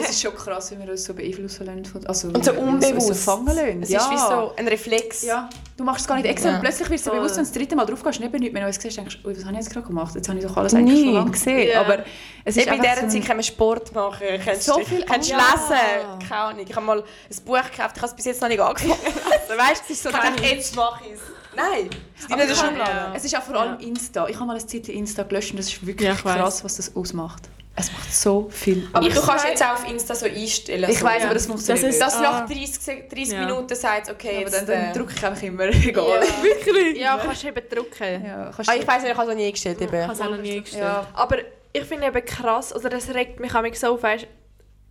[SPEAKER 3] Das ist schon krass, wie wir uns so beeinflussen lassen. von- Also,
[SPEAKER 5] Und so
[SPEAKER 3] wie wir uns
[SPEAKER 5] unbewusst.
[SPEAKER 3] So fangen lassen.
[SPEAKER 5] Es
[SPEAKER 3] ja.
[SPEAKER 5] ist wie so ein Reflex.
[SPEAKER 3] Ja, du machst es gar nicht extra
[SPEAKER 5] Ja.
[SPEAKER 3] und plötzlich wirst du
[SPEAKER 2] Voll.
[SPEAKER 3] bewusst, wenn du das dritte Mal drauf gehst, nicht mehr nichts mehr Neues siehst, denkst du, «Ui, was habe ich jetzt gerade gemacht? Jetzt habe ich doch alles eigentlich schon
[SPEAKER 5] Nie.
[SPEAKER 3] lange gesehen.
[SPEAKER 2] Ja.
[SPEAKER 3] Aber es ist
[SPEAKER 5] Eben in
[SPEAKER 3] einfach
[SPEAKER 5] dieser
[SPEAKER 3] so ein-
[SPEAKER 5] Zeit kann man Sport machen, kannst
[SPEAKER 3] So
[SPEAKER 5] du
[SPEAKER 3] viel
[SPEAKER 5] kannst
[SPEAKER 3] an-
[SPEAKER 4] Ja.
[SPEAKER 5] lesen, keine Ahnung. Ich habe mal ein Buch gekauft, ich habe es bis jetzt noch nicht angefangen. also, weißt du, es ist so,
[SPEAKER 3] kann
[SPEAKER 5] dann
[SPEAKER 3] ich-
[SPEAKER 5] jetzt mache ich es. Nein, es ist
[SPEAKER 3] Aber
[SPEAKER 5] nicht
[SPEAKER 3] ich
[SPEAKER 5] in der
[SPEAKER 3] kann-
[SPEAKER 5] Schublade.
[SPEAKER 3] Es ist auch vor allem Insta. Ich habe mal ein Zeitchen Insta gelöscht und das ist wirklich
[SPEAKER 4] Ja, ich weiss.
[SPEAKER 3] krass, was das ausmacht. Es macht so viel
[SPEAKER 5] Aber
[SPEAKER 3] aus.
[SPEAKER 5] du kannst jetzt auch auf Insta so einstellen.
[SPEAKER 3] Ich
[SPEAKER 5] so.
[SPEAKER 3] weiß,
[SPEAKER 5] ja.
[SPEAKER 3] aber das funktioniert
[SPEAKER 4] Das
[SPEAKER 3] nicht.
[SPEAKER 4] ist-
[SPEAKER 5] dass
[SPEAKER 4] Ah.
[SPEAKER 5] nach 30, Sek- 30
[SPEAKER 4] Ja.
[SPEAKER 5] Minuten sagst, okay,
[SPEAKER 3] aber
[SPEAKER 5] jetzt...
[SPEAKER 3] dann, dann
[SPEAKER 5] äh,
[SPEAKER 3] drücke ich einfach immer egal.
[SPEAKER 5] Ja.
[SPEAKER 4] Wirklich?
[SPEAKER 2] ja, kannst du eben drücken.
[SPEAKER 3] Ja, kannst
[SPEAKER 5] Ah, ich weiß nicht, ich habe es noch nie eingestellt.
[SPEAKER 4] Ich habe
[SPEAKER 5] Eben.
[SPEAKER 4] es auch noch nie gestellt.
[SPEAKER 3] ja.
[SPEAKER 2] Aber ich finde eben krass, oder das regt mich auch so auf, weißt,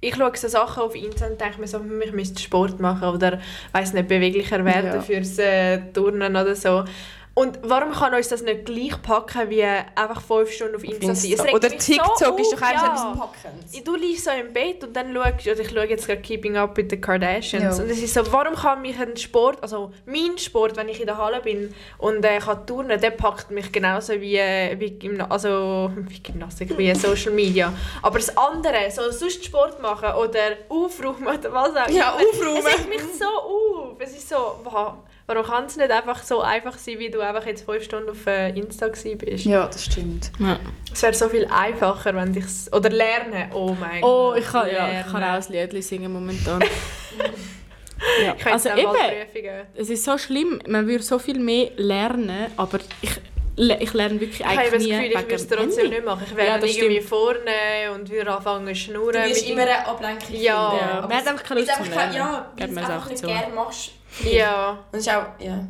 [SPEAKER 2] ich schaue so Sachen auf Insta und denke mir so, hm, ich müsste Sport machen oder weiß nicht, beweglicher werden
[SPEAKER 3] Ja.
[SPEAKER 2] fürs äh, Turnen oder so. Und warum kann uns das nicht gleich packen, wie einfach fünf Stunden auf Insta, sein? Es
[SPEAKER 5] Insta.
[SPEAKER 2] regt
[SPEAKER 5] Oder
[SPEAKER 2] mich
[SPEAKER 5] TikTok
[SPEAKER 2] so
[SPEAKER 5] ist
[SPEAKER 2] auf,
[SPEAKER 5] doch eigentlich
[SPEAKER 2] ja.
[SPEAKER 5] etwas Packendes.
[SPEAKER 2] Du liegst so im Bett und dann schaust, oder ich schaue jetzt gerade Keeping Up with the Kardashians
[SPEAKER 3] Ja.
[SPEAKER 2] und es ist so, warum kann mich ein Sport, also mein Sport, wenn ich in der Halle bin und äh, kann turnen, der packt mich genauso wie, äh, wie, Gymna also, wie Gymnastik, wie Social Media. Aber das andere, so sonst Sport machen oder aufräumen oder was auch
[SPEAKER 5] Ja,
[SPEAKER 2] immer,
[SPEAKER 5] aufräumen.
[SPEAKER 2] Es regt mich so auf. Es ist so, wow, warum kann es nicht einfach so einfach sein, wie du einfach jetzt fünf Stunden auf äh, Insta gewesen bist?
[SPEAKER 3] ja, das stimmt.
[SPEAKER 4] Ja.
[SPEAKER 2] Es wäre so viel einfacher, wenn ich es... Oder lernen, oh mein
[SPEAKER 4] Oh,
[SPEAKER 2] Gott.
[SPEAKER 4] ich kann, ja, ich
[SPEAKER 2] lernen.
[SPEAKER 4] kann auch ein Lied singen momentan. ja.
[SPEAKER 2] Ich
[SPEAKER 4] Also
[SPEAKER 2] also
[SPEAKER 4] eben,
[SPEAKER 2] Prüfungen.
[SPEAKER 4] es ist so schlimm, man würde so viel mehr lernen, aber ich, le- ich lerne wirklich
[SPEAKER 2] Ich habe das
[SPEAKER 4] eigentlich nie
[SPEAKER 2] Gefühl, ich würde es
[SPEAKER 4] dem
[SPEAKER 2] trotzdem
[SPEAKER 4] Handy.
[SPEAKER 2] nicht machen. Ich wäre
[SPEAKER 4] Ja,
[SPEAKER 2] dann
[SPEAKER 4] das
[SPEAKER 2] irgendwie vorne und würde anfangen zu
[SPEAKER 5] Du
[SPEAKER 2] schnurren.
[SPEAKER 5] wirst
[SPEAKER 2] mit-
[SPEAKER 5] immer eine Ablenkung
[SPEAKER 2] Ja.
[SPEAKER 5] finden.
[SPEAKER 4] Ja,
[SPEAKER 5] Aber
[SPEAKER 4] man hat
[SPEAKER 5] es-
[SPEAKER 4] einfach keine
[SPEAKER 5] es
[SPEAKER 4] Lust
[SPEAKER 5] ist
[SPEAKER 4] zum
[SPEAKER 5] einfach kein-
[SPEAKER 4] Lernen.
[SPEAKER 5] Ja, weil
[SPEAKER 4] Geben
[SPEAKER 5] du
[SPEAKER 4] wir
[SPEAKER 5] es
[SPEAKER 4] es
[SPEAKER 5] einfach
[SPEAKER 4] auch
[SPEAKER 5] nicht
[SPEAKER 4] zu.
[SPEAKER 5] gerne machst.
[SPEAKER 2] Ja.
[SPEAKER 5] Und es ist auch... Ja.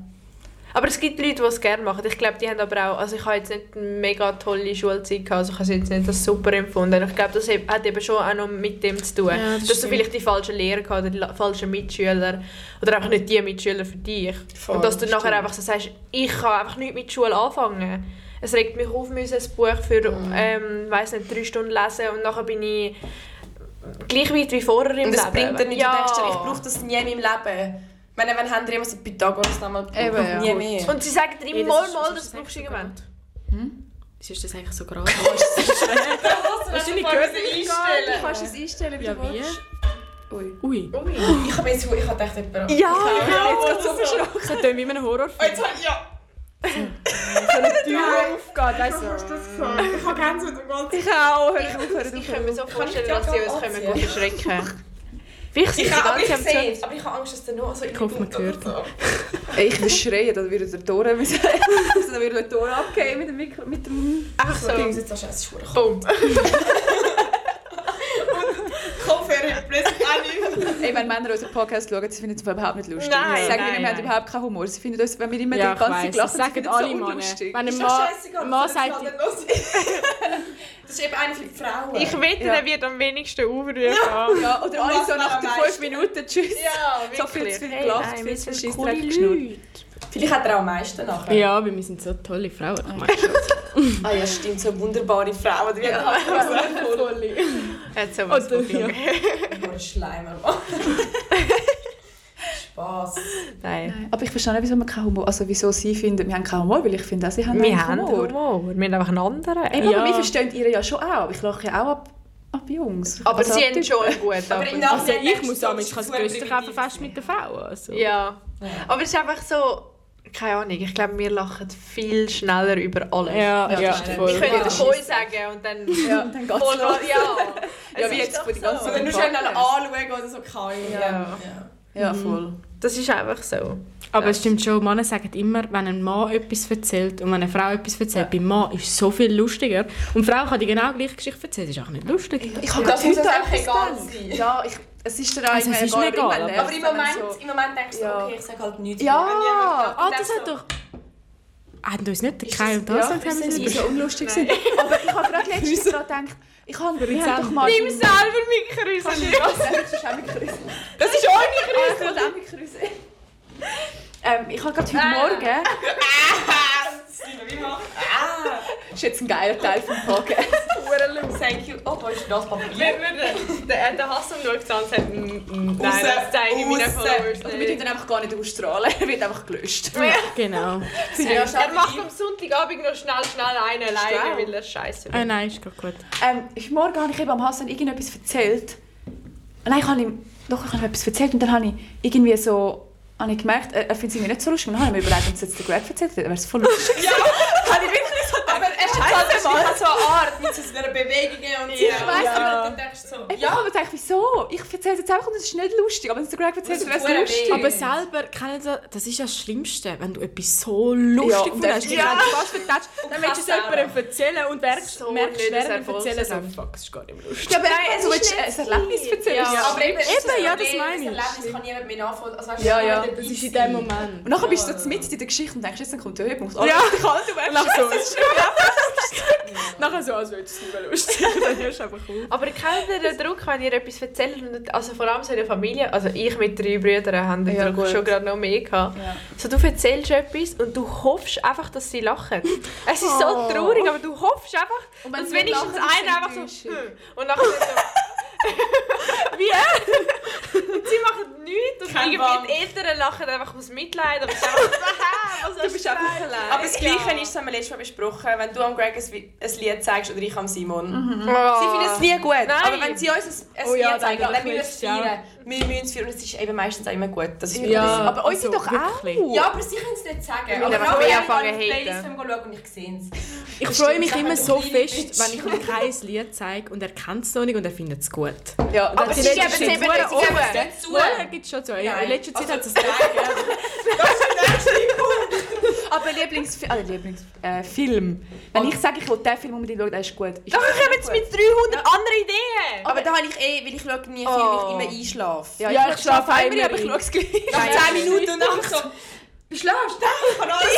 [SPEAKER 2] Aber es gibt Leute, die es gerne machen. Ich glaube, die haben aber auch... Also ich habe jetzt nicht eine mega tolle Schulzeit gehabt. Also ich habe es jetzt nicht als super empfunden. Ich glaube, das heb- hat eben schon auch noch mit dem zu tun.
[SPEAKER 4] Ja, das
[SPEAKER 2] dass du
[SPEAKER 4] stimmt.
[SPEAKER 2] vielleicht die falschen Lehrer gehabt oder die la- falschen Mitschüler. Oder einfach nicht die Mitschüler für dich.
[SPEAKER 5] Voll,
[SPEAKER 2] und dass du
[SPEAKER 5] das
[SPEAKER 2] nachher
[SPEAKER 5] stimmt.
[SPEAKER 2] einfach so sagst, ich kann einfach nicht mit der Schule anfangen. Es regt mich auf, muss ein Buch für, ähm, weiss nicht, drei Stunden lesen und nachher bin ich gleich weit wie vorher im
[SPEAKER 5] Und
[SPEAKER 2] Leben.
[SPEAKER 5] es bringt dir nichts.
[SPEAKER 2] Ja.
[SPEAKER 5] Du denkst dir, ich brauche das nie in meinem Leben. Ich meine, wenn haben dir immer so Pythagoras nochmal gebraucht?
[SPEAKER 3] Eben, ja.
[SPEAKER 5] nie mehr.
[SPEAKER 2] Und sie sagen dir immer,
[SPEAKER 4] Ja,
[SPEAKER 2] mal,
[SPEAKER 4] das ist-
[SPEAKER 2] mal,
[SPEAKER 4] das
[SPEAKER 2] das
[SPEAKER 4] ist
[SPEAKER 2] brauchst du
[SPEAKER 4] echt
[SPEAKER 2] irgendwann.
[SPEAKER 4] Das ist das eigentlich so gerade.
[SPEAKER 5] wahrscheinlich
[SPEAKER 4] gehört
[SPEAKER 3] Du kannst es einstellen, wie
[SPEAKER 4] Ja,
[SPEAKER 3] du
[SPEAKER 4] wie?
[SPEAKER 3] willst. Ui.
[SPEAKER 4] Ui.
[SPEAKER 5] Ich habe jetzt ich hab gedacht, jemand...
[SPEAKER 2] Ja,
[SPEAKER 5] ich habe jetzt gerade so
[SPEAKER 4] Das klingt wie in einem Horrorfilm.
[SPEAKER 5] Jetzt habe ich... Ja.
[SPEAKER 3] Türen aufgeht, weißt du.
[SPEAKER 5] Ich habe Gänsehaut am ganzen
[SPEAKER 3] Ich auch,
[SPEAKER 2] Ich, ich kann mir so vorstellen,
[SPEAKER 5] Kann
[SPEAKER 2] dass
[SPEAKER 5] ich
[SPEAKER 2] sie
[SPEAKER 5] die
[SPEAKER 2] uns
[SPEAKER 5] Jacke
[SPEAKER 2] können gut verschrecken Vielleicht sind
[SPEAKER 5] Ich
[SPEAKER 2] sie
[SPEAKER 5] habe aber
[SPEAKER 2] ganz
[SPEAKER 5] ich
[SPEAKER 2] am
[SPEAKER 5] sehe,
[SPEAKER 2] Zug.
[SPEAKER 5] aber ich habe Angst, dass der Noah so Ich
[SPEAKER 4] hoffe, man hört
[SPEAKER 3] Ich würde schreien, dann würde der Tore müssen. dann würde der Tore abgehen mit dem Mikro, mit dem...
[SPEAKER 2] Einfach
[SPEAKER 5] So. Ich
[SPEAKER 2] so.
[SPEAKER 5] jetzt wahrscheinlich, es ist verdammt
[SPEAKER 2] Boom.
[SPEAKER 5] Kopfhörer plötzlich auch nicht.
[SPEAKER 3] Ey, wenn Männer unseren Podcast schauen, sie finden es überhaupt nicht lustig.
[SPEAKER 2] Nein,
[SPEAKER 3] sie sagen,
[SPEAKER 2] nein,
[SPEAKER 3] wir haben
[SPEAKER 2] nein.
[SPEAKER 3] überhaupt keinen Humor. Sie finden uns, wenn wir immer
[SPEAKER 4] Ja,
[SPEAKER 3] die
[SPEAKER 4] ich
[SPEAKER 3] ganze
[SPEAKER 4] weiss,
[SPEAKER 3] Zeit
[SPEAKER 4] das sagen
[SPEAKER 3] lachen, sie finden
[SPEAKER 4] alle
[SPEAKER 3] so
[SPEAKER 4] Männer.
[SPEAKER 3] unlustig.
[SPEAKER 4] Wenn ein
[SPEAKER 5] Ist doch
[SPEAKER 4] Mann,
[SPEAKER 5] scheißegal,
[SPEAKER 4] Mann
[SPEAKER 5] was
[SPEAKER 4] sagt,
[SPEAKER 5] soll ich los Das ist eben eine für die Frauen.
[SPEAKER 2] Ich wette,
[SPEAKER 3] Ja.
[SPEAKER 2] der wird am wenigsten aufrufen. Ah,
[SPEAKER 3] Ja, oder
[SPEAKER 5] Und
[SPEAKER 3] alle so
[SPEAKER 5] lachen
[SPEAKER 3] nach
[SPEAKER 5] am
[SPEAKER 3] den
[SPEAKER 5] meisten.
[SPEAKER 3] 5 Minuten, tschüss.
[SPEAKER 2] Ja,
[SPEAKER 3] So viel zu viel
[SPEAKER 2] Hey,
[SPEAKER 3] gelacht,
[SPEAKER 2] nein,
[SPEAKER 3] viel
[SPEAKER 2] wir
[SPEAKER 3] zu
[SPEAKER 2] sind
[SPEAKER 3] viel Scheissdreck
[SPEAKER 2] coole
[SPEAKER 3] geschnurrt.
[SPEAKER 2] Leute.
[SPEAKER 5] Vielleicht hat er auch am meisten nachher.
[SPEAKER 4] ja, weil wir sind so tolle Frauen. Ich meine,
[SPEAKER 5] Ah ja, stimmt, so wunderbare Frauen. Die werden
[SPEAKER 2] Er hat sowas
[SPEAKER 4] Oder,
[SPEAKER 2] von Glück.
[SPEAKER 5] Nur Schleimer machen. Spass.
[SPEAKER 2] Nein.
[SPEAKER 3] Aber ich verstehe nicht, wieso wir keinen Humor... Also wieso sie finden, wir haben keinen Humor, weil ich finde auch, sie haben
[SPEAKER 2] Wir
[SPEAKER 3] einen
[SPEAKER 2] haben
[SPEAKER 3] Humor.
[SPEAKER 2] Humor. Wir haben einfach einen anderen.
[SPEAKER 3] Eben,
[SPEAKER 4] Ja.
[SPEAKER 3] aber wir verstehen ihr ja schon auch. Ich lache ja auch ab, ab Jungs.
[SPEAKER 2] Aber
[SPEAKER 3] Also
[SPEAKER 2] sie
[SPEAKER 3] ab
[SPEAKER 2] haben
[SPEAKER 3] Typen.
[SPEAKER 2] schon einen guten
[SPEAKER 5] Aber im
[SPEAKER 2] Abend.
[SPEAKER 5] Nachhinein
[SPEAKER 4] Also ich
[SPEAKER 5] denkst du,
[SPEAKER 4] muss
[SPEAKER 5] das
[SPEAKER 4] sagen, ich
[SPEAKER 5] ist
[SPEAKER 4] kann das
[SPEAKER 5] super
[SPEAKER 4] größte
[SPEAKER 5] primitiv.
[SPEAKER 4] kaufen fast mit den Frauen. Also.
[SPEAKER 2] Ja.
[SPEAKER 5] Ja.
[SPEAKER 2] Aber es ist einfach so... Keine Ahnung, ich glaube, wir lachen viel schneller über alles.
[SPEAKER 4] Ja,
[SPEAKER 3] Ja,
[SPEAKER 4] ja,
[SPEAKER 3] das stimmt.
[SPEAKER 2] Wir
[SPEAKER 4] voll.
[SPEAKER 2] können
[SPEAKER 5] Ja.
[SPEAKER 2] ja. Heu sagen und dann...
[SPEAKER 3] Ja, dann geht's
[SPEAKER 2] voll
[SPEAKER 3] los.
[SPEAKER 2] Ja.
[SPEAKER 3] Ja,
[SPEAKER 2] Es
[SPEAKER 3] wie
[SPEAKER 2] ist
[SPEAKER 3] jetzt
[SPEAKER 2] doch
[SPEAKER 3] für die
[SPEAKER 2] so.
[SPEAKER 3] ganze
[SPEAKER 5] Oder nur schnell anschauen oder so. Keine
[SPEAKER 2] Ja.
[SPEAKER 3] Ja, voll.
[SPEAKER 2] Das ist einfach so.
[SPEAKER 4] Aber es stimmt schon, Männer sagen immer, wenn ein Mann etwas erzählt und wenn eine Frau etwas erzählt, beim Mann ist es so viel lustiger. Und die Frau kann die genau gleiche Geschichte erzählen, das ist auch nicht lustig.
[SPEAKER 3] Ich
[SPEAKER 5] Und
[SPEAKER 3] habe
[SPEAKER 5] das
[SPEAKER 3] gerade
[SPEAKER 5] muss
[SPEAKER 3] heute
[SPEAKER 5] uns auch
[SPEAKER 3] etwas
[SPEAKER 5] egal
[SPEAKER 3] gedacht.
[SPEAKER 5] sein.
[SPEAKER 3] Ja, ich, es ist dir
[SPEAKER 4] Also, es ist mir egal, aber-
[SPEAKER 5] Aber im Moment, im Moment denkst du,
[SPEAKER 3] Ja.
[SPEAKER 5] okay, ich sage halt nichts.
[SPEAKER 3] Ja.
[SPEAKER 5] Wenn
[SPEAKER 4] Ah,
[SPEAKER 5] jemand- dann
[SPEAKER 4] das
[SPEAKER 5] denkst
[SPEAKER 4] hat
[SPEAKER 5] du,
[SPEAKER 4] doch... Haben uns nicht der
[SPEAKER 5] Ist
[SPEAKER 4] Kai
[SPEAKER 5] das-
[SPEAKER 4] und das und
[SPEAKER 5] ja, ist
[SPEAKER 4] haben
[SPEAKER 5] das
[SPEAKER 4] sie
[SPEAKER 3] die
[SPEAKER 4] nicht
[SPEAKER 3] so unlustig sind. Aber ich habe gerade letztens daran gedacht, ich habe, wir haben doch mal...
[SPEAKER 2] Nimm selber mit Krüseli.
[SPEAKER 3] Das ist auch mit Krüse.
[SPEAKER 5] Das ist auch
[SPEAKER 3] Ah, ich will auch mit Krüse. Ähm, ich habe gerade heute
[SPEAKER 4] Ah.
[SPEAKER 3] Morgen...
[SPEAKER 5] nicht Wie macht Ah!
[SPEAKER 3] Das ist jetzt ein geiler Teil vom Podcast.
[SPEAKER 5] Thank you. Oh, da ist das Papier.
[SPEAKER 2] Wir würden... Der, der Hassan schaut an und sagt, «Mm, mm, nein,
[SPEAKER 5] Raus,
[SPEAKER 2] das zeige ich meinen
[SPEAKER 5] raus.» Also
[SPEAKER 2] Followers Also
[SPEAKER 3] Oder Also wir
[SPEAKER 2] nicht.
[SPEAKER 3] dürfen einfach gar nicht ausstrahlen, er wird einfach gelöscht.
[SPEAKER 4] Genau.
[SPEAKER 5] Ja,
[SPEAKER 2] Er macht am Sonntagabend noch schnell, schnell einen alleine, weil er scheiße
[SPEAKER 4] Ah nein, ist gerade gut.
[SPEAKER 3] Ähm, heute Morgen habe ich eben am Hassan irgendetwas erzählt. Nein, ich habe ihm, doch, ich habe ihm etwas erzählt und dann habe ich irgendwie so habe ich gemerkt, er, er findet es irgendwie nicht so lustig. Und dann habe ich mir überlegt, wenn es jetzt der Greg erzählt hätte, wäre es voll lustig.
[SPEAKER 5] Aber er ist halt so eine Art mit so einer Bewegung und so.
[SPEAKER 2] Ja.
[SPEAKER 3] weiss,
[SPEAKER 5] aber dann denkst du so,
[SPEAKER 3] Ich habe mir gedacht, wieso? Ich erzähle es jetzt einfach und es ist nicht lustig. Aber wenn es der Greg erzählt
[SPEAKER 5] Das
[SPEAKER 3] hätte,
[SPEAKER 5] ist
[SPEAKER 3] wäre
[SPEAKER 5] verdammt
[SPEAKER 3] es lustig.
[SPEAKER 5] weh.
[SPEAKER 4] Aber selber, kennt ihr das Das ist das Schlimmste, wenn du etwas so
[SPEAKER 3] Ja,
[SPEAKER 4] lustig
[SPEAKER 3] und
[SPEAKER 4] findest,
[SPEAKER 3] dann-
[SPEAKER 4] ja. wenn du fast vertatscht, dann willst du es
[SPEAKER 5] kannst
[SPEAKER 4] jemandem erzählen und merkst,
[SPEAKER 2] So
[SPEAKER 4] merkst
[SPEAKER 2] nicht ein
[SPEAKER 4] während dem Erzählen, so,
[SPEAKER 2] Erfolgserlebnis.
[SPEAKER 4] fuck, das ist gar nicht lustig.
[SPEAKER 3] Ja, aber
[SPEAKER 2] Nein,
[SPEAKER 3] wenn
[SPEAKER 2] es
[SPEAKER 3] du
[SPEAKER 2] ist
[SPEAKER 3] willst
[SPEAKER 2] nicht
[SPEAKER 3] ein Erlebnis
[SPEAKER 2] schlimm.
[SPEAKER 3] erzählen.
[SPEAKER 2] Ja.
[SPEAKER 3] Ja.
[SPEAKER 5] Aber eben,
[SPEAKER 4] Eben, ja, das
[SPEAKER 5] mein
[SPEAKER 4] meine ich.
[SPEAKER 5] Das Erlebnis kann niemand mehr nachvollziehen. Also, weißt,
[SPEAKER 3] Ja,
[SPEAKER 5] du,
[SPEAKER 3] ja,
[SPEAKER 4] Das
[SPEAKER 5] jemand dabei
[SPEAKER 4] ist in
[SPEAKER 5] sein.
[SPEAKER 4] dem Moment.
[SPEAKER 3] Und nachher bist du mitten in der Geschichte und denkst, jetzt kommt der Höhepunkt.
[SPEAKER 4] Ja.
[SPEAKER 3] Alles ist kalt, du merkst,
[SPEAKER 4] Lach so. Nachher so, als würdest du es nicht lustig. Dann hörst du einfach auf.
[SPEAKER 2] Aber kennt ihr den Druck, wenn ihr etwas erzählt? und- Also vor allem so in der Familie, also ich mit drei Brüdern haben den
[SPEAKER 3] Ja,
[SPEAKER 2] Druck
[SPEAKER 3] gut.
[SPEAKER 2] schon gerade noch mehr gehabt.
[SPEAKER 3] Ja.
[SPEAKER 2] So, du erzählst etwas und du hoffst einfach, dass sie lachen. Es ist
[SPEAKER 4] Oh.
[SPEAKER 2] so traurig, aber du hoffst einfach,
[SPEAKER 3] Und wenn
[SPEAKER 2] dass
[SPEAKER 3] sie
[SPEAKER 2] wenigstens
[SPEAKER 3] lachen, ist
[SPEAKER 2] einer einfach
[SPEAKER 3] es
[SPEAKER 2] so hm. und nachher so wie und sie machen nichts und
[SPEAKER 5] Kein Wand.
[SPEAKER 2] irgendwie die Eltern lachen einfach aus Mitleid und es ist einfach, was
[SPEAKER 3] bist einfach allein.
[SPEAKER 5] Aber das Gleiche ist, das haben wir letztes Mal besprochen, wenn du am Greg ein, Vi- ein Lied zeigst oder ich am Simon.
[SPEAKER 2] Mhm.
[SPEAKER 5] Sie finden das Lied gut, aber wenn sie uns ein, ein
[SPEAKER 4] Oh ja,
[SPEAKER 5] Lied zeigen,
[SPEAKER 4] dann
[SPEAKER 5] dann müssen wir es
[SPEAKER 4] wird's, ja.
[SPEAKER 5] feiern. Wir müssen es feiern und es ist eben meistens auch immer gut. Das ist
[SPEAKER 4] Ja.
[SPEAKER 3] Aber uns
[SPEAKER 4] Also,
[SPEAKER 3] sind doch auch...
[SPEAKER 4] wirklich.
[SPEAKER 5] Ja, aber sie können es nicht sagen.
[SPEAKER 2] müssen einfach
[SPEAKER 5] nachher
[SPEAKER 2] mehr
[SPEAKER 5] kann
[SPEAKER 2] anfangen
[SPEAKER 5] ich auf die
[SPEAKER 2] haten.
[SPEAKER 5] Playlist von mir schauen und ich sehe es.
[SPEAKER 4] Ich
[SPEAKER 5] Das
[SPEAKER 4] freue
[SPEAKER 5] stimmt,
[SPEAKER 4] mich
[SPEAKER 5] sag mal,
[SPEAKER 4] immer
[SPEAKER 5] du
[SPEAKER 4] so
[SPEAKER 5] kleine
[SPEAKER 4] fest,
[SPEAKER 5] Bitch.
[SPEAKER 4] wenn ich ihm kein Lied zeige und er kennt es noch nicht und er findet es gut.
[SPEAKER 3] Ja,
[SPEAKER 2] Aber
[SPEAKER 3] das
[SPEAKER 2] sie
[SPEAKER 3] ist-
[SPEAKER 2] geben es eben nicht
[SPEAKER 4] Oh,
[SPEAKER 2] zu.
[SPEAKER 5] Nicht zu.
[SPEAKER 4] Vorher gibt es schon zwei.
[SPEAKER 5] Nein.
[SPEAKER 4] In letzter Zeit
[SPEAKER 5] Also,
[SPEAKER 4] hat es gegeben.
[SPEAKER 3] Aber Lieblingsfilm. Ah, Lieblings äh, Film. Wenn ich sage, ich will den Film unbedingt schauen, der ist gut. Ist
[SPEAKER 2] Doch,
[SPEAKER 3] das
[SPEAKER 2] ich habe jetzt
[SPEAKER 3] gut?
[SPEAKER 2] mit 300 anderen Ideen.
[SPEAKER 5] Aber da habe ich eh, weil ich schaue nie viel,
[SPEAKER 2] Oh.
[SPEAKER 5] weil ich immer einschlafe.
[SPEAKER 3] Ja,
[SPEAKER 4] Ja,
[SPEAKER 3] ich,
[SPEAKER 4] ich
[SPEAKER 3] schlafe
[SPEAKER 4] schlafe
[SPEAKER 3] immer,
[SPEAKER 4] immer
[SPEAKER 3] aber ich
[SPEAKER 4] ein.
[SPEAKER 3] schaue es gleich.
[SPEAKER 5] Nach
[SPEAKER 4] Ja,
[SPEAKER 5] 10 Minuten und dann so... Du schläfst? Nein, ich kann alles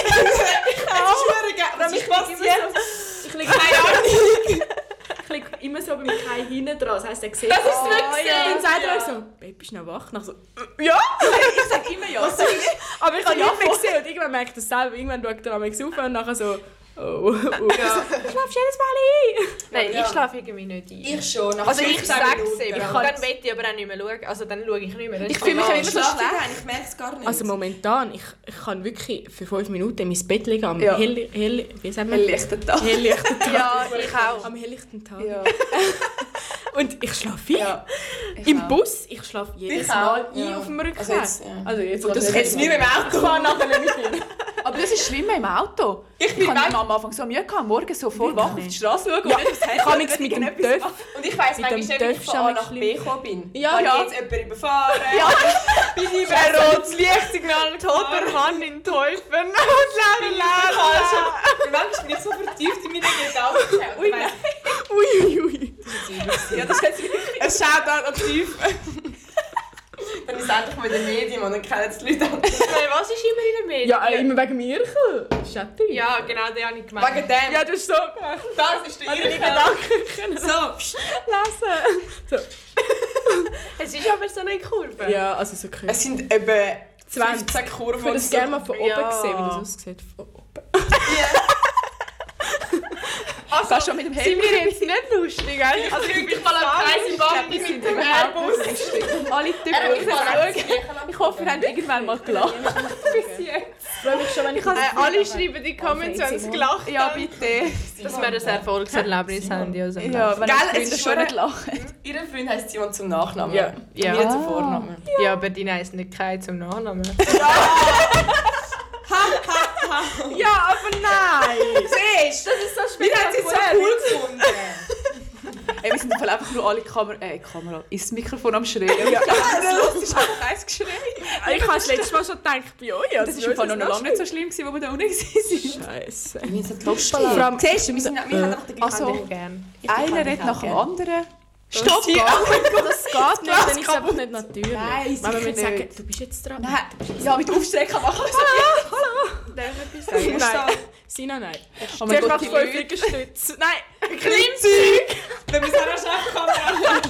[SPEAKER 5] Ich kann alles Ich kann alles
[SPEAKER 4] Ich liege keine Ahnung. Ich liege immer so beim Kai hinten dran. Das heisst, er sieht Oh,
[SPEAKER 5] Das ist wirklich
[SPEAKER 4] Und dann
[SPEAKER 5] so.
[SPEAKER 4] sagt er auch so, Baby, bist du noch wach? Nach so,
[SPEAKER 5] Ich sage immer ja.
[SPEAKER 4] aber ich habe nicht mehr gesehen. Und irgendwann merkt er es selber. Irgendwann schaut er einmal auf und nachher so, oh, oh. Du schlafst jedes Mal ein.
[SPEAKER 2] Nein,
[SPEAKER 5] Ja.
[SPEAKER 2] ich schlafe irgendwie nicht ein.
[SPEAKER 5] Ich schon. Nach
[SPEAKER 2] also ich
[SPEAKER 5] 15
[SPEAKER 2] sage es
[SPEAKER 5] Minuten.
[SPEAKER 2] eben.
[SPEAKER 5] Ja.
[SPEAKER 2] Und dann will ich aber auch nicht mehr schauen. Also dann schaue ich nicht mehr. Das
[SPEAKER 3] Ich
[SPEAKER 2] ist
[SPEAKER 3] fühle mich
[SPEAKER 2] voll
[SPEAKER 3] ja immer so
[SPEAKER 5] Schlaf
[SPEAKER 3] schlecht.
[SPEAKER 5] ich merke es gar nicht.
[SPEAKER 4] Also momentan, ich, ich kann wirklich für fünf Minuten in mein Bett liegen am
[SPEAKER 3] Ja.
[SPEAKER 4] hell, hell, wie sagt man?
[SPEAKER 3] Ein lichter Tag.
[SPEAKER 4] helllichten Tag.
[SPEAKER 2] Ja, ich auch.
[SPEAKER 4] Am helllichten Tag.
[SPEAKER 3] Ja.
[SPEAKER 4] Und ich schlafe ein.
[SPEAKER 3] Ja. Ich
[SPEAKER 4] Im
[SPEAKER 3] auch.
[SPEAKER 4] Bus, ich schlafe jedes
[SPEAKER 5] Ich auch,
[SPEAKER 4] Mal ein
[SPEAKER 5] ja.
[SPEAKER 4] auf dem Rückweg.
[SPEAKER 5] Also jetzt, ja.
[SPEAKER 4] Also jetzt
[SPEAKER 5] Jetzt nie mehr im Auto.
[SPEAKER 4] Ich fahre nachher nicht mit ihm.
[SPEAKER 3] Aber das das ist schlimm im Auto.
[SPEAKER 5] Ich bin
[SPEAKER 3] habe
[SPEAKER 5] weg.
[SPEAKER 3] immer am Anfang so Mühe gehabt, morgen so voll
[SPEAKER 4] Wirklich?
[SPEAKER 3] wach auf die Straße schauen
[SPEAKER 4] Ja,
[SPEAKER 3] und nicht aufs Handy.
[SPEAKER 4] ich kann nichts mit dem
[SPEAKER 3] irgendetwas
[SPEAKER 4] Töff.
[SPEAKER 3] machen.
[SPEAKER 5] Und ich weiss
[SPEAKER 4] Mit
[SPEAKER 5] manchmal
[SPEAKER 4] dem
[SPEAKER 5] nicht, wie ich
[SPEAKER 4] Töff
[SPEAKER 5] von
[SPEAKER 4] ist
[SPEAKER 5] A
[SPEAKER 4] auch
[SPEAKER 5] nach B
[SPEAKER 4] schlimm.
[SPEAKER 5] gekommen bin.
[SPEAKER 4] Ja,
[SPEAKER 5] Habe
[SPEAKER 4] ja.
[SPEAKER 5] ich jetzt jemanden überfahren?
[SPEAKER 3] Ja.
[SPEAKER 5] Bin ich
[SPEAKER 2] Ein
[SPEAKER 5] besser?
[SPEAKER 2] rotes Lichtsignal, ein toter Mann in Teufeln.
[SPEAKER 5] Bin ich falsch? Und Manchmal bin ich so vertieft in meine Gedanken. Und ich weiss,
[SPEAKER 4] Uiuiui.
[SPEAKER 5] Ja, das ist jetzt wirklich ein Shoutout an Tief. dann ist es endlich mal den Medien und dann kennen es die Leute an.
[SPEAKER 2] Nein, was ist immer in den Medien?
[SPEAKER 4] Ja, äh, immer wegen Mirkel. Schattig.
[SPEAKER 2] Ja, genau, den habe ich gemeint.
[SPEAKER 5] Wegen dem.
[SPEAKER 4] Ja, du hast so gemacht.
[SPEAKER 5] Das ist der
[SPEAKER 4] Hat
[SPEAKER 5] ihre
[SPEAKER 4] er die Gedanken
[SPEAKER 5] Gedanke. So, pst.
[SPEAKER 4] lesen
[SPEAKER 2] Es ist aber so eine Kurve.
[SPEAKER 4] Ja, also so
[SPEAKER 5] es sind eben
[SPEAKER 4] 20.
[SPEAKER 5] 15 Kurven.
[SPEAKER 4] Ich würde das
[SPEAKER 5] und so.
[SPEAKER 4] gerne mal von oben
[SPEAKER 2] Ja.
[SPEAKER 4] sehen, wie das aussieht. Von oben.
[SPEAKER 3] Also, Gehst schon mit dem
[SPEAKER 2] Sind
[SPEAKER 3] Handy?
[SPEAKER 2] wir jetzt nicht lustig, gell? Also ich bin mal am Kreis im Bambi mit dem Airbus.
[SPEAKER 3] Alle Typen
[SPEAKER 5] Er hat mich
[SPEAKER 3] schauen.
[SPEAKER 5] mal ins Lächeln
[SPEAKER 3] Ich hoffe, ihr habt irgendwann mal gelacht.
[SPEAKER 4] Ich freue mich schon, wenn ich
[SPEAKER 2] Äh, alle schreiben in die Comments, wenn sie gelacht
[SPEAKER 3] Ja,
[SPEAKER 2] haben.
[SPEAKER 3] bitte.
[SPEAKER 2] Dass wir ein Erfolgserlebnis haben. Ja, so.
[SPEAKER 3] Ja, wenn
[SPEAKER 5] Gell,
[SPEAKER 3] ihr
[SPEAKER 5] es
[SPEAKER 3] Freunde
[SPEAKER 5] ist
[SPEAKER 3] schon
[SPEAKER 5] schon-
[SPEAKER 3] nicht lachen.
[SPEAKER 5] Ihr Freund heisst Simon zum Nachnamen.
[SPEAKER 4] Ja.
[SPEAKER 2] Ja.
[SPEAKER 5] Mir zum Vornamen.
[SPEAKER 2] ja, aber deine heisst nicht Kai zum Nachnamen.
[SPEAKER 4] Ja, aber nein!
[SPEAKER 5] Siehst du? Das ist so spät. Wir haben es jetzt so cool gefunden.
[SPEAKER 3] Ey, wir sind im Fall einfach nur alle Kamera, äh, Kamera, ist das Mikrofon am Schreien.
[SPEAKER 5] Das ist einfach eins geschrieben.
[SPEAKER 4] ich habe das letzte Mal schon gedacht, bei euch.
[SPEAKER 3] Das war im Fall noch lange nicht so schlimm, gewesen, wo wir da unten waren.
[SPEAKER 4] Scheiße.
[SPEAKER 5] Wir sind lustig.
[SPEAKER 4] Vor allem-
[SPEAKER 5] Siehst du, wir sind wir haben einfach den gleichen
[SPEAKER 3] Also-
[SPEAKER 5] Ding.
[SPEAKER 2] Gern.
[SPEAKER 5] Ich kann
[SPEAKER 3] Einer
[SPEAKER 5] dich
[SPEAKER 3] redet
[SPEAKER 5] auch
[SPEAKER 3] nach dem
[SPEAKER 5] gerne.
[SPEAKER 3] anderen.
[SPEAKER 4] Stopp!
[SPEAKER 5] Die-
[SPEAKER 4] Das geht nicht, dann ist es einfach nicht natürlich.
[SPEAKER 3] Nein,
[SPEAKER 4] Wenn wir
[SPEAKER 3] sicher
[SPEAKER 4] müssen sagen,
[SPEAKER 3] nicht.
[SPEAKER 4] du bist jetzt dran.
[SPEAKER 3] Nein, ja, mit Aufstrecken machen wir
[SPEAKER 4] Nein. nein. Sina, nein.
[SPEAKER 3] Oh
[SPEAKER 4] Zuerst
[SPEAKER 3] Gott,
[SPEAKER 4] machst
[SPEAKER 3] die
[SPEAKER 4] du fünf
[SPEAKER 3] Leute.
[SPEAKER 4] Liegestütze. Nein!
[SPEAKER 5] Klimmzüge! Dann müssen wir schnell die Kamera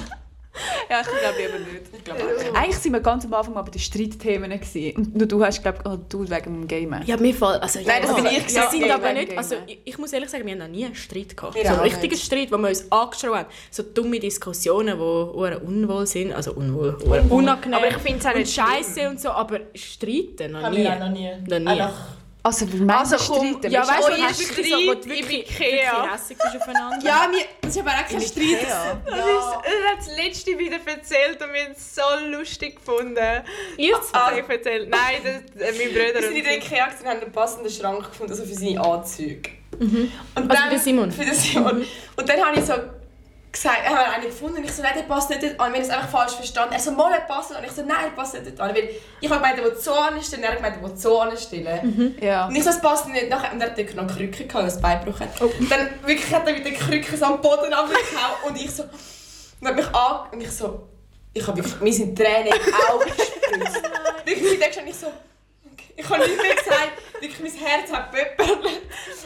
[SPEAKER 3] Ja, ich glaube lieber nicht. Eigentlich waren wir ganz am Anfang mal bei den Streitthemen. gewesen. Und nur du hast, glaube ich, oh, du wegen dem Gamen.
[SPEAKER 4] Ja, mir fall. Also, ja,
[SPEAKER 5] Nein, das
[SPEAKER 4] also,
[SPEAKER 5] bin ich
[SPEAKER 4] Wir
[SPEAKER 5] gewesen.
[SPEAKER 4] sind
[SPEAKER 5] Ja,
[SPEAKER 4] aber
[SPEAKER 3] nein,
[SPEAKER 4] nicht.
[SPEAKER 3] nein,
[SPEAKER 4] Also,
[SPEAKER 3] nein.
[SPEAKER 4] ich, ich muss ehrlich sagen, wir haben noch nie einen Streit gehabt.
[SPEAKER 5] Wir
[SPEAKER 4] so einen
[SPEAKER 5] auch
[SPEAKER 4] richtigen
[SPEAKER 5] nicht.
[SPEAKER 4] Streit, wo wir uns angeschaut haben. So dumme Diskussionen, die hure unwohl sind. Also unwohl, hure unangenehm.
[SPEAKER 2] Aber ich finde es auch
[SPEAKER 4] und
[SPEAKER 2] nicht
[SPEAKER 4] scheiße und so. Aber streiten noch nie.
[SPEAKER 5] noch nie. Ah,
[SPEAKER 4] Noch nie.
[SPEAKER 3] Also, wir meinen
[SPEAKER 2] Also komm,
[SPEAKER 3] Streiten.
[SPEAKER 4] Ja,
[SPEAKER 3] weißt
[SPEAKER 4] weißt du,
[SPEAKER 3] du,
[SPEAKER 2] euer
[SPEAKER 4] du hast
[SPEAKER 2] Streit
[SPEAKER 4] wirklich so, wo du
[SPEAKER 2] im
[SPEAKER 4] wirklich,
[SPEAKER 2] Ikea.
[SPEAKER 4] wirklich hässig bist aufeinander.
[SPEAKER 5] Ja, wir, das ist aber auch kein Streit.
[SPEAKER 2] Das ist, er hat das letzte wieder erzählt und wir haben es so lustig gefunden.
[SPEAKER 4] Ihr
[SPEAKER 2] Ah,
[SPEAKER 4] zwei.
[SPEAKER 2] ich erzähle. Nein, das, äh, mein Bruder
[SPEAKER 5] Wir sind in der
[SPEAKER 2] und ich.
[SPEAKER 5] Ikea gewesen und haben einen passenden Schrank gefunden, also für seine Anzüge. Und
[SPEAKER 4] Also für den Simon? Mhm.
[SPEAKER 5] Für den Simon. Und dann habe ich so gesagt, haben wir einen gefunden und ich so, nein, der passt nicht dort an. Wir haben es einfach falsch verstanden. Er so, mal, er passt dort an. Ich so, nein, er passt nicht dort an. Weil ich habe gemeint, er will so anstellen, er hat gemeint, er will so anstellen.
[SPEAKER 3] Ja.
[SPEAKER 4] Ah.
[SPEAKER 5] Und ich so, es passt nicht nachher. Und er hat noch Krücken gehabt, das Bein gebrochen.
[SPEAKER 4] Oh.
[SPEAKER 5] Und dann wirklich hat er mit den Krücken so am Boden abgehauen und ich so... Und er hat mich an... Und ich so... Ich habe wirklich... Mir sind Tränen in die Augen gespritzt. Wirklich, ich denke schon, ich so... okay, Ich habe nichts mehr gesagt. Wirklich, mein Herz hat pöppert.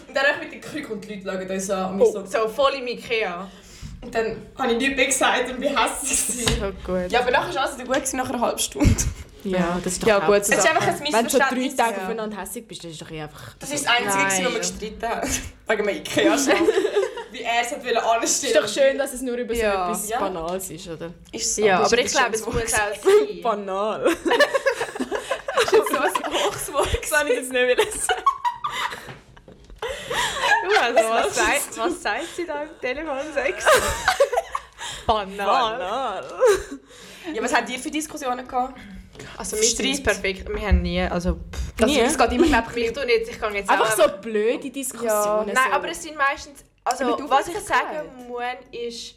[SPEAKER 5] Und dann habe ich mit den Krücken und die Leute schauen uns an. Und, wir so,
[SPEAKER 2] So voll im Ikea.
[SPEAKER 4] Oh.
[SPEAKER 5] und dann habe ich nichts mehr gesagt und bin hässlich. gewesen.
[SPEAKER 2] So gut.
[SPEAKER 5] Ja, aber nachher war alles wieder gut, gewesen, nach einer halben Stunde.
[SPEAKER 4] Ja, Oh, das ist doch
[SPEAKER 3] Ja, gut, also,
[SPEAKER 4] Hauptsache.
[SPEAKER 5] Es ist einfach
[SPEAKER 4] Wenn du schon
[SPEAKER 5] ein
[SPEAKER 4] drei
[SPEAKER 5] Missverständnis.
[SPEAKER 4] Tage aufeinander hässig bist, das ist doch eh einfach...
[SPEAKER 5] Das ist das Einzige,
[SPEAKER 2] Nein.
[SPEAKER 5] gewesen, wo wir gestritten haben. Wegen einem Ikea-Schrank. Wie er es hat wollte
[SPEAKER 4] ist
[SPEAKER 5] anstellen
[SPEAKER 4] doch schön, dass es nur über so
[SPEAKER 3] Ja.
[SPEAKER 4] etwas
[SPEAKER 5] Ja.
[SPEAKER 4] Banales ist, oder?
[SPEAKER 5] Ist so.
[SPEAKER 2] Ja,
[SPEAKER 5] Das
[SPEAKER 2] aber
[SPEAKER 5] ist
[SPEAKER 2] ich glaube, es
[SPEAKER 5] so.
[SPEAKER 2] muss auch sein.
[SPEAKER 4] Banal. das habe ich jetzt nicht mehr sagen.
[SPEAKER 2] Du, also, was, sagt, was sagt sie da im Telefon 6? Banal.
[SPEAKER 4] Banal.
[SPEAKER 5] Ja, was habt ihr für Diskussionen gehabt?
[SPEAKER 2] Also, wir sind es perfekt. Wir haben nie. Also, pff,
[SPEAKER 3] Das,
[SPEAKER 4] Nie.
[SPEAKER 3] es geht immer, glaube
[SPEAKER 2] ich tue jetzt, ich gehe jetzt
[SPEAKER 4] Einfach
[SPEAKER 2] auch-
[SPEAKER 4] so blöde Diskussionen.
[SPEAKER 3] Ja,
[SPEAKER 2] Nein,
[SPEAKER 4] so.
[SPEAKER 2] aber es sind meistens. Also,
[SPEAKER 3] Aber mit
[SPEAKER 2] was ich
[SPEAKER 3] Aufmerksamkeit.
[SPEAKER 2] sagen muss, ist,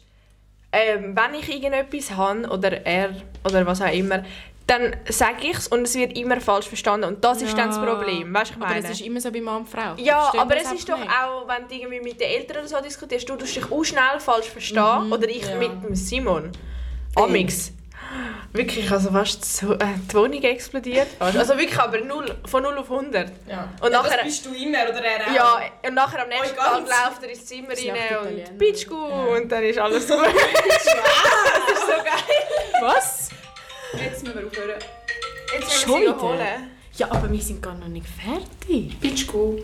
[SPEAKER 2] ähm, wenn ich irgendetwas habe oder er oder was auch immer, dann sage ich es und es wird immer falsch verstanden. Und das ist dann das
[SPEAKER 4] Ja.
[SPEAKER 2] Problem. Weißt du, ich
[SPEAKER 4] Ah, Aber
[SPEAKER 2] meine?
[SPEAKER 4] es ist immer so bei Mann und Frau.
[SPEAKER 2] ja,
[SPEAKER 4] Verstehen
[SPEAKER 2] aber
[SPEAKER 4] das
[SPEAKER 2] es ist doch
[SPEAKER 4] einfach nicht.
[SPEAKER 2] auch, wenn du irgendwie mit den Eltern oder so diskutierst, du tust dich auch schnell falsch
[SPEAKER 4] Mhm.
[SPEAKER 2] verstehen. oder ich
[SPEAKER 5] ja.
[SPEAKER 2] mit dem Simon. Amix. Wirklich, also fast so, äh, die Wohnung explodiert. fast. Also wirklich, aber null, von 0 auf 100.
[SPEAKER 5] Ja.
[SPEAKER 2] Und
[SPEAKER 5] ja,
[SPEAKER 2] nachher-
[SPEAKER 5] das bist du immer oder er auch?
[SPEAKER 2] Ja, und nachher am nächsten
[SPEAKER 5] Oh, ganz.
[SPEAKER 2] Tag läuft er ins Zimmer rein
[SPEAKER 4] Schlacht Italiener.
[SPEAKER 2] und «Bitch, gut!» und dann ist alles gut.
[SPEAKER 4] Was?
[SPEAKER 5] Jetzt müssen wir aufhören.
[SPEAKER 4] Schon
[SPEAKER 2] Jetzt müssen wir sie
[SPEAKER 4] wieder?
[SPEAKER 2] noch holen.
[SPEAKER 4] Ja, aber wir sind gar noch nicht fertig.
[SPEAKER 5] Bitch, go.